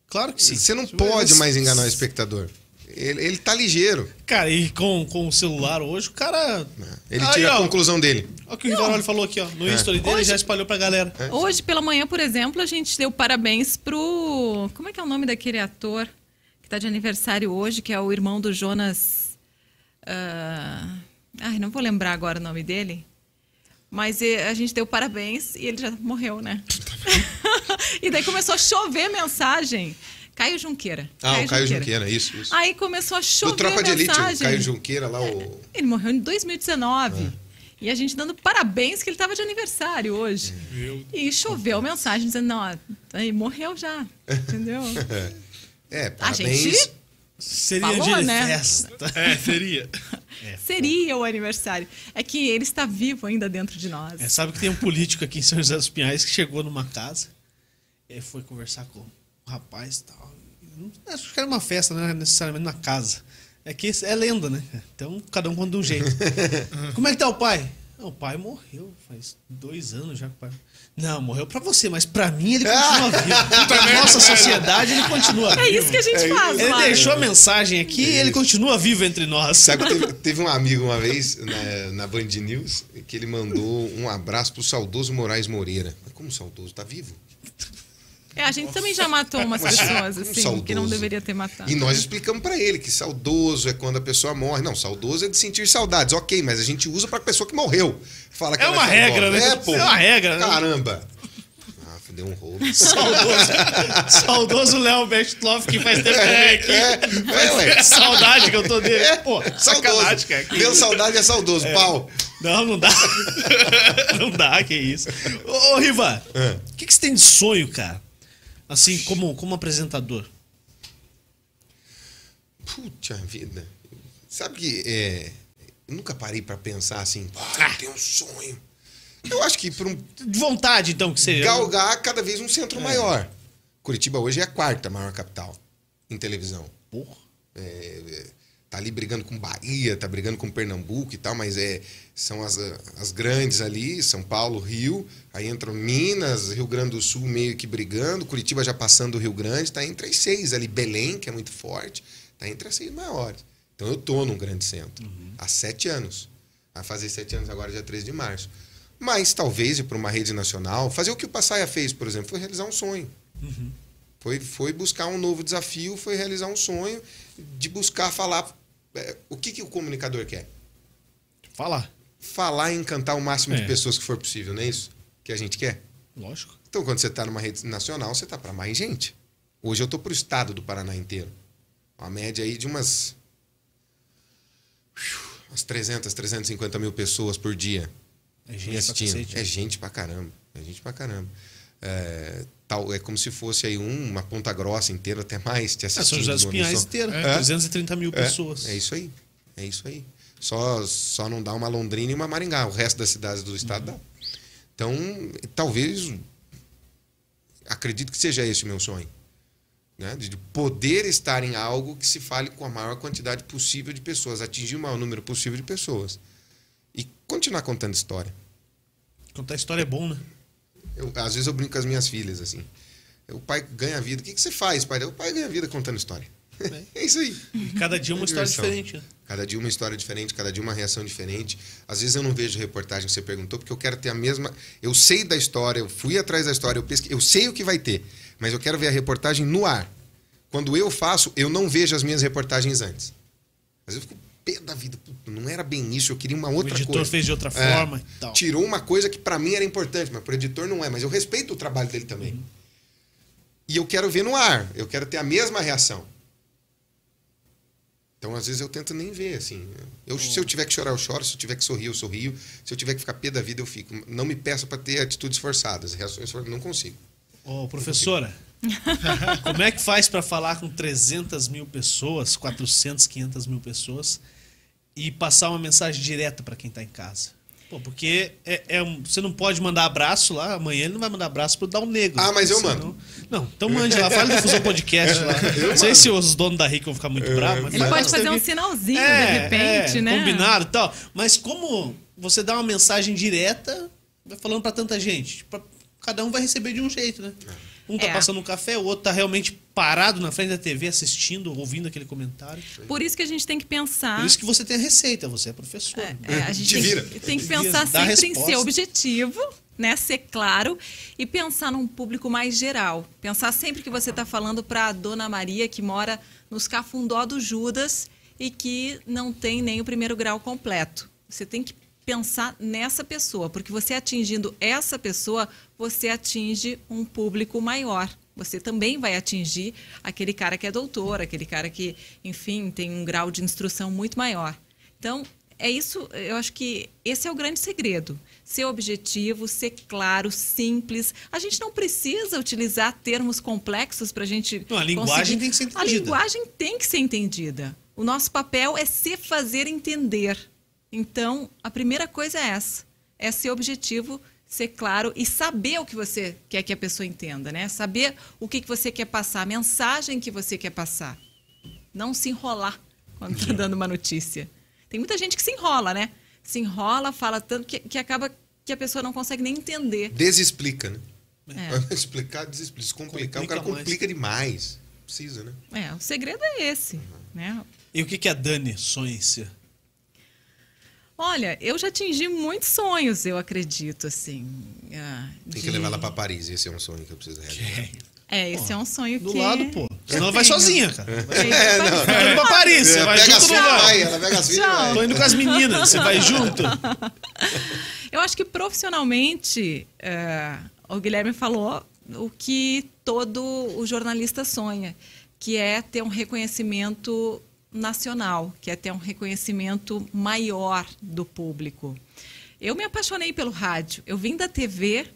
Speaker 1: Claro que sim. é
Speaker 3: Você não
Speaker 1: Mas-
Speaker 3: pode mais enganar o espectador. Ele, ele tá ligeiro. né?
Speaker 1: Cara, e com, com o celular hoje, o cara.
Speaker 3: Ele
Speaker 1: Aí,
Speaker 3: tira a
Speaker 1: ó,
Speaker 3: conclusão dele.
Speaker 1: Olha o que o Rivaroli falou aqui, ó. No history dele
Speaker 4: Hoje-
Speaker 1: já espalhou pra galera.
Speaker 3: É
Speaker 4: Hoje pela manhã, por exemplo, a gente deu parabéns pro. Como é que é o nome daquele ator que tá de aniversário hoje, que é o irmão do Jonas. ah, Ai, não vou lembrar agora o nome dele. Mas eh, a gente deu parabéns e ele já morreu, né? e daí começou a chover mensagem. Caio Junqueira.
Speaker 3: Ah, o Caio Junqueira, isso, isso.
Speaker 4: Aí começou a
Speaker 3: Do
Speaker 4: chover
Speaker 3: Tropa de Elite,
Speaker 4: mensagem.
Speaker 3: o Caio Junqueira lá, o.
Speaker 4: Ele morreu em 2019.
Speaker 1: É.
Speaker 4: E a gente dando parabéns que ele estava de aniversário hoje. E choveu mensagem dizendo, não, ó, aí morreu já. Entendeu?
Speaker 3: É,
Speaker 4: A
Speaker 3: parabéns.
Speaker 4: gente
Speaker 1: Seria
Speaker 4: Falou,
Speaker 1: dia de
Speaker 4: né?
Speaker 1: festa.
Speaker 2: É, seria.
Speaker 1: É.
Speaker 4: seria o aniversário. É que ele está vivo ainda dentro de nós.
Speaker 1: É, sabe que tem um político aqui em São José dos Pinhais que chegou numa casa e foi conversar com um rapaz e tal. Não- Acho que era uma festa, não era necessariamente na casa. É que esse- é lenda, né? Então cada um conta de um jeito. Como é que tá o pai? "Ah, O pai morreu, faz dois anos já que o pai. Não, morreu pra você, mas pra mim ele continua vivo. Pra nossa sociedade ele continua vivo.
Speaker 4: É isso que a gente faz,
Speaker 1: Ele
Speaker 4: lá.
Speaker 1: deixou a mensagem aqui e ele continua vivo entre nós.
Speaker 3: Sabe, que teve, teve um amigo uma vez na, na Band News que ele mandou um abraço pro saudoso Moraes Moreira. Mas como saudoso? Tá vivo?
Speaker 4: É, a gente também já matou umas
Speaker 3: Mas
Speaker 4: pessoas,
Speaker 3: um
Speaker 4: assim,
Speaker 3: saudoso.
Speaker 4: que não deveria ter matado.
Speaker 3: E nós explicamos pra ele que saudoso é quando a pessoa morre. Não, saudoso é de sentir saudades. Ok, mas a gente usa pra pessoa que morreu. Fala que
Speaker 1: É
Speaker 3: ela
Speaker 1: uma regra,
Speaker 3: saudosa.
Speaker 1: né?
Speaker 3: É, pô.
Speaker 1: É uma regra, né?
Speaker 3: Caramba. Ah, deu um rolo.
Speaker 1: Saudoso. Saudoso Léo Bestloff, que faz tempo que ele é aqui.
Speaker 3: É, ué. É,
Speaker 1: Saudade que eu tô dele. Pô,
Speaker 3: Saudoso.
Speaker 1: sacanagem, cara. Que-
Speaker 3: Deu saudade é saudoso. Pau.
Speaker 1: Não, não dá. não dá, que isso. Ô, ô Riva, o
Speaker 3: É.
Speaker 1: que, que você tem de sonho, cara? Assim, como, como apresentador.
Speaker 3: Puta vida. Sabe que é, eu nunca parei pra pensar assim, ah, eu tenho um sonho. Eu acho que por um
Speaker 1: De vontade, então, que seja.
Speaker 3: galgar cada vez um centro maior. Curitiba hoje é a quarta maior capital em televisão.
Speaker 1: Porra.
Speaker 3: É, é, tá ali brigando com Bahia, tá brigando com Pernambuco e tal, mas é, são as, ah, as grandes ali, São Paulo, Rio, aí entram Minas, Rio Grande do Sul meio que brigando, Curitiba já passando o Rio Grande, tá entre as seis ali, Belém, que é muito forte, tá entre as seis maiores. Então eu tô num grande centro, há sete anos. Vai fazer sete anos agora, dia 13 de março. Mas talvez ir para uma rede nacional, fazer o que o Passaia fez, por exemplo, foi realizar um sonho. Foi, foi buscar um novo desafio, foi realizar um sonho de buscar falar é, o que, que o comunicador quer.
Speaker 1: Fala.
Speaker 3: Falar e encantar o máximo
Speaker 1: É.
Speaker 3: de pessoas que for possível, não é isso que a gente quer?
Speaker 1: Lógico.
Speaker 3: Então, quando você está numa rede nacional, você está para mais gente. Hoje eu estou para o estado do Paraná inteiro. Uma média aí de umas. umas 300, 350 mil pessoas por dia
Speaker 1: É
Speaker 3: me assistindo.
Speaker 1: cacete.
Speaker 3: É gente pra caramba. É gente pra caramba. É, tal, é como se fosse aí um- uma ponta grossa inteira, até mais, te
Speaker 1: É, São
Speaker 3: assistindo.
Speaker 1: José dos
Speaker 3: numa
Speaker 1: Pinhais
Speaker 3: emissora.
Speaker 1: inteiro.
Speaker 2: É.
Speaker 1: 330 mil pessoas.
Speaker 3: É, é isso aí. É isso aí. Só, só não dá uma Londrina e uma Maringá. O resto das cidades do estado dá. Então, talvez. Acredito que seja esse o meu sonho. Né? De de poder estar em algo que se fale com a maior quantidade possível de pessoas, atingir o maior número possível de pessoas. E continuar contando história.
Speaker 1: Contar história é bom, né?
Speaker 3: Eu- às vezes eu brinco com as minhas filhas, assim. O pai ganha vida. O que, que você faz, pai? O pai ganha vida contando história. é isso aí.
Speaker 1: E cada dia uma história
Speaker 3: Diversão.
Speaker 1: diferente. né?
Speaker 3: Cada dia uma história diferente, cada dia uma reação diferente. Às vezes eu não vejo reportagem que você perguntou, porque eu quero ter a mesma. Eu sei da história, eu fui atrás da história, eu pesquei, eu sei o que vai ter, mas eu quero ver a reportagem no ar. Quando eu faço, eu não vejo as minhas reportagens antes. Às vezes eu fico pé da vida, Puta, não era bem isso, eu queria uma outra
Speaker 1: o editor
Speaker 3: coisa.
Speaker 1: fez de outra
Speaker 3: É.
Speaker 1: forma e tal.
Speaker 3: Tirou uma coisa que pra mim era importante, mas pro editor não é. Mas eu respeito o trabalho dele também.
Speaker 4: Uhum.
Speaker 3: E eu quero ver no ar. Eu quero ter a mesma reação. Então, às vezes, eu tento nem ver, assim. Eu, se eu tiver que chorar, eu choro. Se eu tiver que sorrir, eu sorrio. Se eu tiver que ficar pé da vida, eu fico. Não me peça pra ter atitudes forçadas. Reações forçadas, não consigo.
Speaker 1: Ô, professora, como é que faz pra falar com 300 mil pessoas, 400, 500 mil pessoas e passar uma mensagem direta pra quem tá em casa? Pô, porque é, é um- você não pode mandar abraço lá, amanhã ele não vai mandar abraço pro Down Negro.
Speaker 3: Ah, mas eu
Speaker 1: Senão-
Speaker 3: mando.
Speaker 1: Não, então mande lá, fala do Fusão Podcast lá. Não sei se os donos da RIC vão ficar muito bravos, mas
Speaker 4: Ele
Speaker 1: fala
Speaker 4: pode
Speaker 1: lá.
Speaker 4: fazer um sinalzinho, de repente,
Speaker 1: é,
Speaker 4: né?
Speaker 1: Combinado e tal. Mas como você dá uma mensagem direta, vai falando pra tanta gente? Pra- cada um vai receber de um jeito, né? Um tá
Speaker 4: É.
Speaker 1: passando um café, o outro tá realmente parado na frente da TV, assistindo, ouvindo aquele comentário.
Speaker 4: Por isso que a gente tem que pensar.
Speaker 1: Por isso que você tem a receita, você Ah. é professor.
Speaker 4: É, é, a gente
Speaker 3: Né? Te
Speaker 4: tem,
Speaker 3: vira.
Speaker 4: que- tem que
Speaker 1: Te vira,
Speaker 4: pensar
Speaker 1: dá
Speaker 4: sempre em
Speaker 1: resposta.
Speaker 4: seu objetivo, né? Ser claro e pensar num público mais geral. Pensar sempre que você está falando para a Dona Maria que mora nos Cafundó do Judas e que não tem nem o primeiro grau completo. Você tem que pensar nessa pessoa, porque você atingindo essa pessoa, você atinge um público maior. Você também vai atingir aquele cara que é doutor, aquele cara que, enfim, tem um grau de instrução muito maior. Então, é isso, eu acho que esse é o grande segredo. Ser objetivo, ser claro, simples. A gente não precisa utilizar termos complexos para a gente.
Speaker 1: Não, a linguagem
Speaker 4: conseguir-
Speaker 1: tem que ser
Speaker 4: A
Speaker 1: entendida.
Speaker 4: linguagem tem que ser entendida. O nosso papel é se fazer entender. Então, a primeira coisa é essa: é ser objetivo, ser claro e saber o que você quer que a pessoa entenda, né? Saber o que, que você quer passar, a mensagem que você quer passar não se enrolar quando está dando uma notícia. Tem muita gente que se enrola, né? Se enrola, fala tanto que, que acaba que a pessoa não consegue nem entender.
Speaker 3: Desexplica, né?
Speaker 4: É.
Speaker 3: Explicar, desexplica. Descomplicar. o
Speaker 1: Complica
Speaker 3: cara
Speaker 1: mais.
Speaker 3: complica demais. Precisa, né?
Speaker 4: É, o segredo é esse, né?
Speaker 1: E o que, que a Dani sonha em ser?
Speaker 4: Olha, eu já atingi muitos sonhos, eu acredito, assim. ah,
Speaker 3: Tem que
Speaker 4: de-
Speaker 3: levar ela pra Paris. Esse é um sonho que eu preciso realizar.
Speaker 4: É, esse é um sonho
Speaker 1: Do
Speaker 4: que...
Speaker 1: lado, pô. Senão ela vai sozinha, cara.
Speaker 4: É, não.
Speaker 1: Tá indo pra Paris, você
Speaker 3: Ela
Speaker 1: vai
Speaker 3: pega as
Speaker 1: junto no
Speaker 3: filhas,
Speaker 1: lugar.
Speaker 3: vai. Ela pega as filhas,
Speaker 4: Tchau.
Speaker 3: vai.
Speaker 1: Tô indo com as meninas, você vai junto.
Speaker 4: Eu acho que profissionalmente, eh, o é, Guilherme falou o que todo o jornalista sonha, que é ter um reconhecimento nacional, que é ter um reconhecimento maior do público. Eu me apaixonei pelo rádio. Eu vim da TV,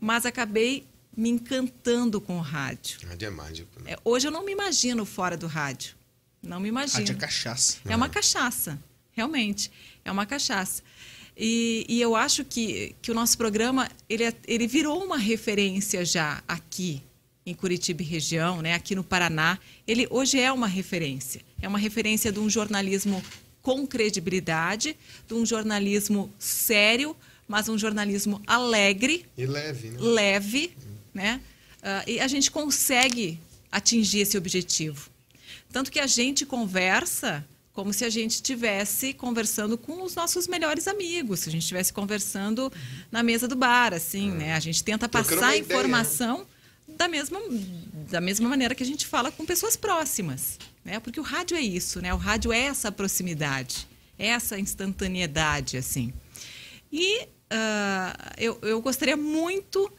Speaker 4: mas acabei me encantando com o rádio.
Speaker 3: Rádio é mágico. Né?
Speaker 4: É, Hoje eu não me imagino fora do rádio. Não me imagino.
Speaker 1: Rádio é cachaça.
Speaker 4: É uma cachaça, realmente. É uma cachaça. E, e eu acho que, que o nosso programa, ele, é- ele virou uma referência já aqui em Curitiba e região, né? aqui no Paraná. Ele hoje é uma referência. É uma referência de um jornalismo com credibilidade, de um jornalismo sério, mas um jornalismo alegre,
Speaker 3: E leve, né?
Speaker 4: leve, né? Ah, e a gente consegue atingir esse objetivo. Tanto que a gente conversa como se a gente estivesse conversando com os nossos melhores amigos, se a gente estivesse conversando na mesa do bar, assim, né? A gente tenta
Speaker 3: Trocando
Speaker 4: passar
Speaker 3: uma
Speaker 4: a
Speaker 3: ideia, né?
Speaker 4: informação da mesma, da mesma maneira que a gente fala com pessoas próximas, né? Porque o rádio é isso, né? O rádio é essa proximidade, é essa instantaneidade, assim. E ah, eu, eu gostaria muito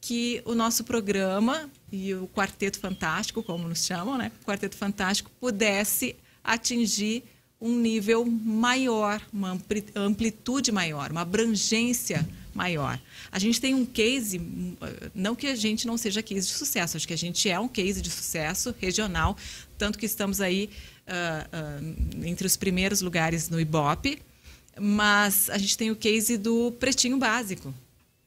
Speaker 4: que o nosso programa e o Quarteto Fantástico, como nos chamam, né? Quarteto Fantástico pudesse atingir um nível maior, uma ampli- amplitude maior, uma abrangência maior. A gente tem um case, hum, eh, não que a gente não seja case de sucesso, acho que a gente é um case de sucesso regional, tanto que estamos aí ah, ah, entre os primeiros lugares no Ibope, mas a gente tem o case do Pretinho Básico,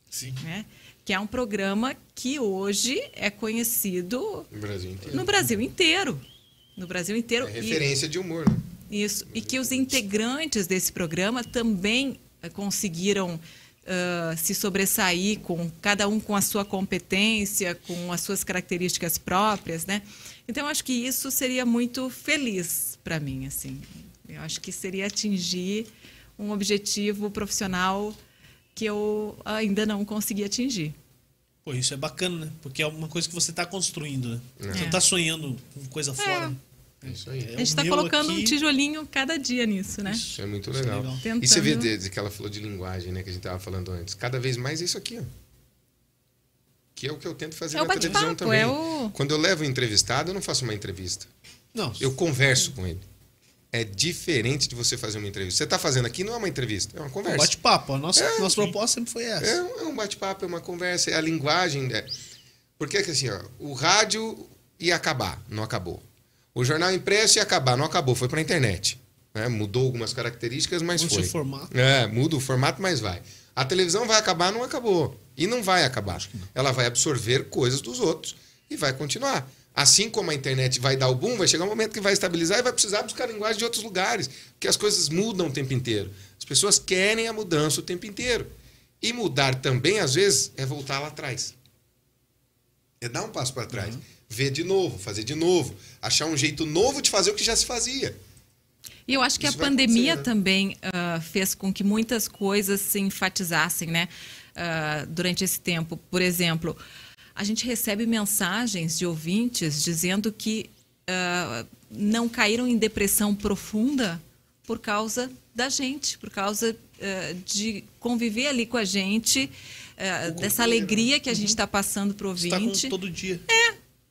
Speaker 2: Sim.
Speaker 4: né? que é um programa que hoje é conhecido
Speaker 3: No Brasil inteiro.
Speaker 4: no Brasil inteiro. No Brasil inteiro.
Speaker 3: É
Speaker 4: E-
Speaker 3: referência de humor, né?
Speaker 4: isso. E que os integrantes desse programa também eh, conseguiram ah, se sobressair, com cada um com a sua competência, com as suas características próprias, né? Então, eu acho que isso seria muito feliz para mim, assim. Eu acho que seria atingir um objetivo profissional que eu ainda não consegui atingir.
Speaker 1: Pô, isso é bacana, né? Porque é uma coisa que você tá construindo, né? Você não
Speaker 4: É.
Speaker 1: tá sonhando com coisa fora.
Speaker 3: É isso aí.
Speaker 1: É
Speaker 4: A gente
Speaker 1: o
Speaker 4: está
Speaker 1: meu
Speaker 4: colocando
Speaker 1: aqui.
Speaker 4: um tijolinho cada dia nisso, né?
Speaker 3: Isso é muito
Speaker 1: Isso é
Speaker 3: legal.
Speaker 1: legal.
Speaker 3: E você vê
Speaker 4: Tentando-
Speaker 3: de- de que ela falou de linguagem, né? Que a gente tava falando antes. Cada vez mais é isso aqui, ó. Que é o que eu tento fazer
Speaker 4: É o
Speaker 3: na televisão
Speaker 4: bate-papo,
Speaker 3: também.
Speaker 4: é o-
Speaker 3: Quando eu levo um entrevistado, eu não faço uma entrevista.
Speaker 1: Não,
Speaker 3: Eu converso com ele. É diferente de você fazer uma entrevista. Você tá fazendo aqui, não é uma entrevista, é uma conversa.
Speaker 1: bate-papo. A nossa,
Speaker 3: É,
Speaker 1: nossa
Speaker 3: sim.
Speaker 1: proposta sempre foi essa.
Speaker 3: É um, é um bate-papo, é uma conversa, é a linguagem. É... Porque que assim, ó, o rádio ia acabar, não acabou. O jornal impresso ia acabar, não acabou, foi pra internet. né? Mudou algumas características, mas
Speaker 1: Muda o
Speaker 3: foi.
Speaker 1: formato.
Speaker 3: É, muda o formato, mas vai. A televisão vai acabar, não acabou. E não vai acabar. Ela vai absorver coisas dos outros e vai continuar. Assim como a internet vai dar o boom, vai chegar um momento que vai estabilizar e vai precisar buscar linguagem de outros lugares. Porque as coisas mudam o tempo inteiro. As pessoas querem a mudança o tempo inteiro. E mudar também, às vezes, é voltar lá atrás. É dar um passo para trás. Ver de novo, fazer de novo. Achar um jeito novo de fazer o que já se fazia.
Speaker 4: E eu acho que
Speaker 3: Isso
Speaker 4: a
Speaker 3: vai
Speaker 4: pandemia
Speaker 3: acontecer, né?
Speaker 4: também ah, fez com que muitas coisas se enfatizassem, né? ah, durante esse tempo. Por exemplo, a gente recebe mensagens de ouvintes dizendo que ah, não caíram em depressão profunda por causa da gente, por causa ah, de conviver ali com a gente, ah,
Speaker 3: né?
Speaker 4: dessa alegria que a
Speaker 3: Uhum.
Speaker 4: gente está passando para o
Speaker 1: Você tá com
Speaker 4: ouvinte
Speaker 1: todo dia.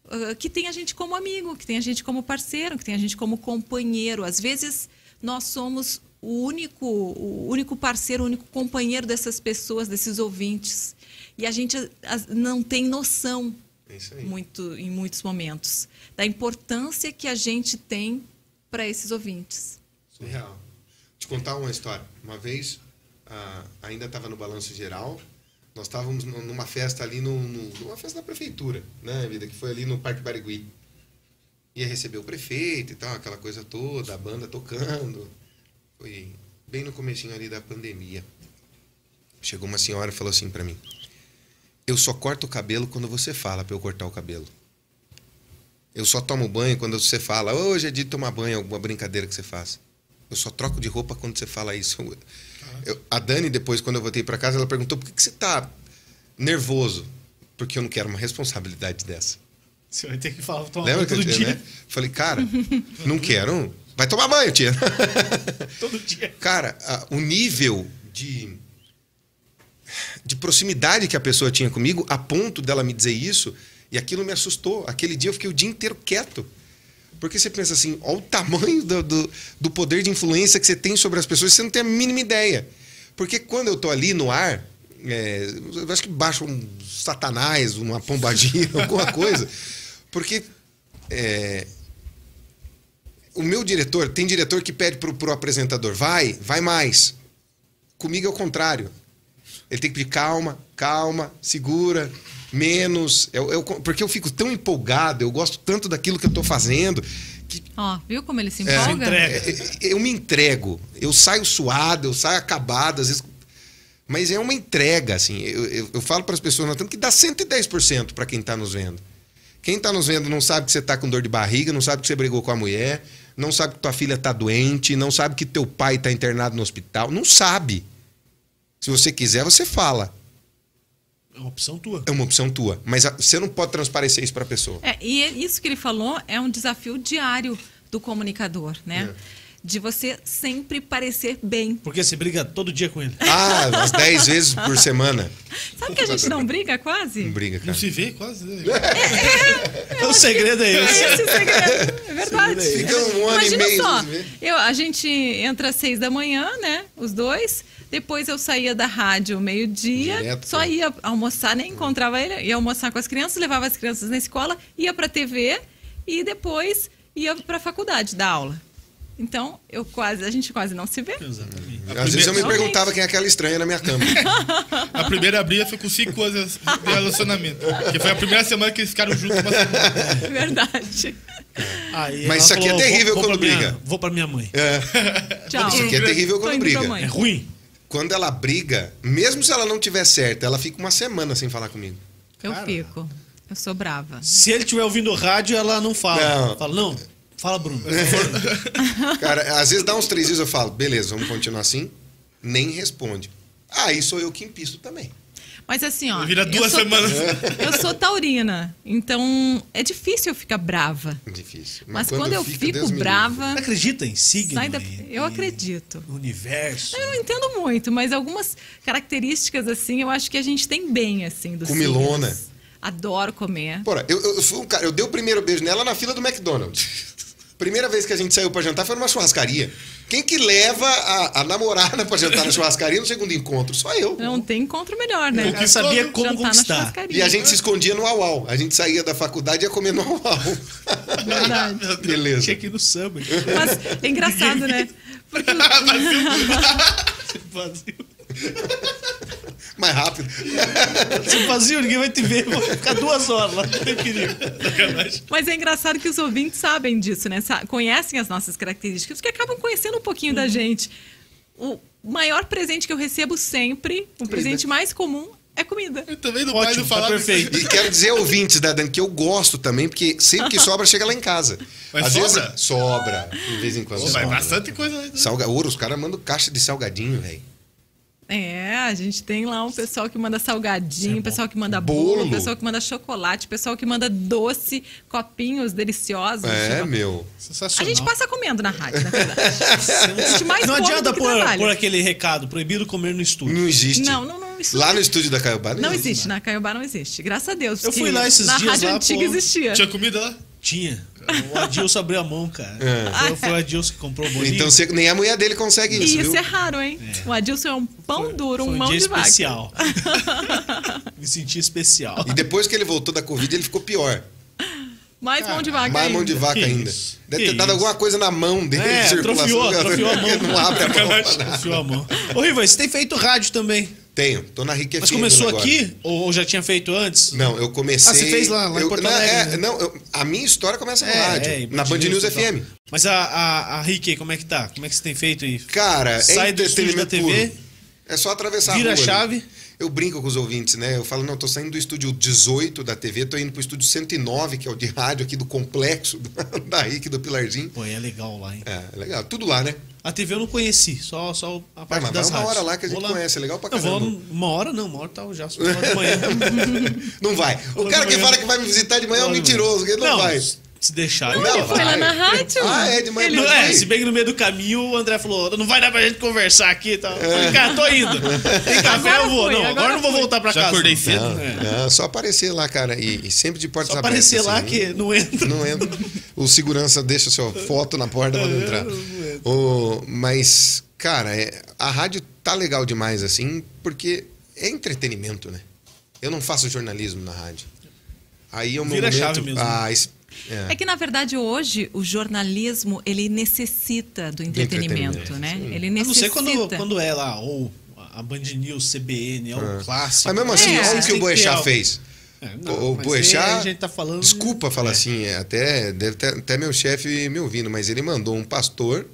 Speaker 4: uh, que tem a gente como amigo, que tem a gente como parceiro, que tem a gente como companheiro. Às vezes nós somos o único, o único parceiro, o único companheiro dessas pessoas, desses ouvintes. E a gente ah, as- não tem noção
Speaker 3: É isso
Speaker 4: muito em muitos momentos da importância que a gente tem para esses ouvintes.
Speaker 3: Surreal. Te contar uma história. Uma vez, ah, ainda estava no balanço geral, nós estávamos nu- numa festa ali, no, no- numa festa da prefeitura, né, vida? Que foi ali no Parque Barigui. Ia receber o prefeito e tal, aquela coisa toda, a banda tocando. Foi bem no comecinho ali da pandemia. Chegou uma senhora e falou assim para mim: Eu só corto o cabelo quando você fala para eu cortar o cabelo. Eu só tomo banho quando você fala, hoje é de tomar banho, alguma brincadeira que você faça. Eu só troco de roupa quando você fala isso.
Speaker 1: Tá.
Speaker 3: Eu- eu- a Dani, depois, quando eu voltei pra casa, ela perguntou por que, que você tá nervoso? Porque eu não quero uma responsabilidade dessa.
Speaker 1: Você vai ter que falar, tomar banho
Speaker 3: Lembra que eu
Speaker 1: todo
Speaker 3: disse,
Speaker 1: dia.
Speaker 3: né? Falei, cara, não quero. Vai tomar banho, tia.
Speaker 1: Todo dia.
Speaker 3: Cara, a- o nível de de proximidade que a pessoa tinha comigo, a ponto dela me dizer isso, e aquilo me assustou. Aquele dia eu fiquei o dia inteiro quieto. Porque você pensa assim, olha o tamanho do, do, do poder de influência que você tem sobre as pessoas, você não tem a mínima ideia. Porque quando eu tô ali no ar, é, eu acho que baixa um satanás, uma pombadinha, alguma coisa. Porque é, o meu diretor, tem diretor que pede pro, pro apresentador, vai, vai mais. Comigo é o contrário. Ele tem que pedir calma, calma, segura, menos. Eu, eu- porque eu fico tão empolgado, eu gosto tanto daquilo que eu tô fazendo, que
Speaker 4: Ó, viu como ele se empolga?
Speaker 1: entrega.
Speaker 3: é, eu me entrego. Eu saio suado, eu saio acabado, às vezes. Mas é uma entrega, assim. Eu, eu, eu falo para as pessoas, nós temos que dar 110% para quem está nos vendo. Quem está nos vendo não sabe que você está com dor de barriga, não sabe que você brigou com a mulher, não sabe que tua filha está doente, não sabe que teu pai está internado no hospital. Não sabe. Se você quiser, você fala.
Speaker 1: É uma opção tua.
Speaker 3: É uma opção tua. Mas a- você não pode transparecer isso para a pessoa.
Speaker 4: É, e é- isso que ele falou é um desafio diário do comunicador, né? De você sempre parecer bem.
Speaker 1: Porque você briga todo dia com ele.
Speaker 3: Ah, umas 10 vezes por semana.
Speaker 4: Sabe que a gente não briga
Speaker 3: Não
Speaker 4: quase?
Speaker 3: briga,
Speaker 2: Não
Speaker 3: cara.
Speaker 2: se vê quase. né?
Speaker 1: o segredo é
Speaker 4: É
Speaker 1: esse.
Speaker 4: esse o segredo. É verdade.
Speaker 3: Fica um ano e
Speaker 4: Imagina
Speaker 3: meio
Speaker 4: só,
Speaker 3: sem ver.
Speaker 4: eu, a gente entra às seis da manhã, né? Os dois. Depois eu saía da rádio meio-dia,
Speaker 3: Direto.
Speaker 4: só ia almoçar, nem encontrava ele, ia almoçar com as crianças, levava as crianças na escola, ia pra TV e depois ia pra faculdade dar aula. Então, eu quase, a gente quase não se vê.
Speaker 1: Exatamente.
Speaker 2: A
Speaker 3: Às vezes eu
Speaker 2: primeira-
Speaker 3: me
Speaker 4: Realmente.
Speaker 3: perguntava quem é aquela estranha na minha cama.
Speaker 2: A primeira briga foi com cinco anos de relacionamento. Que foi a primeira semana que eles ficaram juntos. Uma semana.
Speaker 4: Verdade.
Speaker 1: Aí
Speaker 3: Mas
Speaker 1: ela
Speaker 3: isso aqui é
Speaker 1: "Vou-
Speaker 3: terrível
Speaker 1: vou
Speaker 3: quando
Speaker 1: pra minha-
Speaker 3: briga."
Speaker 1: vou pra minha mãe.
Speaker 4: Tchau.
Speaker 3: Isso aqui é terrível
Speaker 4: Tô
Speaker 3: quando
Speaker 4: indo
Speaker 3: briga.
Speaker 4: pra mãe.
Speaker 1: É ruim.
Speaker 3: Quando ela briga, mesmo se ela não tiver certa, ela fica uma semana sem falar comigo.
Speaker 4: Eu fico. Eu sou brava.
Speaker 1: Se ele estiver ouvindo rádio, ela não fala.
Speaker 3: Não.
Speaker 1: Fala, não, fala, Bruno.
Speaker 3: Cara, às vezes dá uns três dias eu falo, beleza, vamos continuar assim? Nem responde. Aí sou eu que empisto também.
Speaker 4: Mas assim,
Speaker 1: Ah,
Speaker 4: ó.
Speaker 2: Vira
Speaker 4: eu
Speaker 2: duas
Speaker 4: sou-
Speaker 2: semanas.
Speaker 4: Eu sou taurina, então é difícil eu ficar brava.
Speaker 3: Difícil.
Speaker 4: Mas, quando, eu
Speaker 3: fica,
Speaker 4: fico
Speaker 3: Deus me
Speaker 4: brava,
Speaker 1: Não acredita em signo?
Speaker 4: sai da...
Speaker 1: em-
Speaker 4: eu
Speaker 1: em
Speaker 4: acredito.
Speaker 1: Universo.
Speaker 4: Eu não entendo muito, mas algumas características assim, eu acho que a gente tem bem assim dos
Speaker 3: Comilona.
Speaker 4: signos. Adoro comer.
Speaker 3: livre. Porra, eu, eu fui um cara, eu dei o primeiro beijo nela na fila do McDonald's. Primeira vez que a gente saiu pra jantar foi numa churrascaria. Quem que leva a, a namorada pra jantar na churrascaria no segundo encontro? Só eu.
Speaker 4: Não tem encontro melhor, né?
Speaker 1: Eu quis saber como
Speaker 4: Jantar na
Speaker 1: conquistar.
Speaker 4: churrascaria.
Speaker 3: E a gente se escondia no auau. A gente saía da faculdade e ia comer no auau.
Speaker 4: é Verdade.
Speaker 2: Meu Deus.
Speaker 3: Beleza.
Speaker 1: Tinha que ir no samba. então
Speaker 4: Mas é engraçado, né? Porque
Speaker 1: vazio.
Speaker 3: Mais rápido.
Speaker 1: Se vazio, ninguém vai te ver. Vou ficar duas horas lá. Não tem perigo.
Speaker 4: Mas é engraçado que os ouvintes sabem disso, né? Sa- Conhecem as nossas características, porque acabam conhecendo um pouquinho da gente. O maior presente que eu recebo sempre, o presente mais comum, é comida.
Speaker 2: Eu também não
Speaker 1: Ótimo,
Speaker 2: paro
Speaker 1: tá
Speaker 2: de falar.
Speaker 1: perfeito.
Speaker 3: E quero dizer, ouvintes da Dan, que eu gosto também, porque sempre que sobra, chega lá em casa.
Speaker 2: Mas sobra?
Speaker 3: vezes sobra. De vez em quando.
Speaker 2: Pô, vai
Speaker 3: sobra.
Speaker 2: bastante coisa. né?
Speaker 3: Salga ouro, os caras mandam caixa de salgadinho, velho.
Speaker 4: É, a gente tem lá um pessoal que manda salgadinho, pessoal que manda
Speaker 3: Bolo.
Speaker 4: bolo, pessoal que manda chocolate, pessoal que manda doce, copinhos deliciosos.
Speaker 3: É, meu.
Speaker 4: A
Speaker 1: Sensacional.
Speaker 4: gente passa comendo na rádio, na verdade. a gente mais
Speaker 1: Não
Speaker 4: come
Speaker 1: adianta
Speaker 4: do que
Speaker 1: pôr,
Speaker 4: trabalha.
Speaker 1: pôr aquele recado, proibido comer no estúdio.
Speaker 3: Não existe.
Speaker 4: Não, não, não. Isso
Speaker 3: Lá no estúdio da Caiobá
Speaker 4: não existe. Na Caiobá não existe. Graças a Deus.
Speaker 1: Eu fui
Speaker 4: que
Speaker 1: lá esses
Speaker 4: na
Speaker 1: dias
Speaker 4: rádio
Speaker 1: lá,
Speaker 4: antiga
Speaker 1: pô.
Speaker 4: existia.
Speaker 2: Tinha comida lá?
Speaker 1: Tinha. O Adilson abriu a mão, cara. Foi, foi o Adilson que comprou o bolinho.
Speaker 3: Então você- nem a mulher dele consegue isso,
Speaker 4: E isso
Speaker 3: viu?
Speaker 4: é raro, hein? O Adilson é um pão duro, um
Speaker 1: Foi
Speaker 4: mão
Speaker 1: dia
Speaker 4: de vaca.
Speaker 1: especial. Me senti especial.
Speaker 3: E depois que ele voltou da Covid, ele ficou pior.
Speaker 4: Mais mão de vaca.
Speaker 3: Mais mão de
Speaker 4: ainda.
Speaker 3: vaca
Speaker 1: Que
Speaker 3: ainda.
Speaker 1: isso,
Speaker 3: Deve
Speaker 1: que
Speaker 3: ter dado
Speaker 1: isso.
Speaker 3: alguma coisa na mão dele.
Speaker 1: É,
Speaker 3: de
Speaker 1: atrofiou,
Speaker 3: cara,
Speaker 1: atrofiou a mão.
Speaker 3: Não abre a mão. pra nada.
Speaker 1: Enfiou a mão. Ô, Riva, você tem feito rádio também.
Speaker 3: Tenho, tô na Rick
Speaker 1: Mas
Speaker 3: FM
Speaker 1: começou
Speaker 3: agora.
Speaker 1: aqui? Ou, ou já tinha feito antes?
Speaker 3: Não, eu comecei.
Speaker 1: Ah, você fez lá- lá em
Speaker 3: eu,
Speaker 1: Porto
Speaker 3: não,
Speaker 1: Alegre,
Speaker 3: é,
Speaker 1: né?
Speaker 3: não, eu- a minha história começa
Speaker 1: É,
Speaker 3: no rádio,
Speaker 1: e
Speaker 3: na Band News
Speaker 1: e tal.
Speaker 3: FM.
Speaker 1: tá. Mas a, a, a Rick, como é que tá? Como é que você tem feito aí?
Speaker 3: Cara,
Speaker 1: Sai
Speaker 3: é
Speaker 1: do estúdio da
Speaker 3: entretenimento
Speaker 1: TV,
Speaker 3: puro. É só atravessar
Speaker 1: vira
Speaker 3: a
Speaker 1: a
Speaker 3: rua.
Speaker 1: chave.
Speaker 3: né? Eu brinco com os ouvintes, né? Eu falo, não, tô saindo do estúdio 18 da TV, tô indo pro estúdio 109, que é o de rádio aqui do complexo da RIC do Pilarzinho.
Speaker 1: Pô, é legal lá, hein?
Speaker 3: É, legal. Tudo lá, né?
Speaker 1: A TV eu não conheci, só, só a parte
Speaker 3: mas vai
Speaker 1: das
Speaker 3: uma
Speaker 1: rádios.
Speaker 3: hora lá que a gente conhece, é legal pra
Speaker 1: Eu vou
Speaker 3: caramba. é um
Speaker 1: uma hora não, uma hora tá já, só uma hora da manhã.
Speaker 3: Não vai. O
Speaker 1: Fala
Speaker 3: cara
Speaker 1: de
Speaker 3: que
Speaker 1: manhã.
Speaker 3: fala que vai me visitar de manhã é um
Speaker 1: Fala de manhã.
Speaker 3: mentiroso, ele não, vai.
Speaker 1: se deixar.
Speaker 4: Ele
Speaker 3: Não,
Speaker 4: foi lá
Speaker 3: vai.
Speaker 4: na rádio.
Speaker 3: Ah, é de manhã
Speaker 4: Ele-
Speaker 3: pra
Speaker 1: É,
Speaker 3: Sim.
Speaker 1: se bem que no meio do caminho o André falou: não vai dar pra gente conversar aqui e tal.
Speaker 3: É.
Speaker 1: Eu falei, cara, tô indo. Tem café,
Speaker 4: Agora
Speaker 1: eu vou.
Speaker 4: fui,
Speaker 1: não, agora,
Speaker 4: agora
Speaker 1: não vou
Speaker 4: fui.
Speaker 1: voltar pra
Speaker 2: Já
Speaker 1: casa.
Speaker 2: acordei
Speaker 1: não.
Speaker 2: cedo.
Speaker 3: Não, não, só aparecer lá, cara. E, e sempre de portas
Speaker 1: Só
Speaker 3: abertas.
Speaker 1: aparecer lá
Speaker 3: assim.
Speaker 1: que não entra.
Speaker 3: Não entra. O segurança deixa sua foto na porta
Speaker 1: É,
Speaker 3: pra não entrar. O, mas, cara, é- a rádio tá legal demais, assim, porque é entretenimento, né? Eu não faço jornalismo na rádio. Aí é o meu
Speaker 1: Vira a
Speaker 3: momento...
Speaker 1: chave mesmo.
Speaker 3: Ah, es- é.
Speaker 4: É que, na verdade, hoje o jornalismo ele necessita do entretenimento,
Speaker 3: entretenimento,
Speaker 4: né? Ele
Speaker 1: A
Speaker 4: necessita.
Speaker 1: não ser quando, quando é lá, ou a Band News, CBN, é um clássico.
Speaker 3: Mas mesmo assim,
Speaker 4: É.
Speaker 3: olha o que o
Speaker 1: Tem ter
Speaker 3: Boechat
Speaker 1: algo.
Speaker 3: fez.
Speaker 1: É, não,
Speaker 3: o o
Speaker 1: mas
Speaker 3: Boechat...
Speaker 1: aí a gente tá falando- né?
Speaker 3: Desculpa falar assim, é, até, deve ter, até meu chefe me ouvindo, mas ele mandou um pastor...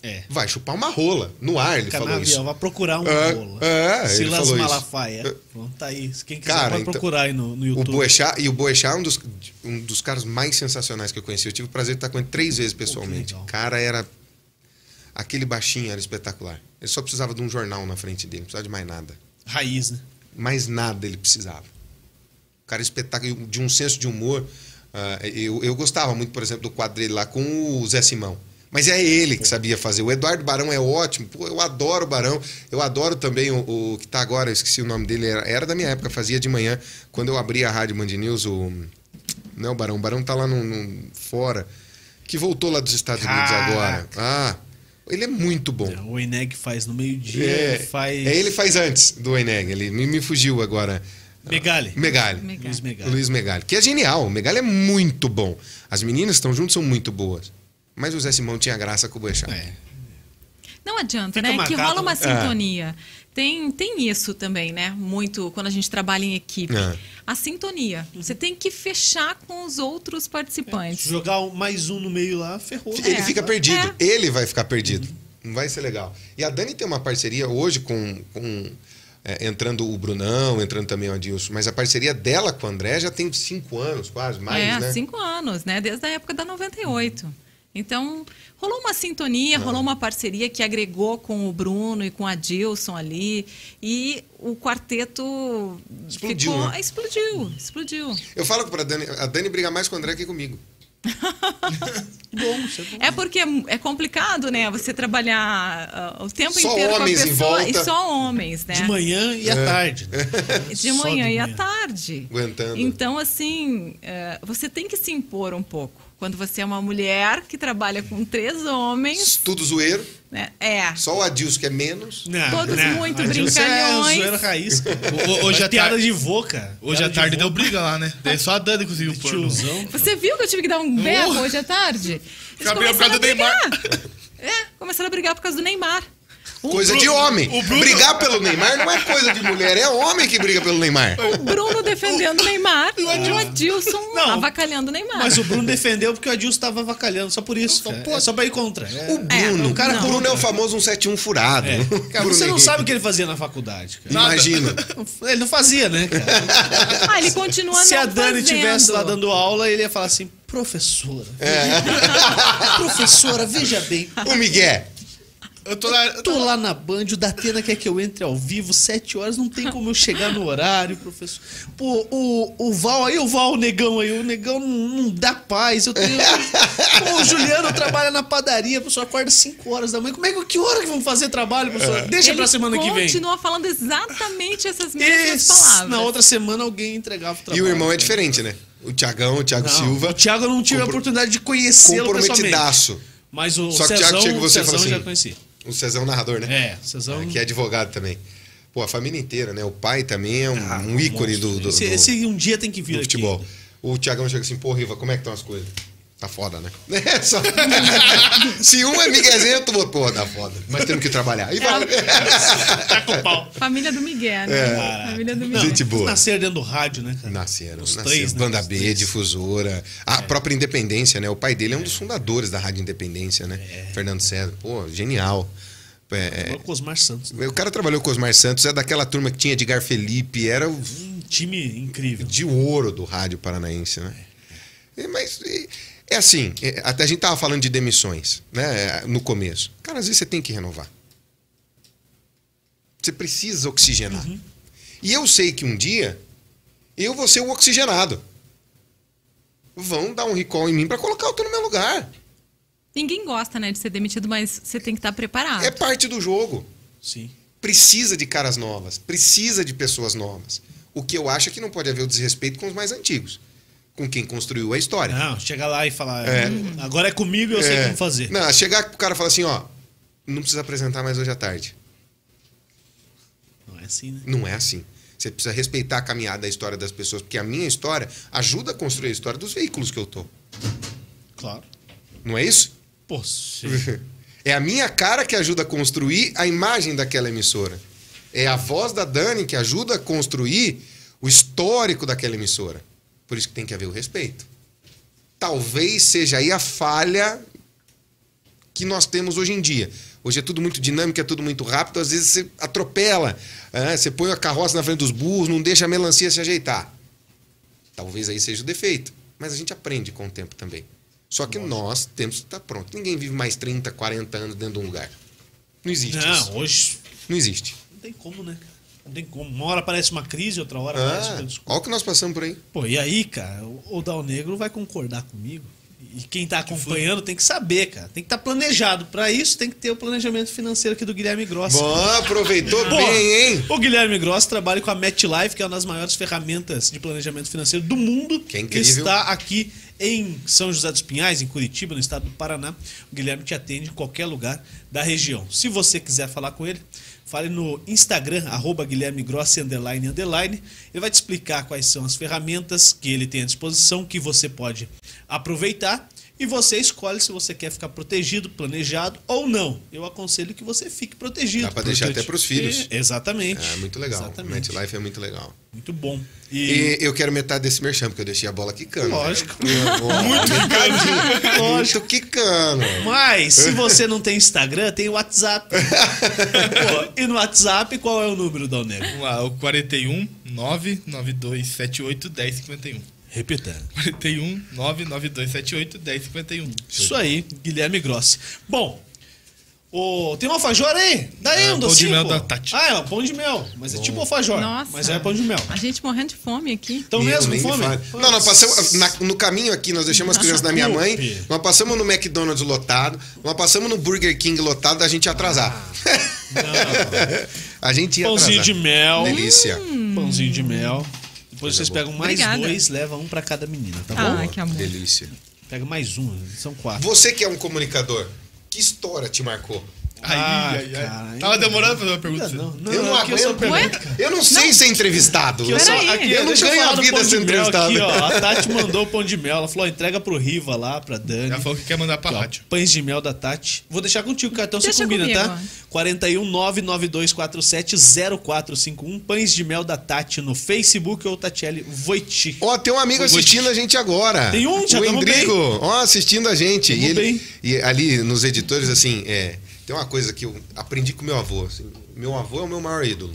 Speaker 1: É.
Speaker 3: Vai chupar uma rola no ar, ele falou isso.
Speaker 1: Canavial, vai procurar um
Speaker 3: É,
Speaker 1: bolo.
Speaker 3: é, ele
Speaker 1: Silas
Speaker 3: falou isso.
Speaker 1: Malafaia.
Speaker 3: É.
Speaker 1: Pronto, Tá aí. Quem quiser
Speaker 3: Cara,
Speaker 1: pode
Speaker 3: então,
Speaker 1: procurar aí no, no
Speaker 3: O
Speaker 1: YouTube.
Speaker 3: Boechat, e o Boechat é um dos, um dos caras mais sensacionais que eu conheci. Eu tive o prazer de estar com ele três vezes pessoalmente.
Speaker 1: legal.
Speaker 3: O cara era. Aquele baixinho era espetacular. Ele só precisava de um jornal na frente dele, não precisava de mais nada.
Speaker 1: Raiz, né?
Speaker 3: Mais nada ele precisava. O cara espetáculo, de um senso de humor. Ah, eu, eu gostava muito, por exemplo, do quadro dele lá com o Zé Simão. Mas é ele que sabia fazer. O Eduardo Barão é ótimo. Pô, eu adoro o Barão. Eu adoro também o, o que tá agora, eu esqueci o nome dele. Era, era da minha época, fazia de manhã. Quando eu abri a Rádio Band News, o. Não é o Barão, o Barão tá lá no, no- fora. Que voltou lá dos Estados Unidos agora. Ah, ele é muito bom.
Speaker 1: O Eneg faz no meio-dia,
Speaker 3: É,
Speaker 1: ele faz.
Speaker 3: é, ele faz antes do Eneg. Ele me, me fugiu agora.
Speaker 1: Megali.
Speaker 3: Megali.
Speaker 4: Megali.
Speaker 1: Luiz Megali.
Speaker 3: Luiz Megali. Que é genial. O Megali é muito bom. As meninas que estão juntas são muito boas. Mas o Zé Simão tinha graça com o Boechat.
Speaker 1: É.
Speaker 4: Não adianta,
Speaker 1: Fica
Speaker 4: né?
Speaker 1: marcado,
Speaker 4: que rola uma
Speaker 1: né?
Speaker 4: sintonia. Tem, tem isso também, né? Muito quando a gente trabalha em equipe.
Speaker 3: É.
Speaker 4: A sintonia. Você tem que fechar com os outros
Speaker 1: Se
Speaker 4: participantes.
Speaker 1: jogar um- mais um no meio lá, ferrou.
Speaker 3: Ele
Speaker 4: É.
Speaker 3: fica perdido. Ele vai ficar perdido. Não vai ser legal. E a Dani tem uma parceria hoje com. com, é, entrando o Brunão, entrando também o Adilson. Mas a parceria dela com o André já tem cinco anos, quase, mais,
Speaker 4: é,
Speaker 3: né?
Speaker 4: cinco anos, né? Desde a época da 98. Então, rolou uma sintonia,
Speaker 3: É.
Speaker 4: rolou uma parceria que agregou com o Bruno e com a Dilson ali. E o quarteto
Speaker 3: Explodiu,
Speaker 4: ficou.
Speaker 3: né?
Speaker 4: Explodiu, explodiu.
Speaker 3: Eu falo pra Dani, a Dani briga mais com o André que comigo.
Speaker 1: Bom, isso é bom.
Speaker 4: É porque é mu- é complicado, né? Você trabalhar ah, o tempo
Speaker 3: Só
Speaker 4: inteiro
Speaker 3: homens
Speaker 4: com
Speaker 3: em
Speaker 4: a pessoa
Speaker 3: volta.
Speaker 4: e só homens, né?
Speaker 1: De manhã e à
Speaker 3: É.
Speaker 1: tarde. né?
Speaker 4: De
Speaker 1: Só
Speaker 4: manhã e à tarde.
Speaker 3: Aguentando.
Speaker 4: Então, assim, eh, você tem que se impor um pouco. Quando você é uma mulher que trabalha com três homens,
Speaker 3: Tudo zoeiro.
Speaker 4: né? É.
Speaker 3: Só o Adilson que é menos.
Speaker 1: Não,
Speaker 4: Todos muito
Speaker 1: Mas isso
Speaker 4: brincalhões.
Speaker 1: É, zoeira raiz.
Speaker 2: O- o-
Speaker 1: Hoje
Speaker 2: hoje
Speaker 1: a
Speaker 2: à
Speaker 1: piada
Speaker 2: tarde-
Speaker 1: de voca.
Speaker 2: Hoje à tarde deu briga lá, né? Daí só a Dani conseguiu pôr. no-
Speaker 1: Tiozão.
Speaker 4: Você viu que eu tive que dar um
Speaker 1: Uhum.
Speaker 4: berro hoje à tarde? Eles
Speaker 2: Gabriel, por
Speaker 4: começaram
Speaker 2: causa
Speaker 4: a
Speaker 2: do Neymar.
Speaker 4: brigar. É, começaram a brigar por causa do Neymar. O
Speaker 3: Coisa de homem.
Speaker 2: o Bruno-
Speaker 3: Brigar pelo Neymar não é coisa de mulher, é homem que briga pelo Neymar.
Speaker 4: Bruno defendendo o Neymar e o Adilson
Speaker 1: Não.
Speaker 4: avacalhando o Neymar.
Speaker 1: Mas o Bruno defendeu porque o Adilson tava avacalhando, só por isso. cara. É só pra ir contra. É.
Speaker 3: O Bruno,
Speaker 4: não,
Speaker 3: o cara
Speaker 4: não.
Speaker 3: o Bruno é o famoso 171 furado.
Speaker 1: É. Cara,
Speaker 3: Bruno
Speaker 1: você não
Speaker 3: Henrique.
Speaker 1: sabe o que ele fazia na faculdade, cara.
Speaker 3: Imagina.
Speaker 1: Ele não fazia, né, cara?
Speaker 4: Ah, ele continua
Speaker 1: Se
Speaker 4: não
Speaker 1: a Dani
Speaker 4: fazendo.
Speaker 1: estivesse lá dando aula, ele ia falar assim, professora. professora, veja bem.
Speaker 3: O Miguel.
Speaker 2: Eu tô lá. eu tô-
Speaker 1: Tô lá na Band, o Datena quer que eu entre ao vivo, sete horas, não tem como eu chegar no horário, professor. Pô, o, o Val aí, o Val, o negão aí, o negão não, não dá paz. Eu tenho. Pô, o Juliano trabalha na padaria, o professor acorda cinco horas da manhã. Como é que, que hora que vamos fazer trabalho, professor? Deixa
Speaker 4: É. Ele
Speaker 1: pra semana que vem.
Speaker 4: continua falando exatamente essas
Speaker 1: E
Speaker 4: mesmas palavras.
Speaker 1: na outra semana alguém entregava o trabalho.
Speaker 3: E o irmão é diferente, né? O Tiagão, o Thiago
Speaker 1: Tá Não,
Speaker 3: Silva.
Speaker 1: O Thiago eu não tive a
Speaker 3: compro-
Speaker 1: oportunidade de conhecê-lo pessoalmente.
Speaker 3: Comprometidaço.
Speaker 1: Mas o
Speaker 3: Só que o
Speaker 1: Cezão,
Speaker 3: Thiago chega em você
Speaker 1: Cezão
Speaker 3: e fala assim.
Speaker 1: já conhecia.
Speaker 3: O Cezão narrador, né?
Speaker 1: É, Cezão.
Speaker 3: Que é advogado também. Pô, a família inteira, né? O pai também é um, um ícone do, do, do,
Speaker 1: Ah, esse, esse um dia tem que vir
Speaker 3: do
Speaker 1: aqui.
Speaker 3: futebol. O Tiagão chega assim, pô, Riva, como é que estão as coisas? Tá foda, né? É, só- Se um é miguezinho, tu outro, pô, tá foda. Mas temos que trabalhar.
Speaker 1: É,
Speaker 3: E vai-
Speaker 1: Tá com o pau.
Speaker 4: Família do Miguel, né?
Speaker 1: É.
Speaker 4: Família do Miguel.
Speaker 3: Gente boa.
Speaker 1: Nasceram dentro do rádio, né, cara?
Speaker 3: Nasceram,
Speaker 1: Os
Speaker 3: nasceram.
Speaker 1: três, né?
Speaker 3: Banda
Speaker 1: Os
Speaker 3: B,
Speaker 1: três. É.
Speaker 3: Difusora. A própria Independência, né? O pai dele é um dos fundadores da Rádio Independência, né?
Speaker 1: É.
Speaker 3: Fernando César. Pô, genial. É,
Speaker 1: Agora com Osmar Santos. né?
Speaker 3: é, o cara trabalhou com Osmar Santos, é daquela turma que tinha Edgar Felipe, era o
Speaker 1: Um time incrível.
Speaker 3: de ouro do rádio paranaense, né? E, mas e, é assim, é, até a gente tava falando de demissões, né? No começo. Cara, às vezes você tem que renovar. Você precisa oxigenar. E eu sei que um dia eu vou ser o oxigenado. um vão dar um recall em mim para colocar outro no meu lugar.
Speaker 4: Ninguém gosta, né, de ser demitido, mas você tem que estar preparado.
Speaker 3: É parte do jogo.
Speaker 1: Sim.
Speaker 3: Precisa de caras novas, precisa de pessoas novas. O que eu acho é que não pode haver o desrespeito com os mais antigos, com quem construiu a história.
Speaker 1: Não, chega lá e falar, "Hum, agora é comigo e eu sei
Speaker 3: É.
Speaker 1: como fazer.
Speaker 3: Não, chegar pro cara e falar assim, ó, não precisa apresentar mais hoje à tarde.
Speaker 1: Não é assim, né?
Speaker 3: Não é assim. Você precisa respeitar a caminhada da história das pessoas, porque a minha história ajuda a construir a história dos veículos que eu tô.
Speaker 1: Claro.
Speaker 3: Não é isso?
Speaker 1: Pô, sim.
Speaker 3: É a minha cara que ajuda a construir a imagem daquela emissora. É a voz da Dani que ajuda a construir o histórico daquela emissora. Por isso que tem que haver o respeito. Talvez seja aí a falha que nós temos hoje em dia. Hoje é tudo muito dinâmico, é tudo muito rápido, às vezes você atropela, né? você põe a carroça na frente dos burros, não deixa a melancia se ajeitar. Talvez aí seja o defeito. Mas a gente aprende com o tempo também. Só que nós temos que estar pronto. Ninguém vive mais 30, 40 anos dentro de um lugar. Não existe isso.
Speaker 1: Não, hoje
Speaker 3: Não existe.
Speaker 1: não tem como, né? cara? Não tem como. Uma hora aparece uma crise, outra hora aparece
Speaker 3: Ah,
Speaker 1: outra desculpa.
Speaker 3: olha o que nós passamos por aí.
Speaker 1: Pô, e aí, cara, o o Dal Negro vai concordar comigo. E quem tá acompanhando tem que saber, cara. Tem que estar planejado. Pra isso tem que ter o planejamento financeiro aqui do Guilherme Gross.
Speaker 3: Bom, aproveitou
Speaker 1: Pô,
Speaker 3: bem, hein?
Speaker 1: O Guilherme Gross trabalha com a MetLife, que é uma das maiores ferramentas de planejamento financeiro do mundo.
Speaker 3: Que é incrível.
Speaker 1: está aqui em São José dos Pinhais, em Curitiba, no estado do Paraná. O Guilherme te atende em qualquer lugar da região. Se você quiser falar com ele, fale no Instagram, arroba Guilherme Gross, underline, underline. Ele vai te explicar quais são as ferramentas que ele tem à disposição, que você pode aproveitar. E você escolhe se você quer ficar protegido, planejado ou não. Eu aconselho que você fique protegido.
Speaker 3: Dá pra deixar
Speaker 1: Prote-
Speaker 3: até pros filhos.
Speaker 1: É, Exatamente.
Speaker 3: É muito legal.
Speaker 1: Exatamente.
Speaker 3: MetLife é muito legal.
Speaker 1: Muito bom.
Speaker 3: E
Speaker 1: E,
Speaker 3: eu quero metade desse merchan, porque eu deixei a bola quicando. né?
Speaker 1: Lógico.
Speaker 3: Muito quicando.
Speaker 1: Lógico.
Speaker 3: Muito quicando.
Speaker 1: Mas, se você não tem Instagram, tem o WhatsApp. Pô, e no WhatsApp, qual é o número, Dalnego?
Speaker 2: Vamos lá, o 41 99278 1051.
Speaker 1: Repita.
Speaker 2: 41 99278 1051.
Speaker 1: Isso aí, Guilherme Grossi. Bom, o... tem um alfajor aí? Dá aí
Speaker 3: Ah,
Speaker 2: É,
Speaker 1: um
Speaker 2: pão de
Speaker 1: docinho.
Speaker 2: mel
Speaker 1: pô.
Speaker 2: da Tati.
Speaker 1: Ah, é um pão de mel. Mas é tipo alfajor.
Speaker 4: Nossa.
Speaker 1: Mas é pão de mel.
Speaker 4: A gente morrendo de fome aqui.
Speaker 1: Então mesmo,
Speaker 3: Nem me
Speaker 1: fome?
Speaker 3: fale. Não, nós passamos. na- no caminho aqui, nós deixamos as crianças da minha mãe,
Speaker 1: Desculpe.
Speaker 3: nós passamos no McDonald's lotado, nós passamos no Burger King lotado da gente ia atrasar. a gente ia
Speaker 1: Ah, Pãozinho de
Speaker 3: atrasar.
Speaker 1: mel. Hum.
Speaker 3: Delícia.
Speaker 1: Pãozinho de mel. Depois vocês
Speaker 3: Hum. boa.
Speaker 1: pegam mais
Speaker 4: Obrigada.
Speaker 1: dois, leva um pra cada menina, tá bom?
Speaker 4: Ah, que amor.
Speaker 3: Delícia.
Speaker 1: Pega mais um, são quatro.
Speaker 3: Você que é um comunicador, que história te marcou?
Speaker 2: Ai,
Speaker 1: Ah,
Speaker 2: ai, ai.
Speaker 1: cara,
Speaker 2: Tava
Speaker 1: ainda
Speaker 2: demorando pra fazer uma pergunta.
Speaker 1: Não,
Speaker 2: você.
Speaker 1: não,
Speaker 3: eu não
Speaker 1: aqui eu sou
Speaker 3: aguento.
Speaker 1: pergunta.
Speaker 3: Eu não sei ser entrevistado.
Speaker 1: Aqui eu sou-
Speaker 4: Peraí.
Speaker 1: aqui,
Speaker 3: eu não
Speaker 1: deixa
Speaker 3: ganho
Speaker 1: falar
Speaker 3: a
Speaker 1: do
Speaker 3: vida
Speaker 1: pão de
Speaker 3: sendo
Speaker 1: mel
Speaker 3: entrevistado.
Speaker 1: Aqui, ó, a Tati mandou o pão de mel. Ela falou: entrega pro Riva lá, pra Dani.
Speaker 2: Ela falou que quer mandar pra
Speaker 1: Aqui, ó,
Speaker 2: rádio.
Speaker 1: Pães de mel da Tati. Vou deixar contigo, cartão, você
Speaker 4: Deixa
Speaker 1: combina,
Speaker 4: comigo.
Speaker 1: tá? 41992470451. Pães de mel da Tati no Facebook ou Tatiele Voiti.
Speaker 3: Ó, tem um amigo assistindo a gente agora.
Speaker 1: Tem um? Já
Speaker 3: O
Speaker 1: tamo
Speaker 3: Endrigo, ó, assistindo a gente.
Speaker 1: Tamo
Speaker 3: E, ele-
Speaker 1: bem.
Speaker 3: e ali nos editores, assim, é, tem uma coisa que eu aprendi com meu avô. assim, meu avô é o meu maior ídolo.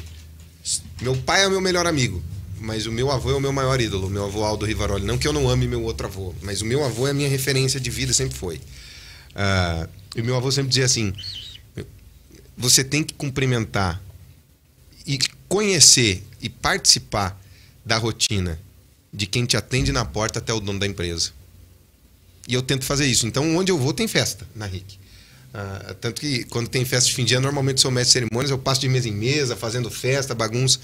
Speaker 3: Meu pai é o meu melhor amigo. Mas o meu avô é o meu maior ídolo, meu avô Aldo Rivaroli. Não que eu não ame meu outro avô, mas o meu avô é a minha referência de vida, sempre foi. Ah, e meu avô sempre dizia assim: você tem que cumprimentar e conhecer e participar da rotina de quem te atende na porta até o dono da empresa. E eu tento fazer isso. Então, onde eu vou, tem festa na RIC. Ah, tanto que, quando tem festa de fim de ano, normalmente sou mestre de cerimônias, eu passo de mesa em mesa, fazendo festa, bagunça.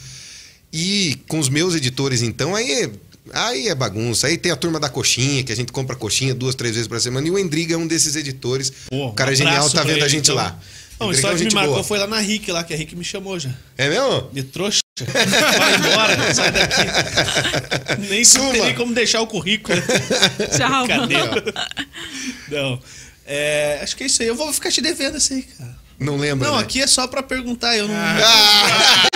Speaker 3: E com os meus editores, então, aí é, aí é bagunça. Aí tem a turma da coxinha, que a gente compra coxinha duas, três vezes por semana. E o Endriga é um desses editores.
Speaker 1: Pô,
Speaker 3: o cara
Speaker 1: um
Speaker 3: genial
Speaker 1: abraço
Speaker 3: tá
Speaker 1: pra
Speaker 3: vendo a
Speaker 1: ele,
Speaker 3: gente
Speaker 1: então.
Speaker 3: lá.
Speaker 1: Não, a
Speaker 3: Endriga é
Speaker 1: história que
Speaker 3: gente
Speaker 1: me marcou
Speaker 3: boa.
Speaker 1: foi lá na Rick, lá, que a Rick me chamou já.
Speaker 3: É mesmo?
Speaker 1: Me trouxa. Vai embora, sai daqui. Nem
Speaker 3: Suma.
Speaker 1: teria como deixar o currículo.
Speaker 4: Tchau.
Speaker 1: Brincadeira. Não. É, acho que é isso aí. Eu vou ficar te devendo isso aí, cara.
Speaker 3: Não lembro.
Speaker 1: Não,
Speaker 3: né?
Speaker 1: aqui é só pra perguntar. Eu não.
Speaker 3: Ah,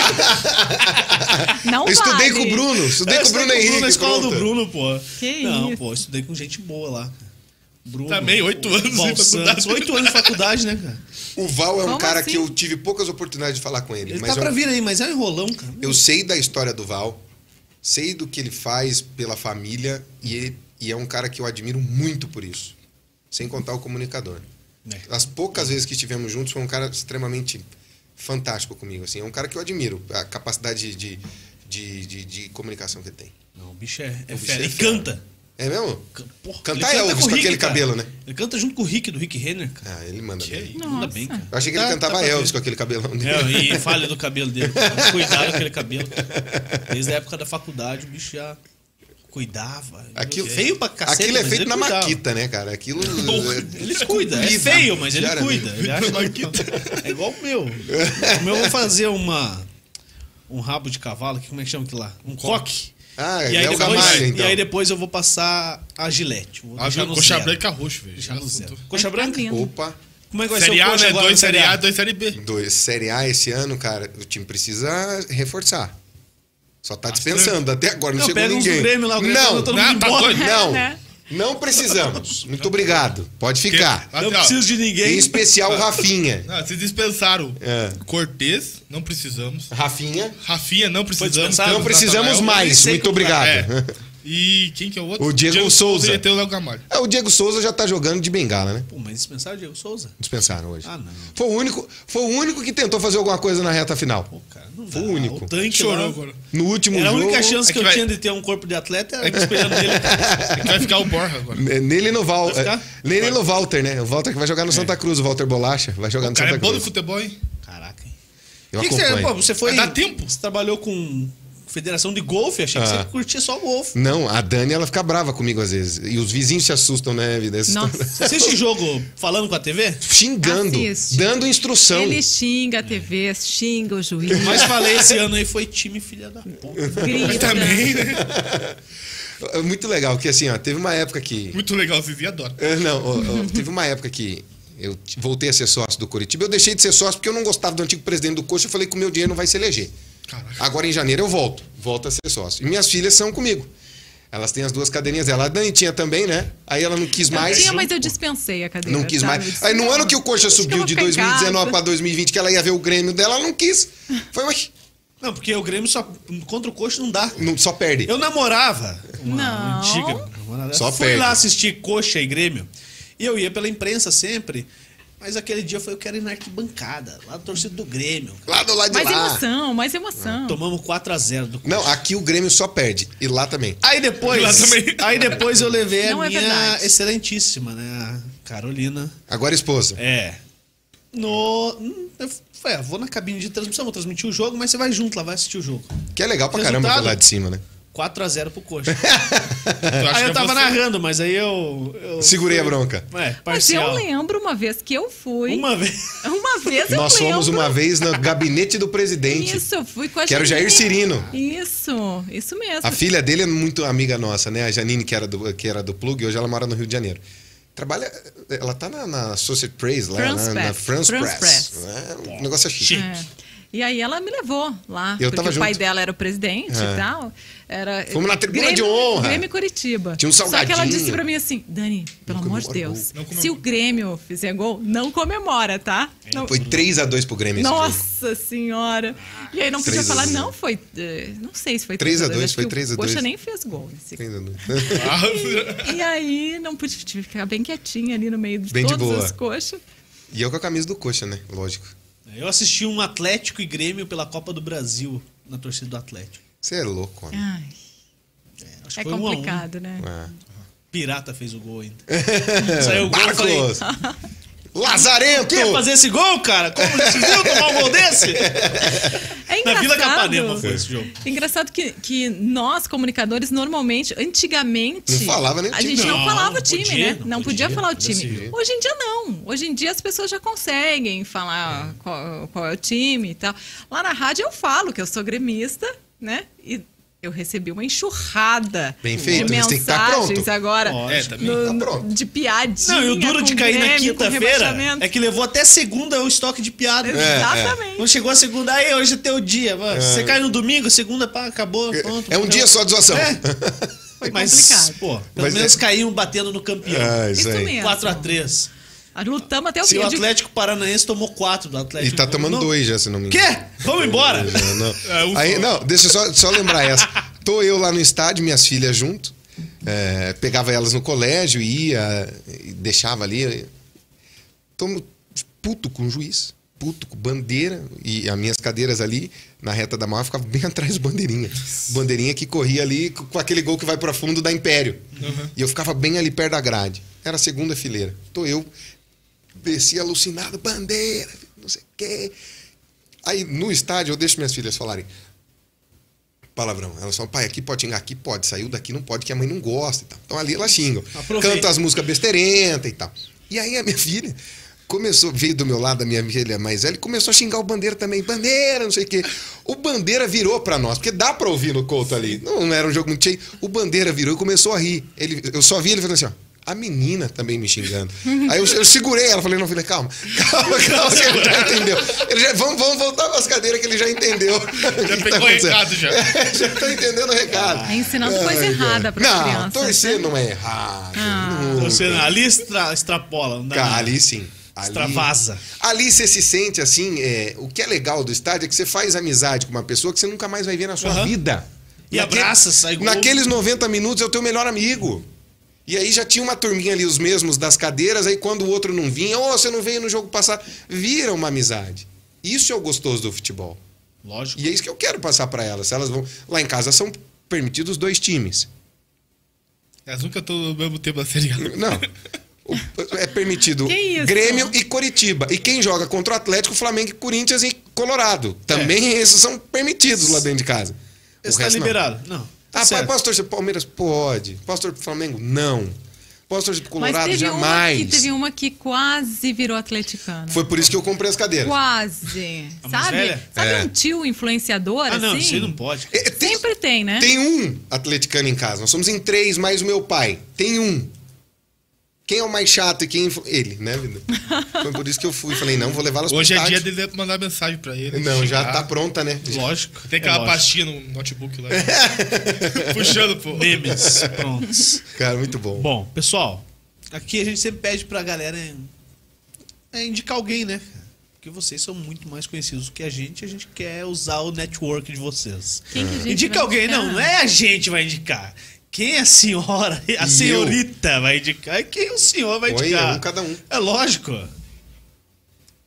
Speaker 4: Não
Speaker 3: eu estudei
Speaker 4: vale.
Speaker 3: com o Bruno, estudei
Speaker 1: Eu
Speaker 3: com o Bruno
Speaker 1: estudei
Speaker 3: Henrique.
Speaker 1: na escola
Speaker 3: pronto.
Speaker 1: do Bruno, pô.
Speaker 4: Que
Speaker 1: não,
Speaker 4: isso.
Speaker 1: pô, eu estudei com gente boa lá. Bruno,
Speaker 2: Também, oito
Speaker 1: o
Speaker 2: anos de
Speaker 1: Val
Speaker 2: faculdade.
Speaker 1: Santos. Oito anos de faculdade, né, cara?
Speaker 3: O Val é um
Speaker 4: Como
Speaker 3: cara
Speaker 4: assim?
Speaker 3: que eu tive poucas oportunidades de falar com ele.
Speaker 1: Ele
Speaker 3: mas
Speaker 1: tá
Speaker 3: é um-
Speaker 1: pra vir aí, mas é um enrolão, cara.
Speaker 3: eu sei da história do Val, sei do que ele faz pela família e, ele- e é um cara que eu admiro muito por isso. Sem contar o comunicador.
Speaker 1: É.
Speaker 3: As poucas vezes que estivemos juntos, foi um cara extremamente fantástico comigo. Assim. É um cara que eu admiro, a capacidade de, de, de, de comunicação que ele tem.
Speaker 1: Não, o bicho é, é
Speaker 3: O bicho
Speaker 1: fera.
Speaker 3: é
Speaker 1: E
Speaker 3: fera.
Speaker 1: canta.
Speaker 3: É mesmo?
Speaker 1: Porra,
Speaker 3: Cantar
Speaker 1: ele
Speaker 3: é
Speaker 1: canta
Speaker 3: Elvis
Speaker 1: o
Speaker 3: com
Speaker 1: Rick,
Speaker 3: aquele
Speaker 1: cara.
Speaker 3: cabelo, né?
Speaker 1: Ele canta junto com o Rick, do Rick Renner, cara.
Speaker 3: Ah, ele manda
Speaker 1: Que
Speaker 3: bem.
Speaker 1: aí, manda bem,
Speaker 4: Nossa.
Speaker 1: cara.
Speaker 3: Eu achei que ele
Speaker 1: Tá-
Speaker 3: cantava
Speaker 1: tá pra
Speaker 3: Elvis
Speaker 1: ver.
Speaker 3: com aquele cabelão dele.
Speaker 1: É, e falha do cabelo dele. cara. Cuidado com aquele cabelo. cara. Desde a época da faculdade, o bicho já cuidava.
Speaker 3: Aquilo-
Speaker 1: feio pra cacete.
Speaker 3: Aquilo é
Speaker 1: mas
Speaker 3: feito
Speaker 1: ele
Speaker 3: na
Speaker 1: cuidava.
Speaker 3: maquita, né, cara? Aquilo.
Speaker 1: Porra, Ele cuida. É
Speaker 3: lida,
Speaker 1: feio, mas ele
Speaker 3: diariamente.
Speaker 1: cuida. Ele acha... É igual o meu. O meu eu vou fazer uma... Um rabo de cavalo, que como é que chama aquilo lá? Um coque.
Speaker 3: Ah,
Speaker 1: e, aí
Speaker 3: é o
Speaker 1: depois,
Speaker 3: Gamalho, então.
Speaker 1: e aí depois eu vou passar a gilete. Vou
Speaker 2: Ah,
Speaker 1: deixar
Speaker 2: viu?
Speaker 1: no
Speaker 2: Coxa
Speaker 1: zero.
Speaker 2: branca tá roxo, velho.
Speaker 1: Deixar no zero.
Speaker 2: Assunto.
Speaker 1: Coxa
Speaker 4: Vai ficar
Speaker 1: branca?
Speaker 4: lindo.
Speaker 3: Opa.
Speaker 1: Como é que vai
Speaker 2: Série
Speaker 1: ser o
Speaker 2: A,
Speaker 1: coxa
Speaker 2: né?
Speaker 1: agora?
Speaker 2: Dois
Speaker 1: na
Speaker 2: Série A, dois Série B.
Speaker 3: Dois, Série A esse ano, cara, o time precisa reforçar. Só tá dispensando. Até agora não,
Speaker 1: Não,
Speaker 3: chegou
Speaker 1: pega uns do
Speaker 3: ninguém.
Speaker 1: Grêmio lá, o Grêmio
Speaker 3: não,
Speaker 1: mandou todo
Speaker 2: não,
Speaker 1: mundo
Speaker 2: tá
Speaker 1: embora.
Speaker 2: doido.
Speaker 3: não.
Speaker 4: Né?
Speaker 3: Não precisamos. Muito obrigado. Pode ficar.
Speaker 2: Porque-
Speaker 1: Não
Speaker 2: Até, ó,
Speaker 1: preciso de ninguém.
Speaker 3: Em especial o Rafinha.
Speaker 2: Não, vocês dispensaram
Speaker 3: É.
Speaker 2: Cortez, não precisamos.
Speaker 3: Rafinha,
Speaker 2: Rafinha, não precisamos.
Speaker 1: dispensado?
Speaker 2: Temos
Speaker 3: não precisamos
Speaker 2: Natanael.
Speaker 1: nem
Speaker 3: mais.
Speaker 1: sei
Speaker 3: Muito
Speaker 1: como-
Speaker 3: obrigado.
Speaker 2: É. E quem que é o outro?
Speaker 3: O Diego Souza.
Speaker 2: E tem o Léo Gamalho.
Speaker 3: É, o Diego Souza já tá jogando de bengala, né?
Speaker 1: Pô, mas dispensaram o Diego Souza?
Speaker 3: Dispensaram hoje.
Speaker 1: Ah, não.
Speaker 3: Foi o único, foi o único que tentou fazer alguma coisa na reta final.
Speaker 1: Pô, cara, não
Speaker 3: Foi
Speaker 1: dá.
Speaker 3: o único.
Speaker 1: O tanque
Speaker 2: Chorou
Speaker 1: lá-
Speaker 2: agora.
Speaker 3: No último
Speaker 1: Era a
Speaker 3: jogo.
Speaker 1: única chance que,
Speaker 2: É que
Speaker 1: eu
Speaker 2: vai-
Speaker 1: tinha de ter um corpo de atleta, era esperando ele.
Speaker 2: É que vai ficar o Borja agora.
Speaker 3: N- é, Nele no, Val,
Speaker 1: Vai É. ficar?
Speaker 3: é, nele no Walter, né? O Walter que vai jogar no Santa Cruz, o Walter Bolacha vai jogar
Speaker 2: O
Speaker 3: no
Speaker 2: cara
Speaker 3: Santa
Speaker 1: tá
Speaker 2: é bom no
Speaker 3: Cruz.
Speaker 2: futebol, hein?
Speaker 1: Caraca, hein?
Speaker 3: Eu
Speaker 1: que que você, é,
Speaker 3: acompanho.
Speaker 1: pô, você foi.
Speaker 2: Mas dá tempo.
Speaker 1: Você trabalhou com federação de golfe, achei que
Speaker 3: Ah.
Speaker 1: você curtia só golfe.
Speaker 3: Não, a Dani ela fica brava comigo às vezes. E os vizinhos se assustam, né, vida? Assustam.
Speaker 4: Nossa.
Speaker 1: Você assiste jogo falando com a TV?
Speaker 3: Xingando,
Speaker 4: Assiste.
Speaker 3: dando instrução.
Speaker 4: Ele xinga a TV, xinga o juiz.
Speaker 1: Mas falei esse ano aí foi time filha da puta.
Speaker 4: grita.
Speaker 2: Também, né?
Speaker 3: É muito legal, que assim, ó, teve uma época que.
Speaker 2: Muito legal, vocês adoram.
Speaker 3: É, Não, ó, ó, teve uma época que eu t- voltei a ser sócio do Curitiba. Eu deixei de ser sócio porque eu não gostava do antigo presidente do Coxa. Eu falei que o meu dinheiro não vai se eleger.
Speaker 2: Caraca.
Speaker 3: Agora em janeiro eu volto, volto a ser sócio. E minhas filhas são comigo. Elas têm as duas cadeirinhas dela. A Dani tinha também, né? Aí ela não quis mais.
Speaker 4: Tinha, mas eu dispensei a cadeira.
Speaker 3: Não quis
Speaker 4: sabe? Eu
Speaker 3: mais.
Speaker 4: disse,
Speaker 3: Aí no
Speaker 4: "Não,
Speaker 3: ano que o Coxa
Speaker 4: acho que eu
Speaker 3: subiu
Speaker 4: vou
Speaker 3: de
Speaker 4: ficar em
Speaker 3: 2019
Speaker 4: casa."
Speaker 3: pra 2020, que ela ia ver o Grêmio dela, ela não quis. Foi, ué,
Speaker 1: Não, porque o Grêmio só. Contra o coxa não dá.
Speaker 3: não, só perde.
Speaker 1: Eu namorava uma
Speaker 4: Não.
Speaker 1: antiga. namorada.
Speaker 3: Só
Speaker 1: fui
Speaker 3: perde.
Speaker 1: lá assistir Coxa e Grêmio. E eu ia pela imprensa sempre. Mas aquele dia eu falei, eu quero ir na arquibancada, lá do torcida do Grêmio.
Speaker 3: Lá do lado de
Speaker 4: Mais
Speaker 3: lá.
Speaker 4: emoção, mais emoção.
Speaker 1: Tomamos 4x0 do
Speaker 3: Não, aqui o Grêmio só perde. E lá também.
Speaker 1: Aí
Speaker 2: Lá
Speaker 1: depois,
Speaker 2: também.
Speaker 1: aí depois eu levei
Speaker 4: Não
Speaker 1: a
Speaker 4: é
Speaker 1: minha
Speaker 4: verdade.
Speaker 1: excelentíssima, né? A Carolina.
Speaker 3: Agora esposa.
Speaker 1: É. No. hum, Eu falei, ah, vou na cabine de transmissão, vou transmitir o jogo, mas você vai junto lá, vai assistir o jogo.
Speaker 3: Que é legal pra
Speaker 1: Resultado?
Speaker 3: caramba ver lá de cima, né?
Speaker 1: 4x0 pro Coxa.
Speaker 2: Eu acho
Speaker 1: aí
Speaker 2: que
Speaker 1: Ah, eu
Speaker 2: é
Speaker 1: tava
Speaker 2: você.
Speaker 1: narrando, mas aí eu. eu
Speaker 3: Segurei a bronca.
Speaker 1: É,
Speaker 4: Mas eu
Speaker 1: parcial.
Speaker 4: lembro uma vez que eu fui. Uma,
Speaker 1: Uma vez.
Speaker 4: vez eu
Speaker 3: Nós
Speaker 4: lembro.
Speaker 3: fomos uma vez no gabinete do presidente.
Speaker 4: Isso, eu fui com a
Speaker 3: Que era o Jair
Speaker 4: Janine.
Speaker 3: Cirino.
Speaker 4: Isso, isso mesmo.
Speaker 3: A filha dele é muito amiga nossa, né? A Janine, que era do, que era do Plug, hoje ela mora no Rio de Janeiro. Trabalha. Ela tá na, na Associated Press lá,
Speaker 4: France
Speaker 3: na, na
Speaker 4: Press.
Speaker 3: France,
Speaker 4: France
Speaker 3: Press.
Speaker 4: Press.
Speaker 3: né? Um negócio chique.
Speaker 1: Chique.
Speaker 4: É. E aí ela me levou lá,
Speaker 3: Eu
Speaker 4: porque
Speaker 3: tava
Speaker 4: o pai
Speaker 3: junto.
Speaker 4: dela era o presidente
Speaker 3: É.
Speaker 4: e tal. Era
Speaker 3: Fomos na tribuna
Speaker 4: Grêmio,
Speaker 3: de honra.
Speaker 4: Grêmio e Curitiba.
Speaker 3: Tinha um
Speaker 4: Só que ela
Speaker 3: salgadinho.
Speaker 4: disse pra mim assim, Dani, pelo amor de
Speaker 3: comemora É,
Speaker 4: Deus,
Speaker 2: gol. Não comemora.
Speaker 4: se o Grêmio fizer gol, não comemora, tá? Não-
Speaker 3: Foi 3x2 pro Grêmio esse jogo.
Speaker 4: Nossa senhora! E aí não podia
Speaker 3: 3 a 2.
Speaker 4: falar, não foi. eh, Não sei se foi
Speaker 3: 3 a
Speaker 4: 3x2,
Speaker 3: 2,
Speaker 4: acho
Speaker 3: foi
Speaker 4: que o
Speaker 3: 3 a 2.
Speaker 4: Poxa, nem fez gol. nesse
Speaker 2: Ah,
Speaker 4: E aí não pude tive que ficar bem quietinha ali no meio de
Speaker 3: Bem de
Speaker 4: todas
Speaker 3: boa.
Speaker 4: as coxas.
Speaker 3: E eu com a camisa do coxa, né? Lógico.
Speaker 1: Eu assisti um Atlético e Grêmio pela Copa do Brasil na torcida do Atlético.
Speaker 3: Você é louco, homem.
Speaker 4: Ai,
Speaker 1: Acho que
Speaker 4: é
Speaker 1: foi um a um.
Speaker 4: complicado, né?
Speaker 3: Ah.
Speaker 1: Pirata fez o gol ainda. Saiu o gol, eu falei,
Speaker 3: Marcos! É. Lazarento!
Speaker 1: quer fazer esse gol, cara? Como você viu tomar um gol desse?
Speaker 4: É
Speaker 1: Na tá
Speaker 4: engraçado.
Speaker 1: Vila Capanema foi esse jogo.
Speaker 4: Engraçado que, que nós, comunicadores, normalmente, antigamente.
Speaker 3: Não falava nem o
Speaker 4: A
Speaker 3: time.
Speaker 4: gente não,
Speaker 1: Não,
Speaker 4: falava
Speaker 1: não
Speaker 4: o time,
Speaker 1: podia,
Speaker 4: né?
Speaker 1: não
Speaker 4: Não, podia,
Speaker 1: podia,
Speaker 4: falar o
Speaker 1: não podia
Speaker 4: time.
Speaker 1: ser.
Speaker 4: Hoje em dia, não. Hoje em dia, as pessoas já conseguem falar qual, qual é o time e tal. Lá na rádio, eu falo que eu sou gremista, né? E eu recebi uma enxurrada
Speaker 3: Bem
Speaker 4: de
Speaker 3: feito, mas tem que estar
Speaker 4: mensagens
Speaker 3: pronto.
Speaker 4: agora.
Speaker 1: Lógico.
Speaker 2: É, também
Speaker 4: no-
Speaker 3: tá
Speaker 4: no-
Speaker 3: pronto.
Speaker 4: de piadinha.
Speaker 1: Não, e o duro
Speaker 4: é com
Speaker 1: de cair na
Speaker 4: Grêmio, com
Speaker 1: quinta-feira
Speaker 4: rebaixamento. É.
Speaker 1: é que levou até segunda o estoque de piada.
Speaker 4: Exatamente.
Speaker 3: é.
Speaker 1: Não chegou a segunda, aí hoje é teu dia. mano. Você cai no domingo, segunda, pá, acabou, pronto.
Speaker 3: É um dia só de zoação.
Speaker 1: É.
Speaker 4: Foi
Speaker 1: Mas,
Speaker 4: complicado.
Speaker 1: pô, pelo
Speaker 3: Mas
Speaker 1: menos
Speaker 3: é-
Speaker 1: caíam batendo no campeão.
Speaker 3: Ah, isso
Speaker 4: Isso
Speaker 3: aí.
Speaker 4: mesmo.
Speaker 1: 4x3.
Speaker 4: Lutamos até o
Speaker 1: Se
Speaker 4: fim.
Speaker 1: o
Speaker 4: Eu digo,
Speaker 1: Atlético Paranaense tomou 4 do
Speaker 3: E
Speaker 1: Atlético.
Speaker 3: tá tomando
Speaker 1: Não-
Speaker 3: dois já, se não me engano.
Speaker 1: Quê? Vamos embora.
Speaker 3: Não,
Speaker 2: É,
Speaker 3: não.
Speaker 2: um
Speaker 3: Aí,
Speaker 2: só.
Speaker 3: não, deixa eu só, só lembrar essa. Tô eu lá no estádio, minhas filhas junto. é, pegava elas no colégio e ia, e deixava ali. Tô puto com o juiz. puto com bandeira e as minhas cadeiras ali na reta da maior ficava bem atrás do bandeirinha. Bandeirinha que corria ali com com aquele gol que vai para fundo da Império. E eu ficava bem ali perto da grade. Era a segunda fileira. Então eu desci alucinado, bandeira, não sei o quê. Aí no estádio eu deixo minhas filhas falarem palavrão. Elas falam, pai, aqui pode xingar, aqui pode, saiu daqui não pode, que a mãe não gosta e tal. Então ali elas xingam.
Speaker 1: Aproveita.
Speaker 3: Canta as músicas besteirentas e tal. E aí a minha filha começou, veio do meu lado, a minha filha mais velha, e começou a xingar o Bandeira também. Bandeira, não sei o quê. O Bandeira virou pra nós, porque dá pra ouvir no Couto ali. Não, não era um jogo muito cheio. O Bandeira virou e começou a rir. Ele, eu só vi ele falando assim, ó. A menina também me xingando. Aí eu, eu segurei ela, falei, não, filha, calma, calma, calma, que ele já entendeu. Ele já, vamos, vamos voltar pras cadeiras que tá ele já entendeu. Já
Speaker 2: pegou o recado, já.
Speaker 3: já tá entendendo o recado.
Speaker 4: É ensinando coisa
Speaker 3: Ai, cara.
Speaker 4: errada pras
Speaker 3: não,
Speaker 4: crianças,
Speaker 3: Torcer
Speaker 4: né? Ah.
Speaker 3: não é errado. Não,
Speaker 1: Você, ali extra, extrapola, não dá
Speaker 3: Cara,
Speaker 1: é nada.
Speaker 3: ali sim. Ali,
Speaker 1: Extravasa.
Speaker 3: Ali você se sente assim. é, o que é legal do estádio é que você faz amizade com uma pessoa que você nunca mais vai ver na sua
Speaker 1: Aham.
Speaker 3: vida.
Speaker 1: E abraça, sai gol.
Speaker 3: Naqueles 90 minutos é o teu melhor amigo. E aí já tinha uma turminha ali, os mesmos das cadeiras, aí quando o outro não vinha, ô, você não veio no jogo passado. Vira uma amizade. Isso é o gostoso do futebol.
Speaker 1: Lógico.
Speaker 3: E é isso que eu quero passar pra elas. Elas vão. Lá em casa são permitidos dois times.
Speaker 2: Elas nunca estão no mesmo tempo da Série A.
Speaker 3: Não. O- É permitido
Speaker 4: Que isso?
Speaker 3: Grêmio e Coritiba. E quem joga contra o Atlético, Flamengo, Corinthians e Colorado. Também esses são permitidos lá dentro de casa. O
Speaker 1: Está
Speaker 3: resto não.
Speaker 1: É. tá liberado. Não. tá
Speaker 3: Ah, pai,
Speaker 1: certo.
Speaker 3: posso torcer pro Palmeiras? Pode. Posso torcer pro Flamengo? Não. Posso torcer pro Colorado?
Speaker 4: Mas teve
Speaker 3: um Jamais.
Speaker 4: uma, que, teve um uma que quase virou atleticana.
Speaker 3: Foi por isso que eu comprei as cadeiras.
Speaker 4: Quase.
Speaker 1: A mais
Speaker 4: sabe?
Speaker 1: velha?
Speaker 4: Sabe
Speaker 3: É.
Speaker 4: um tio influenciador
Speaker 1: Ah, não,
Speaker 4: assim?
Speaker 1: isso aí não pode.
Speaker 3: É, tem-
Speaker 4: Sempre tem, né?
Speaker 3: Tem um atleticano em casa. Nós somos em três, mais o meu pai. Tem um. Quem é o mais chato e quem... influ- Ele, né, vida? Foi por isso que eu fui. Falei, não, vou levá-las pro
Speaker 2: Hoje é
Speaker 3: estádio.
Speaker 2: dia dele mandar mensagem pra ele.
Speaker 3: Não, já
Speaker 2: xingar.
Speaker 3: tá pronta, né?
Speaker 1: Ah. Lógico.
Speaker 2: Tem aquela
Speaker 1: é lógico.
Speaker 2: pastinha no notebook lá. Puxando, pô.
Speaker 1: Memes. Prontos.
Speaker 3: Cara, muito bom.
Speaker 1: Bom, pessoal, aqui a gente sempre pede pra galera é, é indicar alguém, né? cara? Porque vocês são muito mais conhecidos do que a gente, a gente quer usar o network de vocês.
Speaker 4: Quem que a gente
Speaker 1: Indica
Speaker 4: vai
Speaker 1: alguém,
Speaker 4: indicar?
Speaker 1: não, não é a gente vai indicar. Quem é a senhora, a
Speaker 3: eu?
Speaker 1: senhorita vai indicar e quem o senhor vai
Speaker 3: Olha,
Speaker 1: indicar.
Speaker 3: um cada um.
Speaker 1: É lógico.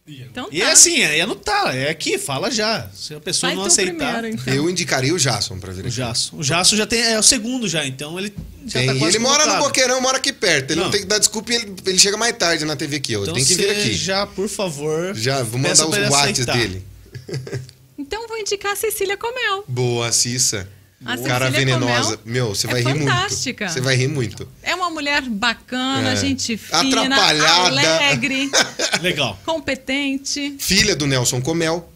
Speaker 4: Então tá.
Speaker 1: E é assim, é anotar, é aqui, fala já. Se a pessoa
Speaker 4: Vai
Speaker 1: não
Speaker 4: tu
Speaker 1: aceitar.
Speaker 4: primeiro, então.
Speaker 3: Eu indicaria o Jason pra vir
Speaker 1: O
Speaker 3: aqui.
Speaker 1: Jasso. O Jasso já tem, é o segundo já, então ele já
Speaker 3: Tem,
Speaker 1: tá
Speaker 3: e
Speaker 1: quase
Speaker 3: ele mora no
Speaker 1: colocado.
Speaker 3: Boqueirão, mora aqui perto. Ele não,
Speaker 1: Não.
Speaker 3: tem que dar desculpa e ele, ele chega mais tarde na TV aqui. Ó.
Speaker 1: Então
Speaker 3: tem que vir
Speaker 1: você
Speaker 3: aqui. Já,
Speaker 1: já, por favor.
Speaker 3: vou
Speaker 1: peça
Speaker 3: mandar
Speaker 1: pra ele
Speaker 3: os watts
Speaker 1: aceitar.
Speaker 3: dele.
Speaker 4: Então vou indicar a Cecília Comel.
Speaker 3: Boa, Cissa.
Speaker 4: A Cecília
Speaker 3: Cara venenosa.
Speaker 4: Comel
Speaker 3: Meu, você
Speaker 4: é
Speaker 3: vai rir
Speaker 4: fantástica.
Speaker 3: muito. Você vai rir muito.
Speaker 4: É uma mulher bacana,
Speaker 3: É.
Speaker 4: gente fina,
Speaker 3: Atrapalhada.
Speaker 4: alegre,
Speaker 1: Legal.
Speaker 4: competente.
Speaker 3: Filha do Nelson Comel,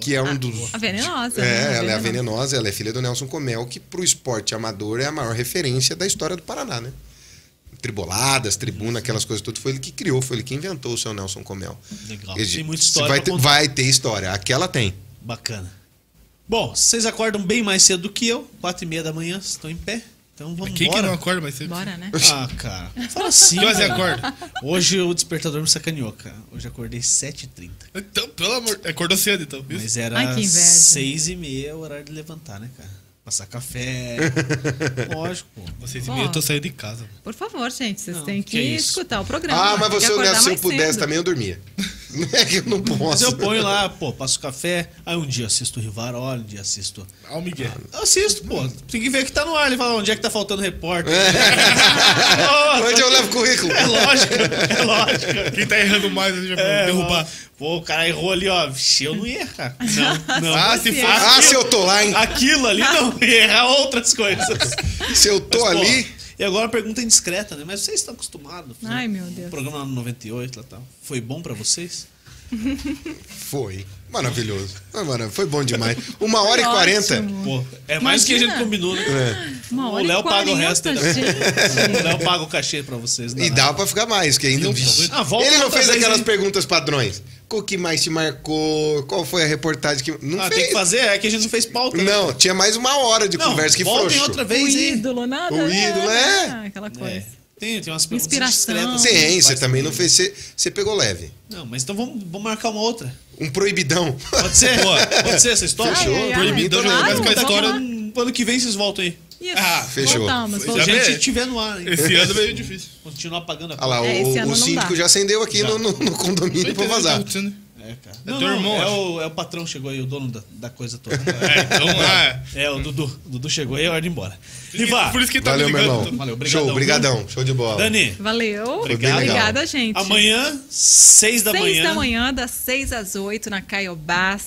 Speaker 3: que é um dos.
Speaker 4: A venenosa. né?
Speaker 3: É, ela é a venenosa, ela é filha do Nelson Comel, que pro esporte amador é a maior referência da história do Paraná, né? Triboladas, tribuna, aquelas coisas tudo, foi ele que criou, foi ele que inventou o seu Nelson Comel.
Speaker 1: Legal.
Speaker 3: Ele-
Speaker 1: Tem muita
Speaker 3: se
Speaker 1: história
Speaker 3: Vai
Speaker 1: pra
Speaker 3: ter,
Speaker 1: contar.
Speaker 3: vai ter história, aquela tem.
Speaker 1: Bacana. Bom, vocês acordam bem mais cedo do que eu. Quatro e meia da manhã, vocês estão em pé. Então vamos
Speaker 2: Quem que não
Speaker 1: embora.
Speaker 2: acorda mais cedo?
Speaker 4: Bora, né?
Speaker 1: Ah, cara. Fala assim.
Speaker 2: Que horas você
Speaker 1: cara.
Speaker 2: acorda?
Speaker 1: Hoje o despertador me sacaneou, cara. Hoje eu acordei 7h30.
Speaker 2: Então, pelo amor... Acordou cedo, então. viu?
Speaker 1: Mas era
Speaker 4: Ai, que inveja.
Speaker 1: 6h30 o horário de levantar, né, cara? Passar café. Lógico, pô.
Speaker 2: Vocês
Speaker 4: Bom.
Speaker 2: meio eu tô saindo de casa. mano.
Speaker 4: Por favor, gente, vocês
Speaker 1: Não,
Speaker 4: têm
Speaker 1: que
Speaker 4: que,
Speaker 1: isso.
Speaker 4: escutar o programa.
Speaker 3: Ah, mas
Speaker 4: tem que
Speaker 3: você,
Speaker 4: acordar
Speaker 3: Nelson, se eu
Speaker 4: mais
Speaker 3: pudesse
Speaker 4: cedo.
Speaker 3: também, eu dormia. Não é que eu não posso.
Speaker 1: Mas eu ponho lá, pô, passo café. Aí um dia assisto o Rivarol, um dia assisto.
Speaker 2: Ah, o Miguel.
Speaker 1: Eu assisto, pô. Tem que ver o que tá no ar. Ele fala onde é que tá faltando repórter. Nossa,
Speaker 3: Onde eu levo currículo?
Speaker 1: É lógico, é lógico.
Speaker 2: Quem tá errando mais, eu já vou
Speaker 1: É,
Speaker 2: derrubar.
Speaker 1: Pô, o cara errou ali, ó. Vixe, eu não ia errar. Não, não.
Speaker 2: Ah, se for-
Speaker 3: Ah, se eu tô lá, hein?
Speaker 1: Aquilo ali não ia errar outras coisas.
Speaker 3: Se eu tô
Speaker 1: Mas, pô,
Speaker 3: ali.
Speaker 1: E agora a pergunta indiscreta, né? Mas vocês estão acostumados. né?
Speaker 4: Ai, meu Deus.
Speaker 1: O programa lá no 98, lá tal. Foi bom pra vocês?
Speaker 3: Foi. Maravilhoso. Foi, mara- foi bom demais. Uma hora e quarenta.
Speaker 4: Ótimo.
Speaker 1: Pô, é mais do que a gente
Speaker 4: Imagina.
Speaker 1: combinou, né?
Speaker 3: É.
Speaker 4: Uma
Speaker 1: O
Speaker 4: hora e
Speaker 1: Léo paga o
Speaker 4: 40,
Speaker 1: resto. ainda.
Speaker 4: gente.
Speaker 1: O Léo paga o cachê pra vocês. né?
Speaker 3: E
Speaker 1: dá.
Speaker 3: dá pra ficar mais, que ainda. Vixe.
Speaker 1: Ah, volta
Speaker 3: Ele não
Speaker 1: outra
Speaker 3: fez
Speaker 1: vez,
Speaker 3: aquelas
Speaker 1: hein?
Speaker 3: perguntas padrões. O que mais te marcou? Qual foi a reportagem que. Não
Speaker 1: Ah,
Speaker 3: fez.
Speaker 1: tem que fazer? É que a gente não fez pauta. né?
Speaker 3: Não, tinha mais uma hora de
Speaker 1: Não,
Speaker 3: conversa que
Speaker 1: voltem
Speaker 3: frouxo.
Speaker 1: outra
Speaker 4: O
Speaker 1: vez aí.
Speaker 4: ídolo, nada.
Speaker 3: O
Speaker 4: né?
Speaker 3: ídolo, é.
Speaker 4: Aquela coisa.
Speaker 1: É. Tem, tem umas perguntas
Speaker 4: Inspiração.
Speaker 1: discretas.
Speaker 3: Sim, você
Speaker 1: Faz
Speaker 3: também não fez. Você, você pegou leve.
Speaker 1: Não, mas então vamos, vamos marcar uma outra.
Speaker 3: Um proibidão.
Speaker 1: Pode ser? Pode ser essa história?
Speaker 3: Fechou.
Speaker 4: Ai, ai, ai.
Speaker 2: Proibidão já
Speaker 4: Claro,
Speaker 2: vai ficar a
Speaker 4: vamos
Speaker 2: história.
Speaker 4: lá.
Speaker 1: Hum, Ano que vem vocês voltam aí.
Speaker 4: Isso.
Speaker 2: Ah,
Speaker 3: fechou.
Speaker 4: Voltamos,
Speaker 1: Se
Speaker 2: Já
Speaker 1: a
Speaker 4: voltamos.
Speaker 1: gente
Speaker 2: vê.
Speaker 1: estiver no ar, hein?
Speaker 2: Esse ano é meio difícil.
Speaker 1: Continuar pagando a
Speaker 3: Olha lá,
Speaker 4: É, esse
Speaker 3: o,
Speaker 4: ano
Speaker 3: o
Speaker 4: não
Speaker 3: síndico
Speaker 4: dá.
Speaker 3: já acendeu aqui no, no- no
Speaker 2: Não
Speaker 3: condomínio pra
Speaker 2: entendo o que tá
Speaker 3: vazar.
Speaker 2: acontecendo.
Speaker 1: É, cara.
Speaker 2: É
Speaker 1: Não,
Speaker 2: teu
Speaker 1: não,
Speaker 2: irmão,
Speaker 1: é,
Speaker 2: acho.
Speaker 1: o, é o patrão chegou aí, o dono da, da coisa toda.
Speaker 2: É, então, ah,
Speaker 1: é, o Dudu. O Dudu chegou aí, é hora de ir embora. Ivar,
Speaker 2: Por isso que tá
Speaker 3: Valeu,
Speaker 2: me
Speaker 3: meu
Speaker 2: ligando.
Speaker 3: irmão.
Speaker 1: Valeu, brigadão,
Speaker 3: show,
Speaker 1: viu?
Speaker 3: brigadão. Show de bola.
Speaker 1: Dani,
Speaker 4: Valeu.
Speaker 3: Obrigado.
Speaker 4: Obrigada, gente.
Speaker 1: amanhã, seis da
Speaker 4: Seis
Speaker 1: manhã.
Speaker 4: da manhã, das 6 às 8, na Caiobá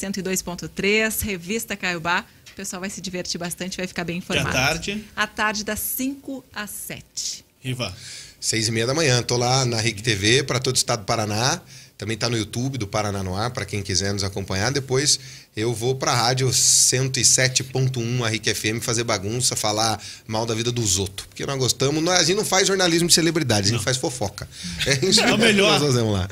Speaker 4: 102.3, revista Caiobá. O pessoal vai se divertir bastante, vai ficar bem informado.
Speaker 1: é tarde?
Speaker 4: À tarde, das 5 às 7.
Speaker 1: Ivar.
Speaker 3: Seis e meia da manhã. Tô lá na RIC TV para todo o estado do Paraná. Também tá no YouTube do Paraná no Ar, para quem quiser nos acompanhar. Depois eu vou para a rádio 107.1 a RIC FM fazer bagunça, falar mal da vida dos outros. Porque nós gostamos. Nós, a gente não faz jornalismo de celebridade, a gente faz fofoca. É isso
Speaker 1: É o melhor.
Speaker 3: que nós fazemos lá.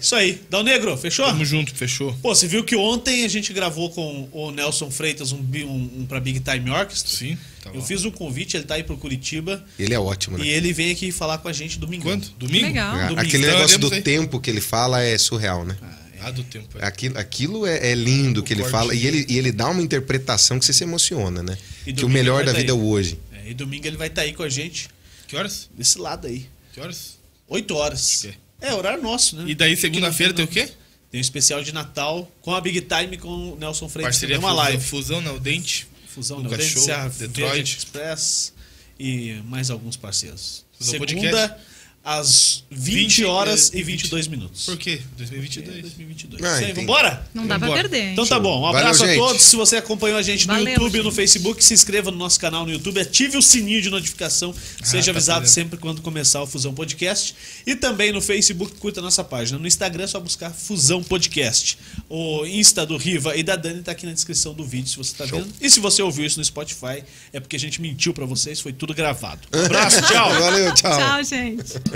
Speaker 1: Isso aí. Dá o negro, fechou?
Speaker 2: Tamo junto, fechou.
Speaker 1: Pô, você viu que ontem a gente gravou com o Nelson Freitas um, bi- um, um pra Big Time Orchestra?
Speaker 2: Sim, tá
Speaker 1: Eu
Speaker 2: bom.
Speaker 1: fiz um convite, ele tá aí pro Curitiba
Speaker 3: Ele é ótimo, né?
Speaker 1: e ele veio aqui falar com a gente domingo.
Speaker 2: Quando? Domingo?
Speaker 4: Legal.
Speaker 3: Ah,
Speaker 1: domingo.
Speaker 3: Aquele
Speaker 2: Então,
Speaker 3: negócio
Speaker 2: iremos
Speaker 3: do
Speaker 2: aí.
Speaker 3: tempo que ele fala é surreal, né?
Speaker 2: Ah, do tempo. é.
Speaker 3: Aquilo, aquilo é, é lindo que ele
Speaker 2: corte.
Speaker 3: fala e ele, e ele dá uma interpretação que você se emociona, né?
Speaker 1: E
Speaker 3: que o
Speaker 1: domingo
Speaker 3: melhor
Speaker 1: ele
Speaker 3: da
Speaker 1: vai
Speaker 3: vida é
Speaker 1: daí.
Speaker 3: o hoje.
Speaker 1: É, e domingo ele vai estar aí com a gente,
Speaker 2: Que horas?
Speaker 1: desse lado aí.
Speaker 2: Que horas?
Speaker 1: 8 horas.
Speaker 2: Acho que
Speaker 1: É, horário nosso, né?
Speaker 2: E daí,
Speaker 1: Aqui
Speaker 2: segunda-feira,
Speaker 1: não
Speaker 2: tem o quê?
Speaker 1: Tem um especial de Natal com a Big Time e com o Nelson Freitas.
Speaker 2: Parceria
Speaker 1: tem uma
Speaker 2: fusão,
Speaker 1: live.
Speaker 2: Fusão, né? O Dente.
Speaker 1: Fusão
Speaker 2: Lucas
Speaker 1: Neurente,
Speaker 2: Show,
Speaker 1: Serra
Speaker 2: Detroit.
Speaker 1: Verde Express e mais alguns parceiros.
Speaker 2: Fusão
Speaker 1: Segunda,
Speaker 2: Podcast.
Speaker 1: às 20,
Speaker 2: 20,
Speaker 1: horas
Speaker 2: eh,
Speaker 1: e 22 minutos.
Speaker 2: Por quê?
Speaker 1: É,
Speaker 2: 2022.
Speaker 1: 2022.
Speaker 3: Ah,
Speaker 1: Isso aí,
Speaker 3: entendi.
Speaker 1: vambora?
Speaker 4: Não dá pra
Speaker 2: Vambora.
Speaker 4: perder, hein?
Speaker 1: Então tá bom. Um
Speaker 3: Valeu,
Speaker 1: abraço a
Speaker 3: gente.
Speaker 1: todos. Se você acompanhou a gente no
Speaker 4: Valeu,
Speaker 1: YouTube, no
Speaker 4: gente.
Speaker 1: Facebook, se inscreva no nosso canal no YouTube, ative o sininho de notificação,
Speaker 3: Ah,
Speaker 1: seja
Speaker 2: tá
Speaker 1: avisado
Speaker 2: sabendo.
Speaker 1: sempre quando começar o Fusão Podcast. E também no Facebook, curta a nossa página. No Instagram é só buscar Fusão Podcast. O Insta do Riva e da Dani tá aqui na descrição do vídeo, se você tá vendo. E se você ouviu isso no Spotify, é porque a gente mentiu pra vocês, foi tudo gravado. Um abraço, tchau!
Speaker 3: Valeu,
Speaker 4: Tchau, gente.